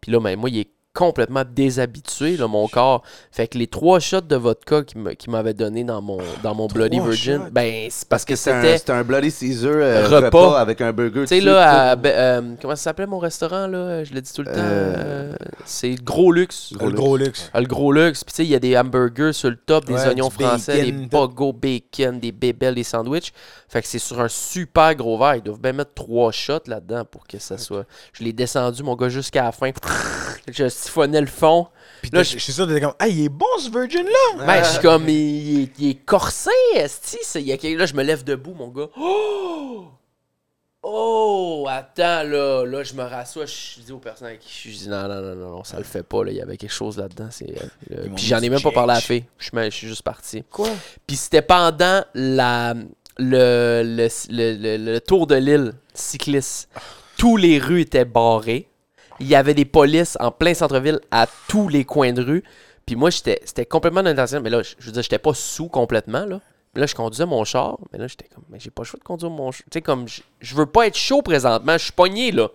Puis là, ben, moi, il est complètement déshabitué, là, mon corps. Fait que les trois shots de vodka qu'il me- qu'il m'avait donné dans mon, dans mon Bloody trois Virgin, shots. ben, c'est parce que c'est un- c'était. c'est un, Bloody Caesar euh, Repas. repas. avec un burger. Tu sais, dessus, là, à Be- euh, comment ça s'appelait mon restaurant, là Je l'ai dit tout le temps. Euh, euh, c'est Gros Luxe. Le gros luxe. Ah, Le Gros Luxe. Puis, tu sais, il y a des hamburgers sur le top, des Ouais, oignons du français, des bacon, tout. pogo bacon, des bébelles, des sandwichs. Fait que c'est sur un super gros verre. Ils doivent bien mettre trois shots là-dedans pour que ça soit. Je l'ai descendu, mon gars, jusqu'à la fin. Je siphonnais le fond. Puis Là, là, je- je suis sûr que t'étais comme, ah, il est bon ce Virgin-là. Ben, je suis comme, il, il est- il est corsé, esti. c'est- il y a quelque- Là, je me lève debout, mon gars. Oh! Oh! Attends, là, là, je me rassois, je dis aux personnes avec qui je suis, je dis, non, non, non, non, non, ça le fait pas, là, il y avait quelque chose là-dedans. c'est, euh, euh, m'ont Puis mis j'en ai du même pas parlé à la change. fille, je suis même- je suis juste parti. Quoi? Puis c'était pendant la, le, le, le- le- le tour de l'île cycliste. Tous les rues étaient barrées. Il y avait des polices en plein centre-ville à tous les coins de rue. Puis moi, j'étais c'était complètement intentionnel. Mais là, je je veux dire, j'étais pas sous complètement. Là. Mais là, je conduisais mon char. Mais là, j'étais comme, mais j'ai pas le choix de conduire mon char. Tu sais, comme, je, je veux pas être chaud présentement. Je suis pogné, là.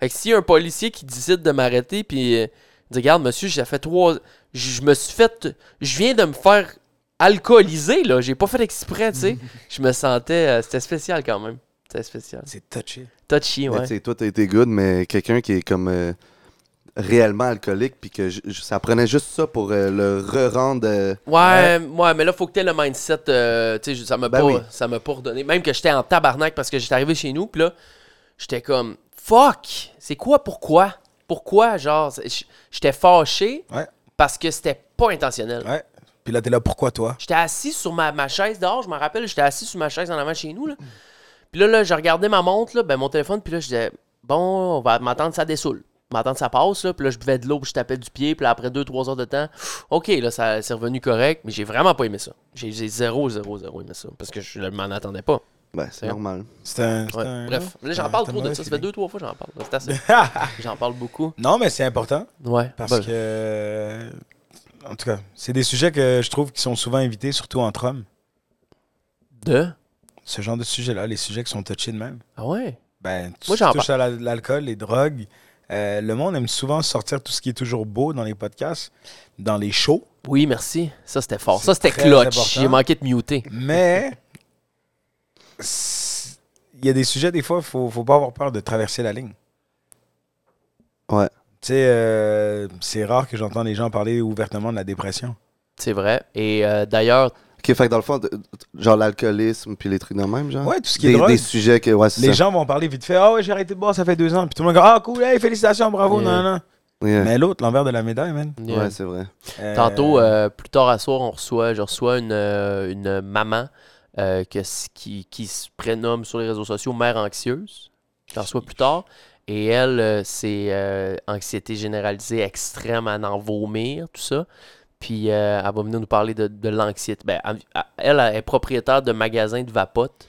Fait que s'il y a un policier qui décide de m'arrêter, puis euh, dit, regarde, monsieur, j'ai fait trois. Je je me suis fait. Je viens de me faire alcooliser, là. J'ai pas fait exprès, tu sais. je me sentais. euh, c'était spécial quand même. C'était spécial. C'est touché. Touchy, Mais ouais. tu sais, toi, t'as été good, mais quelqu'un qui est comme euh, réellement alcoolique, puis que je- je- ça prenait juste ça pour euh, le re-rendre. euh, Ouais, ouais, mais là, faut que t'aies le mindset. euh, tu sais, ça m'a Ben pas, oui. ça m'a pas redonné. Même que j'étais en tabarnak parce que j'étais arrivé chez nous, puis là, j'étais comme fuck. C'est quoi, pourquoi, pourquoi, genre, c'est- j- j'étais fâché Ouais. parce que c'était pas intentionnel. Ouais. Puis là, t'es là, pourquoi toi? J'étais assis sur ma, ma chaise dehors, je m'en rappelle, j'étais assis sur ma chaise en avant chez nous. Là. Puis là, là, je regardais ma montre, là, ben, mon téléphone, puis là, je disais, bon, on va m'attendre, ça dessoule. M'attendre, ça passe, là. Puis là, je buvais de l'eau, puis je tapais du pied, puis là, après 2-3 heures de temps, OK, là, ça c'est revenu correct, mais j'ai vraiment pas aimé ça. J'ai j'ai zéro, zéro, zéro aimé ça, parce que je ne m'en attendais pas. Ben, c'est Ouais. normal. C'est un. c'est Ouais, un- Bref, là, c'est j'en un- parle c'est un trop de mauvais ça, ça fait feeling. 2-3 fois que j'en parle. C'est assez. j'en parle beaucoup. Non, mais c'est important Ouais, parce ben, que. euh, En tout cas, c'est des sujets que je trouve qui sont souvent invités, surtout entre hommes. De? Ce genre de sujets-là, les sujets qui sont touchés de même. Ah ouais? Ben, tout Moi, ce j'en qui touche à la- l'alcool, les drogues. euh, le monde aime souvent sortir tout ce qui est toujours beau dans les podcasts, dans les shows. Oui, merci. Ça, c'était fort. C'est Ça, c'était très clutch. important. J'ai manqué de muter. Mais c'est- il y a des sujets, des fois, il faut, faut pas avoir peur de traverser la ligne. Ouais. Tu sais, euh, c'est rare que j'entends les gens parler ouvertement de la dépression. C'est vrai. Et euh, d'ailleurs, Ok, fait que dans le fond, t- t- genre l'alcoolisme, puis les trucs de même, genre. Ouais, tout ce qui est des, drogue. des sujets que. Ouais, c'est Les ça. gens vont parler vite fait. Ah ouais, j'ai arrêté de boire, ça fait deux ans. Puis tout le monde dit Ah cool, hey, félicitations, bravo, Yeah. non, non. Yeah. Mais l'autre, l'envers de la médaille, man. euh, Ouais, c'est vrai. Euh, tantôt, euh, plus tard à soir, on reçoit, je reçois une, euh, une maman euh, que s- qui, qui se prénomme sur les réseaux sociaux mère anxieuse. Je la reçois plus tard. Et elle, euh, c'est euh, anxiété généralisée extrême à en vomir, tout ça. Puis euh, elle va venir nous parler de, de l'anxiété. Ben, elle, elle est propriétaire de magasins de vapote.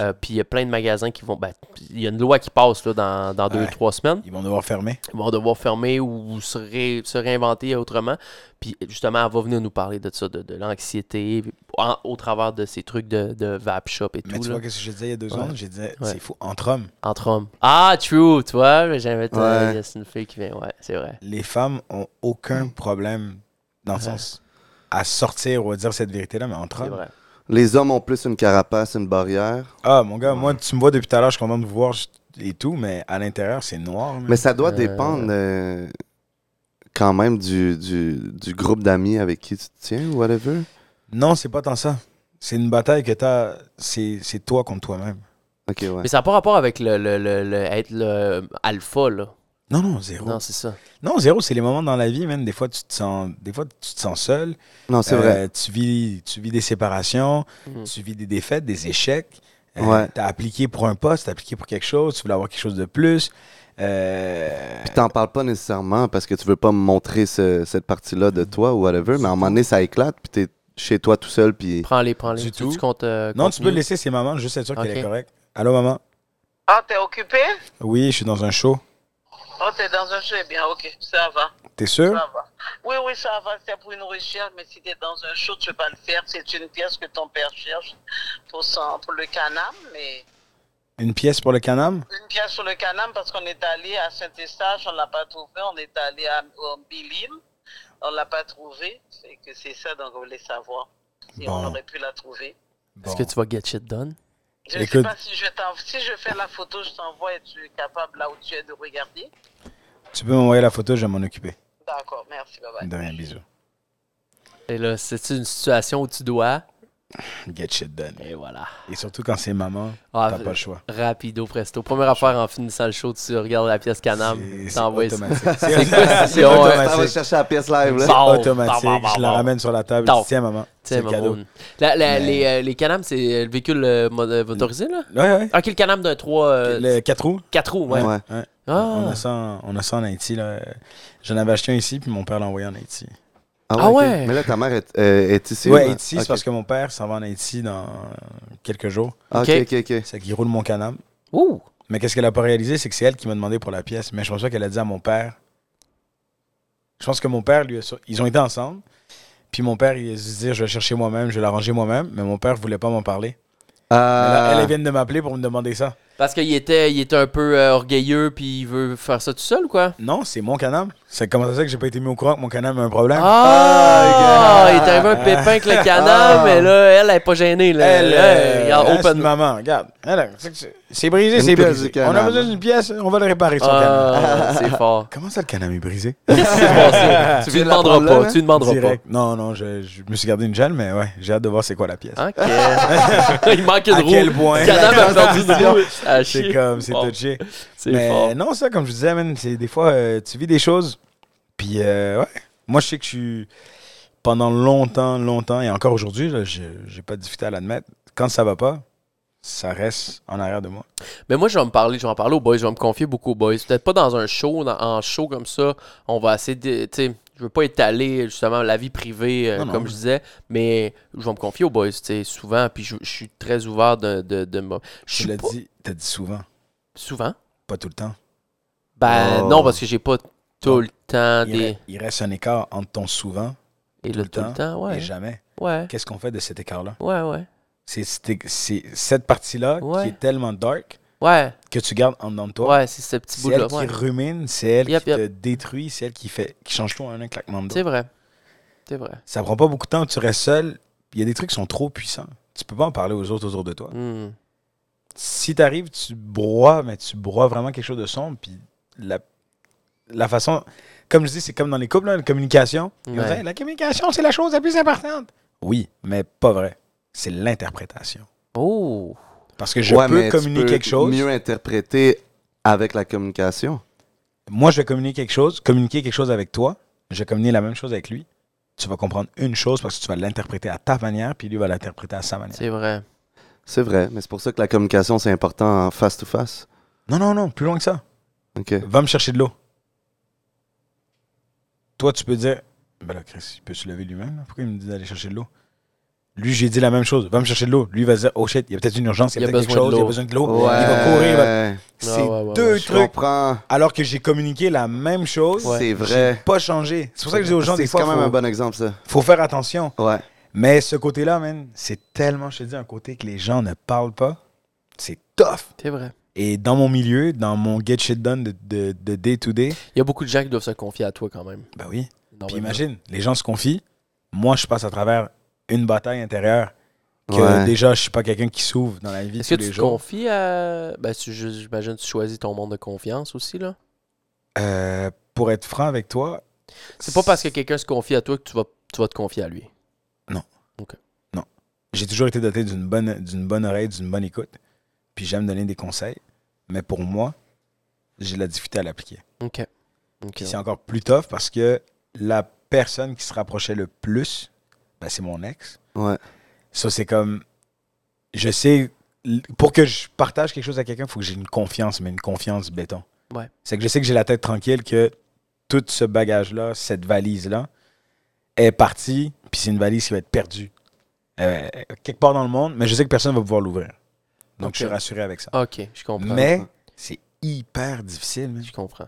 Euh, Puis il y a plein de magasins qui vont. ben, Il y a une loi qui passe là, dans, dans deux, Ouais. trois semaines. Ils vont devoir fermer. Ils vont devoir fermer ou se, ré- se réinventer autrement. Puis justement, elle va venir nous parler de ça, de, de l'anxiété, en- au travers de ces trucs de, de vape shop et Mais tout. tu là, vois, qu'est-ce que j'ai dit il y a deux Ouais. ans? J'ai dit, Ouais. c'est fou, entre hommes. Entre hommes. Ah, true, tu vois, j'invite Ouais. une fille qui vient, ouais, c'est vrai. les femmes ont aucun problème, dans le sens, à sortir ou à dire cette vérité-là, mais entre C'est hommes. vrai. Les hommes ont plus une carapace, une barrière. Ah, mon gars, moi, tu me vois depuis tout à l'heure, je suis content de vous voir je- et tout, mais à l'intérieur, c'est noir. man. Mais ça doit dépendre euh, quand même du, du, du groupe d'amis avec qui tu te tiens ou whatever. Non, c'est pas tant ça. C'est une bataille que t'as. C'est c'est toi contre toi-même. Ok, ouais. Mais ça n'a pas rapport avec le, le, le, le- être le alpha, là. Non, non, zéro. Non, Non, c'est ça. zéro, c'est les moments dans la vie, même. Des fois, tu te sens, des fois, tu te sens seul. Non, c'est Euh, vrai. Tu vis, tu vis des séparations, Mm. tu vis des défaites, des échecs. Euh, Ouais. T'as appliqué pour un poste, t'as appliqué pour quelque chose, tu voulais avoir quelque chose de plus. Euh, Puis t'en parles pas nécessairement parce que tu veux pas me montrer ce- cette partie-là Mm. de toi ou whatever, mais à un moment donné, ça éclate, puis t'es chez toi tout seul, puis... Prends-les, prends-les. Du Tu, tout. tu comptes. euh, non, tu continuer? peux laisser ses mamans, juste être sûr qu'elle est Ok. correcte. Allô, maman? Ah, t'es occupé? Oui, je suis dans un show. Oh, t'es dans un show, eh bien, ok, ça va, T'es sûr? ça va. Oui, oui, ça va, c'est pour une recherche, mais si t'es dans un show, tu vas le faire. C'est une pièce que ton père cherche pour, son, pour le canam, mais Une pièce pour le canam? une pièce sur le canam parce qu'on est allé à Saint-Eustache, on l'a pas trouvé, on est allé à, à Bilim, on l'a pas trouvé. C'est que c'est ça, donc on voulait savoir si Bon. on aurait pu la trouver. Est-ce que tu vas get shit done? Je Écoute. sais pas si je, t'en- si je fais la photo, je t'envoie et tu es capable là où tu es de regarder. Tu peux m'envoyer la photo, je vais m'en occuper. D'accord, merci, bye bye. De rien, bisous. Et là, c'est une situation où tu dois. Get shit done. Et voilà. Et surtout quand c'est maman, Ah, t'as pas le choix. Rapido presto. Première affaire en finissant le show, tu regardes la pièce Canam, C'est- c'est t'envoies ça. automatique. C'est quoi, c'est- ouais. Ça va automatique. chercher la pièce live, là. C'est Bon, automatique. bon, bon, Je la bon. ramène sur la table. Bon. Tiens, maman. C'est Tiens, le mon cadeau. monde. La- la- Mais- Les, euh, les Canams, c'est le véhicule euh, mo- euh, motorisé, là? Ouais, ouais. Ah, Ok, le Canam d'un 3. Le 4 roues. 4 roues, ouais. Ouais. Ouais. On Euh, Ah. a ça en, on a ça en Haïti. Là. J'en avais acheté un ici, puis mon père l'a envoyé en Haïti. Ah ok. ouais? Mais là, ta mère est, euh, est ici. ouais, Haïti, Ok. c'est parce que mon père s'en va en Haïti dans quelques jours. Ah, Ok, ok, Euh, ok. C'est qu'il roule mon canam. Ouh! Mais qu'est-ce qu'elle a pas réalisé, c'est que c'est elle qui m'a demandé pour la pièce. Mais je pense pas qu'elle a dit à mon père. Je pense que mon père, lui, a sur- ils ont été ensemble. Puis mon père, il a dû se dire, je vais le chercher moi-même, je vais l'arranger moi-même. Mais mon père voulait pas m'en parler. Mais Euh, là, Ah, elle, elle vient de m'appeler pour me demander ça. Parce qu'il était, il était un peu euh, orgueilleux, puis il veut faire ça tout seul, ou quoi? Non, c'est mon canam. C'est comment ça que j'ai pas été mis au courant que mon canam a un problème. Ah! Ah, il est arrivé un pépin avec le canam, Ah. mais là, elle, elle est pas gênée. Là. Elle, Là, euh, ben, regarde, hein, c'est open une maman, regarde. Elle, c'est- c'est- c'est brisé, Une c'est pièce brisé. du On canam. a besoin d'une pièce, on va le réparer, son canam. Ah, c'est fort. Comment ça, le canam est brisé? Qu'est-ce qui s'est passé? Tu, ne viens de demanderas l'apprendre là, pas, là? tu demanderas Direct. Non, non, je, je me suis gardé une gêne, mais ouais, j'ai hâte de voir c'est quoi la pièce. pas. Ok. il manque une À roue. quel point? Le canam a perdu une roue. Ah, C'est chier. comme, c'est Bon, touché. C'est Mais fort. non, ça, comme je disais, man, c'est des fois, euh, tu vis des choses, puis euh, ouais. Moi, je sais que je suis, pendant longtemps, longtemps, et encore aujourd'hui, là, je j'ai pas difficulté à l'admettre, quand ça va pas, ça reste en arrière de moi. Mais moi, je vais me parler, je vais en parler aux boys, je vais me confier beaucoup aux boys. Peut-être pas dans un show, dans- en show comme ça, on va essayer de. Tu sais, je veux pas étaler justement la vie privée, euh, Non, non. comme je disais, mais je vais me confier aux boys, tu sais, souvent, puis je, je suis très ouvert de. de, de me- je Tu suis l'as pas- dit, t'as dit souvent, Souvent. pas tout le temps. Ben Oh. non, parce que j'ai pas tout le temps Il, des. re- il reste un écart entre ton souvent Et le tout le temps, ouais. et jamais. Ouais, Qu'est-ce qu'on fait de cet écart-là? ouais, ouais. C'est c'est- c'est cette partie-là Ouais. qui est tellement dark Ouais, que tu gardes en dedans de toi. ouais, c'est ce petit Oh. C'est elle bout-là. qui ouais. rumine, c'est elle Yep, qui yep. te détruit, c'est elle qui, fait, qui change tout en un claquement de doigts. C'est vrai. C'est vrai. Ça prend pas beaucoup de temps, tu restes seul. Il y a des trucs qui sont trop puissants. Tu peux pas en parler aux autres autour de toi. Hmm. Si t'arrives, tu broies, mais tu broies vraiment quelque chose de sombre. Puis la, la façon, comme je dis, c'est comme dans les couples, là, la communication. Ils vont Ouais. dire, la communication, c'est la chose la plus importante. Oui, mais pas vrai. C'est l'interprétation. Oh! Parce que je ouais, mais peux tu communiquer peux quelque chose. mieux interpréter avec la communication. Moi, je vais communiquer quelque chose, communiquer quelque chose avec toi. Je vais communiquer la même chose avec lui. Tu vas comprendre une chose parce que tu vas l'interpréter à ta manière, puis lui va l'interpréter à sa manière. C'est vrai. C'est vrai, mais c'est pour ça que la communication, c'est important en face-to-face. Non, non, non, plus loin que ça. OK. Va me chercher de l'eau. Toi, tu peux dire, ben là, Chris, il peut se lever lui-même. là. Pourquoi il me dit d'aller chercher de l'eau? Lui, j'ai dit la même chose. Va me chercher de l'eau. Lui, il va se dire, oh shit, il y a peut-être une urgence, il y a, Il y a peut-être quelque besoin de chose, il y a l'eau. besoin de l'eau. Ouais. Il va courir. il va- Ouais, C'est ouais, ouais, deux Je trucs. comprends. Alors que j'ai communiqué la même chose, C'est j'ai vrai. pas changé. C'est pour ça que je dis aux gens, C'est des fois, quand même un faut, bon exemple, ça. faut faire attention. Ouais. Mais ce côté-là, man, c'est tellement, je te dis, un côté que les gens ne parlent pas. C'est tough. C'est vrai. Et dans mon milieu, dans mon get shit done de, de, de day to day, Il y a beaucoup de gens qui doivent se confier à toi quand même. ben oui. Puis Normalement. imagine, les gens se confient. Moi, je passe à travers une bataille intérieure que Ouais. déjà, je suis pas quelqu'un qui s'ouvre dans la vie Est-ce tous que les tu te jours. confies à. Ben, tu- je- j'imagine que tu choisis ton monde de confiance aussi, là. Euh, pour être franc avec toi, C'est pas parce que quelqu'un se confie à toi que tu vas, tu vas te confier à lui. j'ai toujours été doté d'une bonne, d'une bonne oreille, d'une bonne écoute. Puis j'aime donner des conseils. Mais pour moi, j'ai de la difficulté à l'appliquer. Ok. Ok. Puis c'est encore plus tough parce que la personne qui se rapprochait le plus, ben, c'est mon ex. Ouais. Ça, c'est comme. Je sais. l- Pour que je partage quelque chose à quelqu'un, il faut que j'ai une confiance, mais une confiance béton. Ouais. C'est que je sais que j'ai la tête tranquille que tout ce bagage-là, cette valise-là, est partie, puis c'est une valise qui va être perdue. euh, quelque part dans le monde, mais je sais que personne ne va pouvoir l'ouvrir. Donc, Ok. je suis rassuré avec ça. Ok, je comprends. mais c'est hyper difficile, man. Je comprends.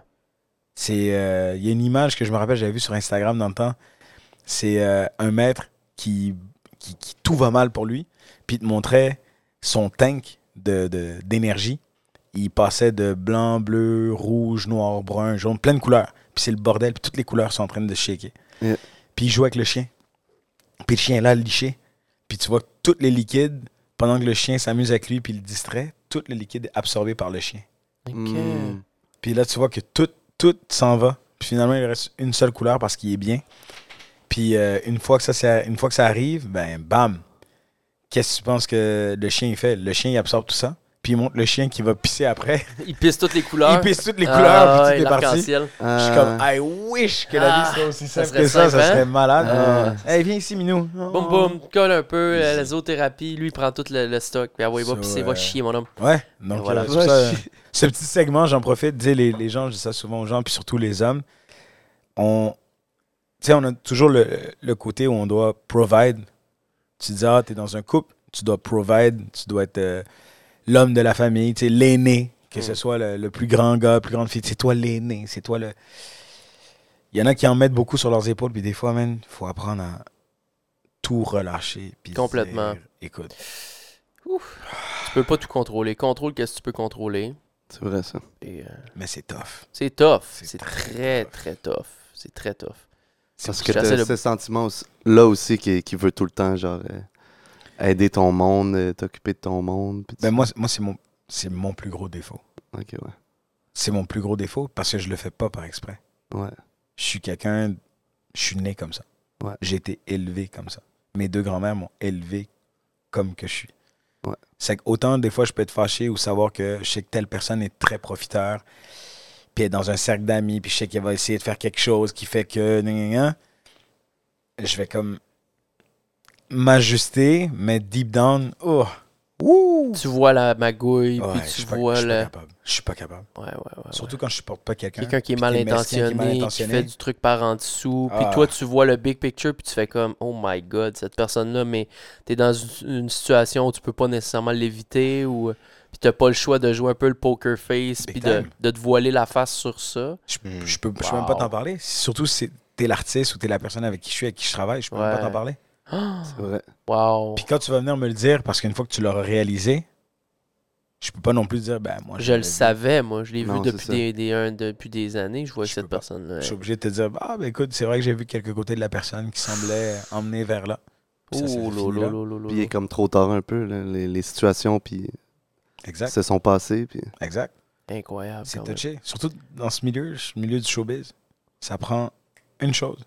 C'est, euh, il y a une image que je me rappelle, j'avais vue sur Instagram dans le temps. C'est euh, un maître qui, qui, qui- tout va mal pour lui, puis il te montrait son tank de, de- d'énergie. Il passait de blanc, bleu, rouge, noir, brun, jaune, plein de couleurs. Puis c'est le bordel, puis toutes les couleurs sont en train de shaker. Yeah. Puis il joue avec le chien. Puis le chien est là, liché. Puis tu vois que tous les liquides, pendant que le chien s'amuse avec lui puis le distrait, tout le liquide est absorbé par le chien. Ok. Hmm. Puis là, tu vois que tout, tout s'en va. Puis finalement, il reste une seule couleur parce qu'il est bien. Puis euh, une, fois que ça, ça- une fois que ça arrive, ben bam! Qu'est-ce que tu penses que le chien il fait? Le chien, il absorbe tout ça. Puis il montre le chien qui va pisser après. Il pisse toutes les couleurs. il pisse toutes les Ah, couleurs, ouais, puis tout est parti. l'arc-en-ciel. Je suis Euh, comme, ah. I wish que la vie Ah, soit aussi ça simple que serait ça, simple, ça hein? serait malade. Ah. Hey, viens ici, Minou. Boum boum, colle un peu, euh, la zoothérapie, lui il prend tout le, le stock, puis ah ouais, il va So, pisser, va euh, chier mon homme. Ouais, donc Voilà. euh, c'est pour ça, euh, ce petit segment, j'en profite. Dis, les, les gens, je dis ça souvent aux gens, puis surtout les hommes, on, tu sais, on a toujours le, le côté où on doit provide. Tu dis, ah, t'es dans un couple, tu dois provide, tu dois être euh, l'homme de la famille, tu sais, l'aîné, que Mm. ce soit le, le plus grand gars, plus grande fille, c'est toi l'aîné, c'est toi le. Il y en a qui en mettent beaucoup sur leurs épaules, puis des fois, man, faut apprendre à tout relâcher. puis Complètement. dire, Écoute. Tu peux pas tout contrôler. Contrôle qu'est-ce que tu peux contrôler. C'est vrai, ça. Et, euh, Mais c'est tough. c'est tough. C'est C'est très très, très tough. C'est très tough. Parce que j'essaie t'as de- ce sentiment aussi- là aussi qui, qui veut tout le temps, genre, euh, aider ton monde, euh, t'occuper de ton monde. puis tu- Ben moi, c'est- moi c'est mon, c'est mon plus gros défaut. Ok, ouais. C'est mon plus gros défaut parce que je le fais pas par exprès. Ouais. Je suis quelqu'un, je suis né comme ça. Ouais. J'ai été élevé comme ça. Mes deux grands-mères m'ont élevé comme que je suis. Ouais. C'est que autant des fois je peux être fâché ou savoir que je sais que telle personne est très profiteur, puis elle est dans un cercle d'amis, puis je sais qu'elle va essayer de faire quelque chose qui fait que gna, gna, gna. je vais comme m'ajuster, mais deep down, oh, ouh, Tu vois la magouille, Ouais, puis je tu suis pas- vois je suis pas le. capable. Je suis pas capable. Ouais, ouais, Ah ouais. Surtout quand je supporte pas quelqu'un. Quelqu'un qui est puis mal t'es mesquin, qui est mal intentionné, qui intentionné. fait du truc par en dessous, puis Ah. toi tu vois le big picture, puis tu fais comme oh my god, cette personne-là, mais t'es dans une- une situation où tu peux pas nécessairement l'éviter, ou puis t'as pas le choix de jouer un peu le poker Big face, puis de, time. de te voiler la face sur ça. Je, je peux, je peux même pas Wow. t'en parler. Surtout si t'es l'artiste ou t'es la personne avec qui je suis, avec qui je travaille, je peux même pas Ouais. t'en parler. Ah. C'est vrai. Wow. Puis quand tu vas venir me le dire, parce qu'une fois que tu l'auras réalisé, je peux pas non plus dire, ben moi Je le l'avais vu. savais, moi, je l'ai vu Non, c'est depuis ça. des, des- un- depuis des années, je vois Je cette peux pas. personne-là. Je suis obligé de te dire, ah ben écoute, c'est vrai que j'ai vu quelques côtés de la personne qui semblait emmener vers là. Puis ça, c'est Oh, fini, lolo, là. lolo, lolo. Puis il est comme trop tard un peu, là, les, les situations puis Exact, se sont passées. Puis... exact. Incroyable. C'est quand même. touché. Surtout dans ce milieu, ce milieu du showbiz. Ça prend une chose.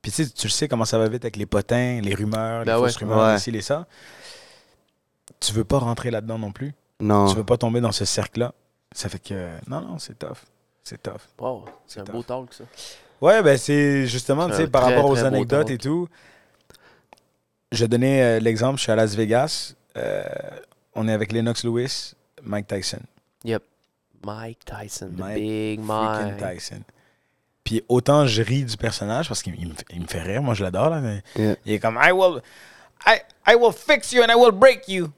Puis tu sais, tu le sais comment ça va vite avec les potins, les rumeurs, Ben les ouais. fausses rumeurs, Ouais. les ci, les ça. Tu veux pas rentrer là-dedans non plus. Non. Tu veux pas tomber dans ce cercle-là. Ça fait que. Non, non, c'est tough. C'est tough. Wow, c'est un C'est beau talk, ça. Ouais, ben c'est justement, tu C'est sais, un par très, rapport aux très beau anecdotes talk. et tout. Je donnais euh, l'exemple, je suis à Las Vegas. euh, on est avec Lennox Lewis, Mike Tyson. Yep. Mike Tyson, the Mike big freaking Mike. Tyson. Puis autant je ris du personnage parce qu'il me- il me, fait- il me fait rire, moi je l'adore là, mais Yeah. il est comme I will I, I will fix you and I will break you.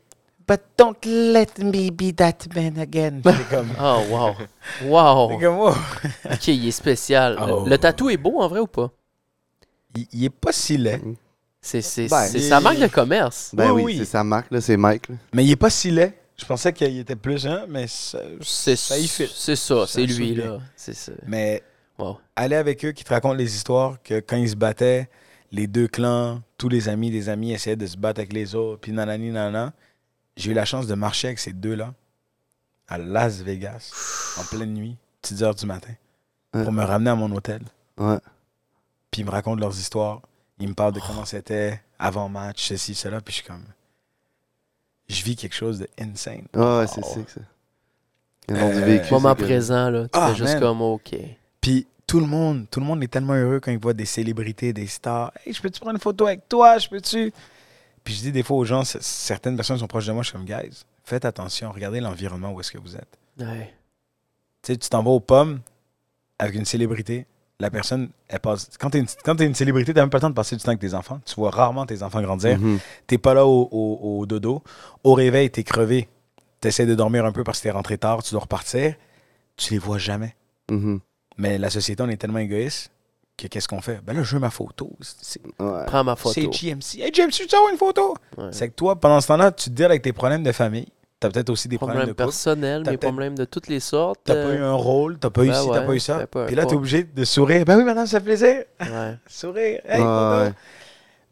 But don't let me be that man again. C'est comme- Oh, wow. Wow. C'est oh. comme, wow. ok, il est spécial. Oh. Le, le tatou est beau en vrai ou pas? Il, est pas si laid. C'est c'est- Ben, c'est il- sa marque de commerce. Ben oui, c'est sa marque, là, c'est Mike. là. Mais il est pas si laid. Je pensais qu'il était plus un, mais ça, C'est ça y fit. c'est ça, c'est y lui, fit bien. là. C'est ça. Mais Wow. aller avec eux qui te racontent les histoires que quand ils se battaient, les deux clans, tous les amis des amis essayaient de se battre avec les autres, puis nanani nanana. J'ai eu la chance de marcher avec ces deux-là à Las Vegas en pleine nuit, petites heures du matin, pour me ramener à mon hôtel. Ouais. Puis ils me racontent leurs histoires. Ils me parlent de comment c'était avant match, ceci, cela. Puis je suis comme. Je vis quelque chose de insane. Ah ouais, c'est Wow. sick, ça. Ils ont du Euh, vécu. moment c'est que- présent, là, tu Ah, fais juste man. comme OK. Puis tout le monde, tout le monde est tellement heureux quand ils voient des célébrités, des stars. Hey, je peux-tu prendre une photo avec toi? Je peux-tu? Puis je dis des fois aux gens, c- certaines personnes sont proches de moi, je suis comme, guys, faites attention, regardez l'environnement où est-ce que vous êtes. Ouais. Tu sais, tu t'en vas aux pommes avec une célébrité. La personne, elle passe. Quand t'es une, quand t'es une célébrité, t'as même pas le temps de passer du temps avec tes enfants. Tu vois rarement tes enfants grandir. Mhm. T'es pas là au, au- au dodo. Au réveil, t'es crevé. T'essaies de dormir un peu parce que t'es rentré tard, tu dois repartir. Tu les vois jamais. Mhm. Mais la société, on est tellement égoïste que qu'est-ce qu'on fait? Ben là, je veux ma photo. C'est- Prends ma photo. C'est GMC. Hey, James, tu as une photo? Ouais. C'est que toi, pendant ce temps-là, tu te deals avec tes problèmes de famille. T'as peut-être aussi des problèmes, de Problèmes couple. personnels, T'as mes peut-être- problèmes de toutes les sortes. T'as euh, pas eu un rôle, t'as pas eu ben ci, t'as ouais, pas eu t'as ça. pas un Puis là, t'es rôle. obligé de sourire. Ben oui, madame, ça fait plaisir. Ouais. sourire. Hey, Ouais, content. ouais.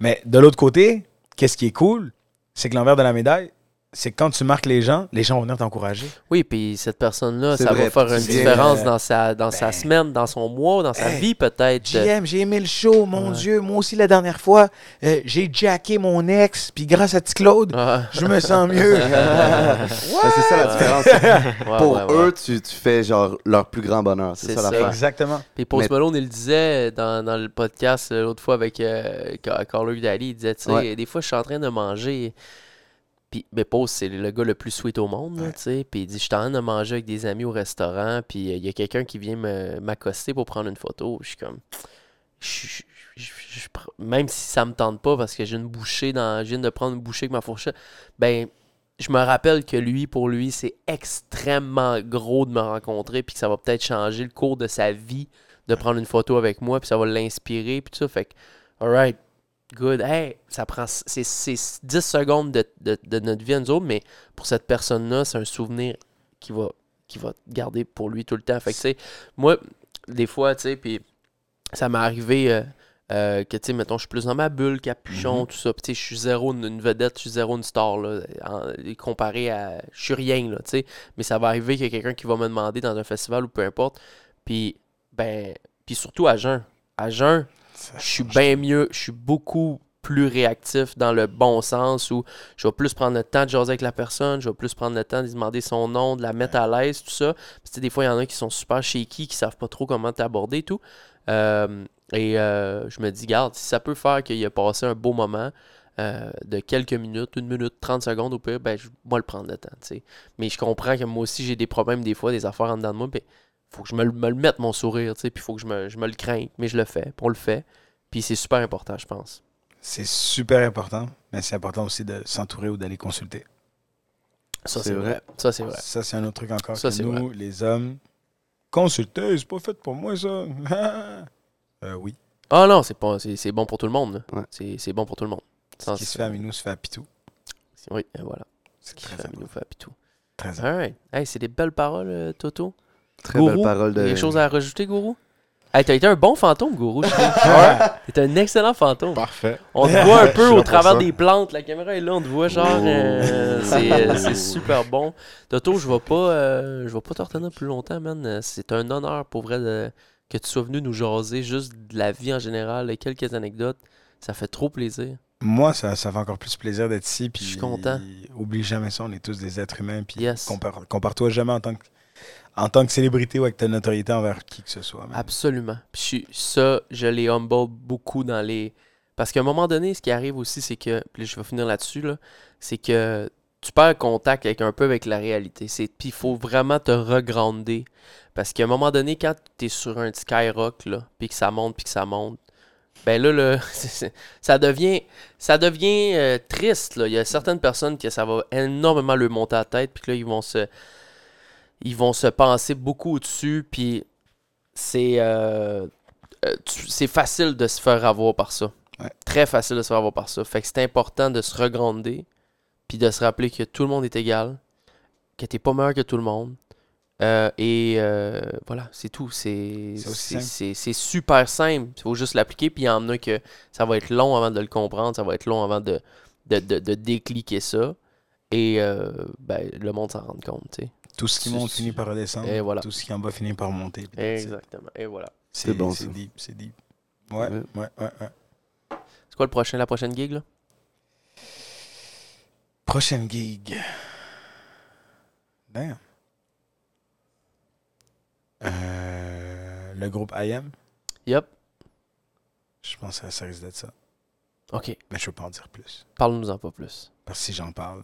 Mais de l'autre côté, qu'est-ce qui est cool? C'est que l'envers de la médaille, c'est que quand tu marques les gens, les gens vont venir t'encourager. Oui, puis cette personne-là, C'est ça vrai, va faire puis une tu viens, différence euh, dans, sa, dans sa semaine, dans son mois, dans sa vie peut-être. JM, j'ai aimé le show, mon Dieu. Moi aussi, la dernière fois, euh, j'ai jacké mon ex, puis grâce à petit Claude, Ah, je me sens mieux. Ben, c'est ça la différence. Pour eux, tu, tu fais genre leur plus grand bonheur. C'est ça, l'affaire. Exactement. Puis Post Mais- Malone, il le disait dans, dans le podcast euh, l'autre fois avec euh, Ca- Carlo Vidali, il disait, tu sais, Ouais. des fois, je suis en train de manger. Puis, mais Post, c'est le gars le plus sweet au monde, là, tu sais. Puis il dit, je suis en train de manger avec des amis au restaurant, puis euh, il y a quelqu'un qui vient me- m'accoster pour prendre une photo. Je suis comme, je- je- je- je pr- même si ça me tente pas parce que j'ai une bouchée dans, je viens de prendre une bouchée avec ma fourchette, ben, je me rappelle que lui, pour lui, c'est extrêmement gros de me rencontrer, puis que ça va peut-être changer le cours de sa vie de prendre une photo avec moi, puis ça va l'inspirer, puis tout ça. Fait que, alright, good. Hey, ça prend, c'est c'est 10 secondes de, de- de notre vie à nous autres, mais pour cette personne-là, c'est un souvenir qui va, qui va garder pour lui tout le temps. Fait que, tu sais, moi, des fois, tu sais, puis ça m'est arrivé euh, euh, que, tu sais, mettons, je suis plus dans ma bulle, capuchon, tout ça. Puis, tu sais, je suis zéro une, une vedette, je suis zéro une star, là, en- comparé à. Je suis rien, là, tu sais. Mais ça va arriver qu'il y a quelqu'un qui va me demander dans un festival ou peu importe. Puis, ben. Puis surtout à jeun. À jeun, je suis bien mieux, je suis beaucoup plus réactif dans le bon sens où je vais plus prendre le temps de jaser avec la personne, je vais plus prendre le temps de lui demander son nom, de la mettre à l'aise, tout ça. Puis, tu sais, des fois, il y en a qui sont super shaky, qui savent pas trop comment t'aborder et tout. Euh, et euh, je me dis, garde, si ça peut faire qu'il a passé un beau moment euh, de quelques minutes, une minute, 30 secondes au pire, ben, je, moi, le prendre le temps, tu sais. Mais je comprends que moi aussi, j'ai des problèmes des fois, des affaires en dedans de moi, ben, puis faut que je me, le- me le mette, mon sourire, tu sais, puis faut que je me, je me le craigne, mais je le fais, puis on le fait, puis c'est super important, je pense. C'est super important, mais c'est important aussi de s'entourer ou d'aller consulter. Ça, c'est vrai. Ça, c'est vrai. Ça, c'est un autre truc encore Ça, que c'est nous, les hommes, consulter, c'est pas fait pour moi, ça. Euh, oui. Ah non, c'est pas, c'est, c'est bon pour tout le monde, là. C'est, c'est bon pour tout le monde. Ah, Ce qui se fait à Minou se fait à Pitou. Oui, et voilà. Ce qui se fait à Minou fait à Pitou. Très All right. Hey, c'est des belles paroles, euh, Toto. Très Gourou, belle parole de- Ben, Quelque chose à rajouter, Gourou? Hey, t'as été un bon fantôme, Gourou. je trouve. Ouais. T'es un excellent fantôme. Parfait. On te voit un Je suis peu là au pour travers ça. Oh. des plantes. La caméra est là, on te voit genre. euh, c'est, c'est super bon. Toto, je vais pas, euh, je vais pas te retenir plus longtemps, man. Euh, C'est un honneur pour vrai de- que tu sois venu nous jaser juste de la vie en général et quelques anecdotes. Ça fait trop plaisir. Moi, ça, ça fait encore plus plaisir d'être ici. Je suis content. Oublie jamais ça, on est tous des êtres humains. Puis Yes. compare- compare-toi jamais en tant, que, en tant que célébrité ou avec ta notoriété envers qui que ce soit. man. Absolument. Puis je suis- ça, je les humble beaucoup dans les. Parce qu'à un moment donné, ce qui arrive aussi, c'est que. Puis je vais finir là-dessus, là. C'est que tu perds contact avec, un peu avec la réalité. C'est, puis il faut vraiment te regrounder. Parce qu'à un moment donné, quand tu es sur un petit skyrock, là, puis que ça monte, puis que ça monte, ben là, là, c'est- c'est- ça devient, ça devient euh, triste. là. Il y a certaines personnes que ça va énormément leur monter à la tête, puis que là, ils vont se, ils vont se penser beaucoup au-dessus, puis c'est, euh, euh, tu- c'est facile de se faire avoir par ça. Très facile de se faire avoir par ça. Fait que c'est important de se regronder, puis de se rappeler que tout le monde est égal, que t'es pas meilleur que tout le monde. Euh, et euh, voilà, c'est tout. C'est C'est aussi c'est- simple. c'est- c'est super simple. Il faut juste l'appliquer. Puis il y en a que ça va être long avant de le comprendre. Ça va être long avant de, de, de- de décliquer ça. Et euh, ben, le monde s'en rend compte. tu sais. Tout ce qui Tu- monte tu- finit par redescendre. Et voilà. Tout ce qui en bas finit par monter. Exactement. Et voilà. C'est bon, bon. ça. C'est deep, c'est deep. Ouais, ouais, ouais, ouais. C'est quoi le prochain, la prochaine gig? Là? Prochaine gig. Damn. Euh, le groupe IM. Yep. Je pense que ça risque d'être ça. OK. Mais je peux pas en dire plus. Parle-nous en pas plus. Parce que si j'en parle,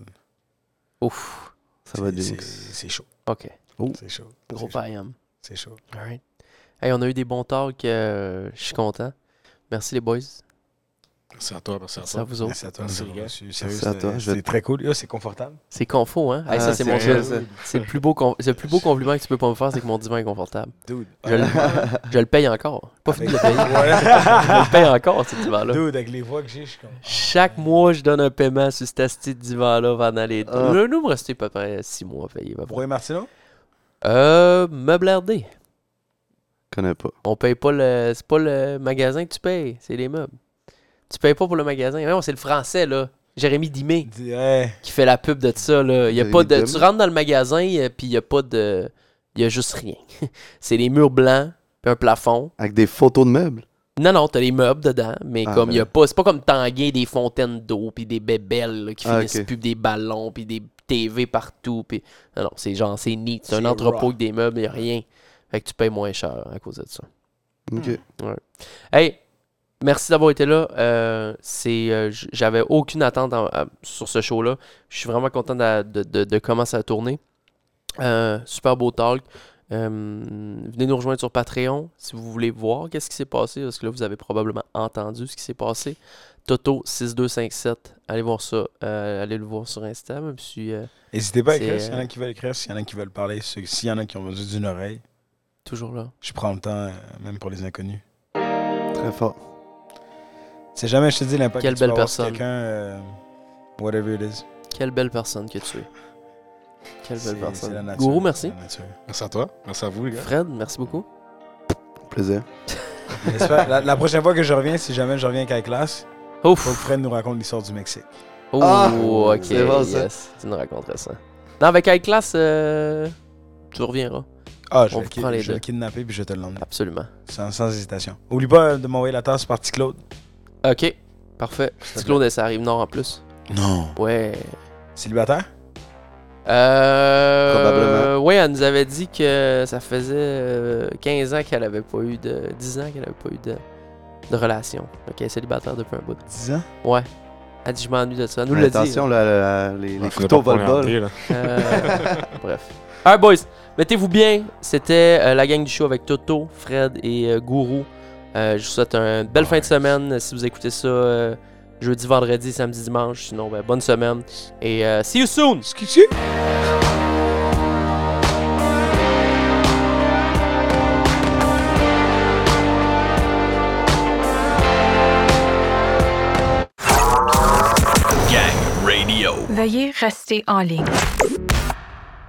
Ouf. Ça va c'est- Jinx. c'est c'est chaud. OK. C'est chaud. Gros payam. C'est chaud. All right. Hey, on a eu des bons talks. euh, Je suis content. Merci les boys. Merci à toi, merci à toi. Merci à vous autres. Merci à toi. Merci, d'avoir gars. reçu. Merci Sérieux, à toi, c'est- je vais C'est te- très cool. Yo, C'est confortable. C'est confo, hein? Hey, Ah, ça, c'est c'est mon vrai, jeu. ça. C'est le plus beau, con- c'est le plus beau compliment que tu peux pas me faire, c'est que mon divan est confortable. Dude. Je le, je le paye encore. Pas fini de le payer. je le Voilà. paye encore, ce divan-là. Dude, avec les voix que j'ai, je suis comme. Chaque mois, je donne un paiement sur cet asti de divan-là pendant les. Ah. Le nous, me restait à peu près 6 mois à payer. à peu près. Roy Martino? Euh, meubles RD. connais pas. On paye pas le. C'est pas le magasin que tu payes, c'est les meubles. Tu payes pas pour le magasin. Non, c'est le français, là. Jérémy Dimé Dis- Ouais. qui fait la pub de ça, là. Y a Jérémy pas de... Dimé. Tu rentres dans le magasin, euh, puis y a pas de. Y a juste rien. c'est les murs blancs, puis un plafond. Avec des photos de meubles. Non, non, t'as les meubles dedans, mais Ah, comme ben. y a pas. C'est pas comme Tanguay, des fontaines d'eau, puis des bébelles là, qui Ah, finissent ok. plus, puis des ballons, puis des TV partout. Puis... Non, non, c'est genre, c'est neat. C'est un C'est entrepôt raw. avec des meubles, y a rien. Fait que tu payes moins cher à cause de ça. Ok. Hmm. Hey, merci d'avoir été là. Euh, c'est, euh, j- j'avais aucune attente en- à- sur ce show-là. Je suis vraiment content d'a- de, de- de comment ça a tourné. Euh, super beau talk. Euh, venez nous rejoindre sur Patreon si vous voulez voir qu'est-ce qui s'est passé, parce que là, vous avez probablement entendu ce qui s'est passé. Toto6257, allez voir ça. Euh, allez le voir sur Insta, même si euh, N'hésitez pas à C'est, écrire s'il y en euh, a qui veulent écrire, s'il y en a qui veulent parler, ceux- s'il y en a qui ont besoin d'une oreille. toujours là. Je prends le temps, euh, même pour les inconnus. Très fort. C'est jamais, je te dis, l'impact Quelle que tu belle vas avoir sur personne. quelqu'un, euh, whatever it is. Quelle belle personne que tu es. Quelle C'est- belle c'est la personne. nature, Gourou, merci. c'est la nature. Merci à toi, merci à vous, les gars. Fred, merci beaucoup. Plaisir. J'espère- la, la prochaine fois que je reviens, si jamais je reviens avec la classe, Ouf. faut que Fred nous raconte l'histoire du Mexique. Oh, Ah, ok. c'est bon, ça. yes. Tu nous raconterais ça. Non, avec iClass, euh, tu reviendras. Ah, je vais, On le vous kid- prend les je vais le deux. kidnapper puis je vais te l'emmener. Absolument. Sans, sans hésitation. Oublie pas de m'envoyer la tasse par petit Claude. Ok, parfait. Petit Claude, ça arrive nord en plus. Non. Ouais. Célibataire? Euh, Probablement. Ouais, elle nous avait dit que ça faisait euh, 15 ans qu'elle avait pas eu de. 10 ans qu'elle avait pas eu de, de relation. Donc elle est célibataire depuis un bout. 10 ans? Ouais. Elle dit, je m'ennuie de ça. Elle nous Mais l'a dit. attention, là, là, là, les, les Ouais, faudrait couteaux pas volent bas. là. regarder, là. Euh, bref. All right, boys, mettez-vous bien. C'était euh, la gang du show avec Toto, Fred et euh, Gourou. Euh, je vous souhaite une belle fin de semaine. Si vous écoutez ça euh, jeudi, vendredi, samedi, dimanche. Sinon, ben, bonne semaine. Et euh, see you soon! Gang Radio. Veuillez rester en ligne.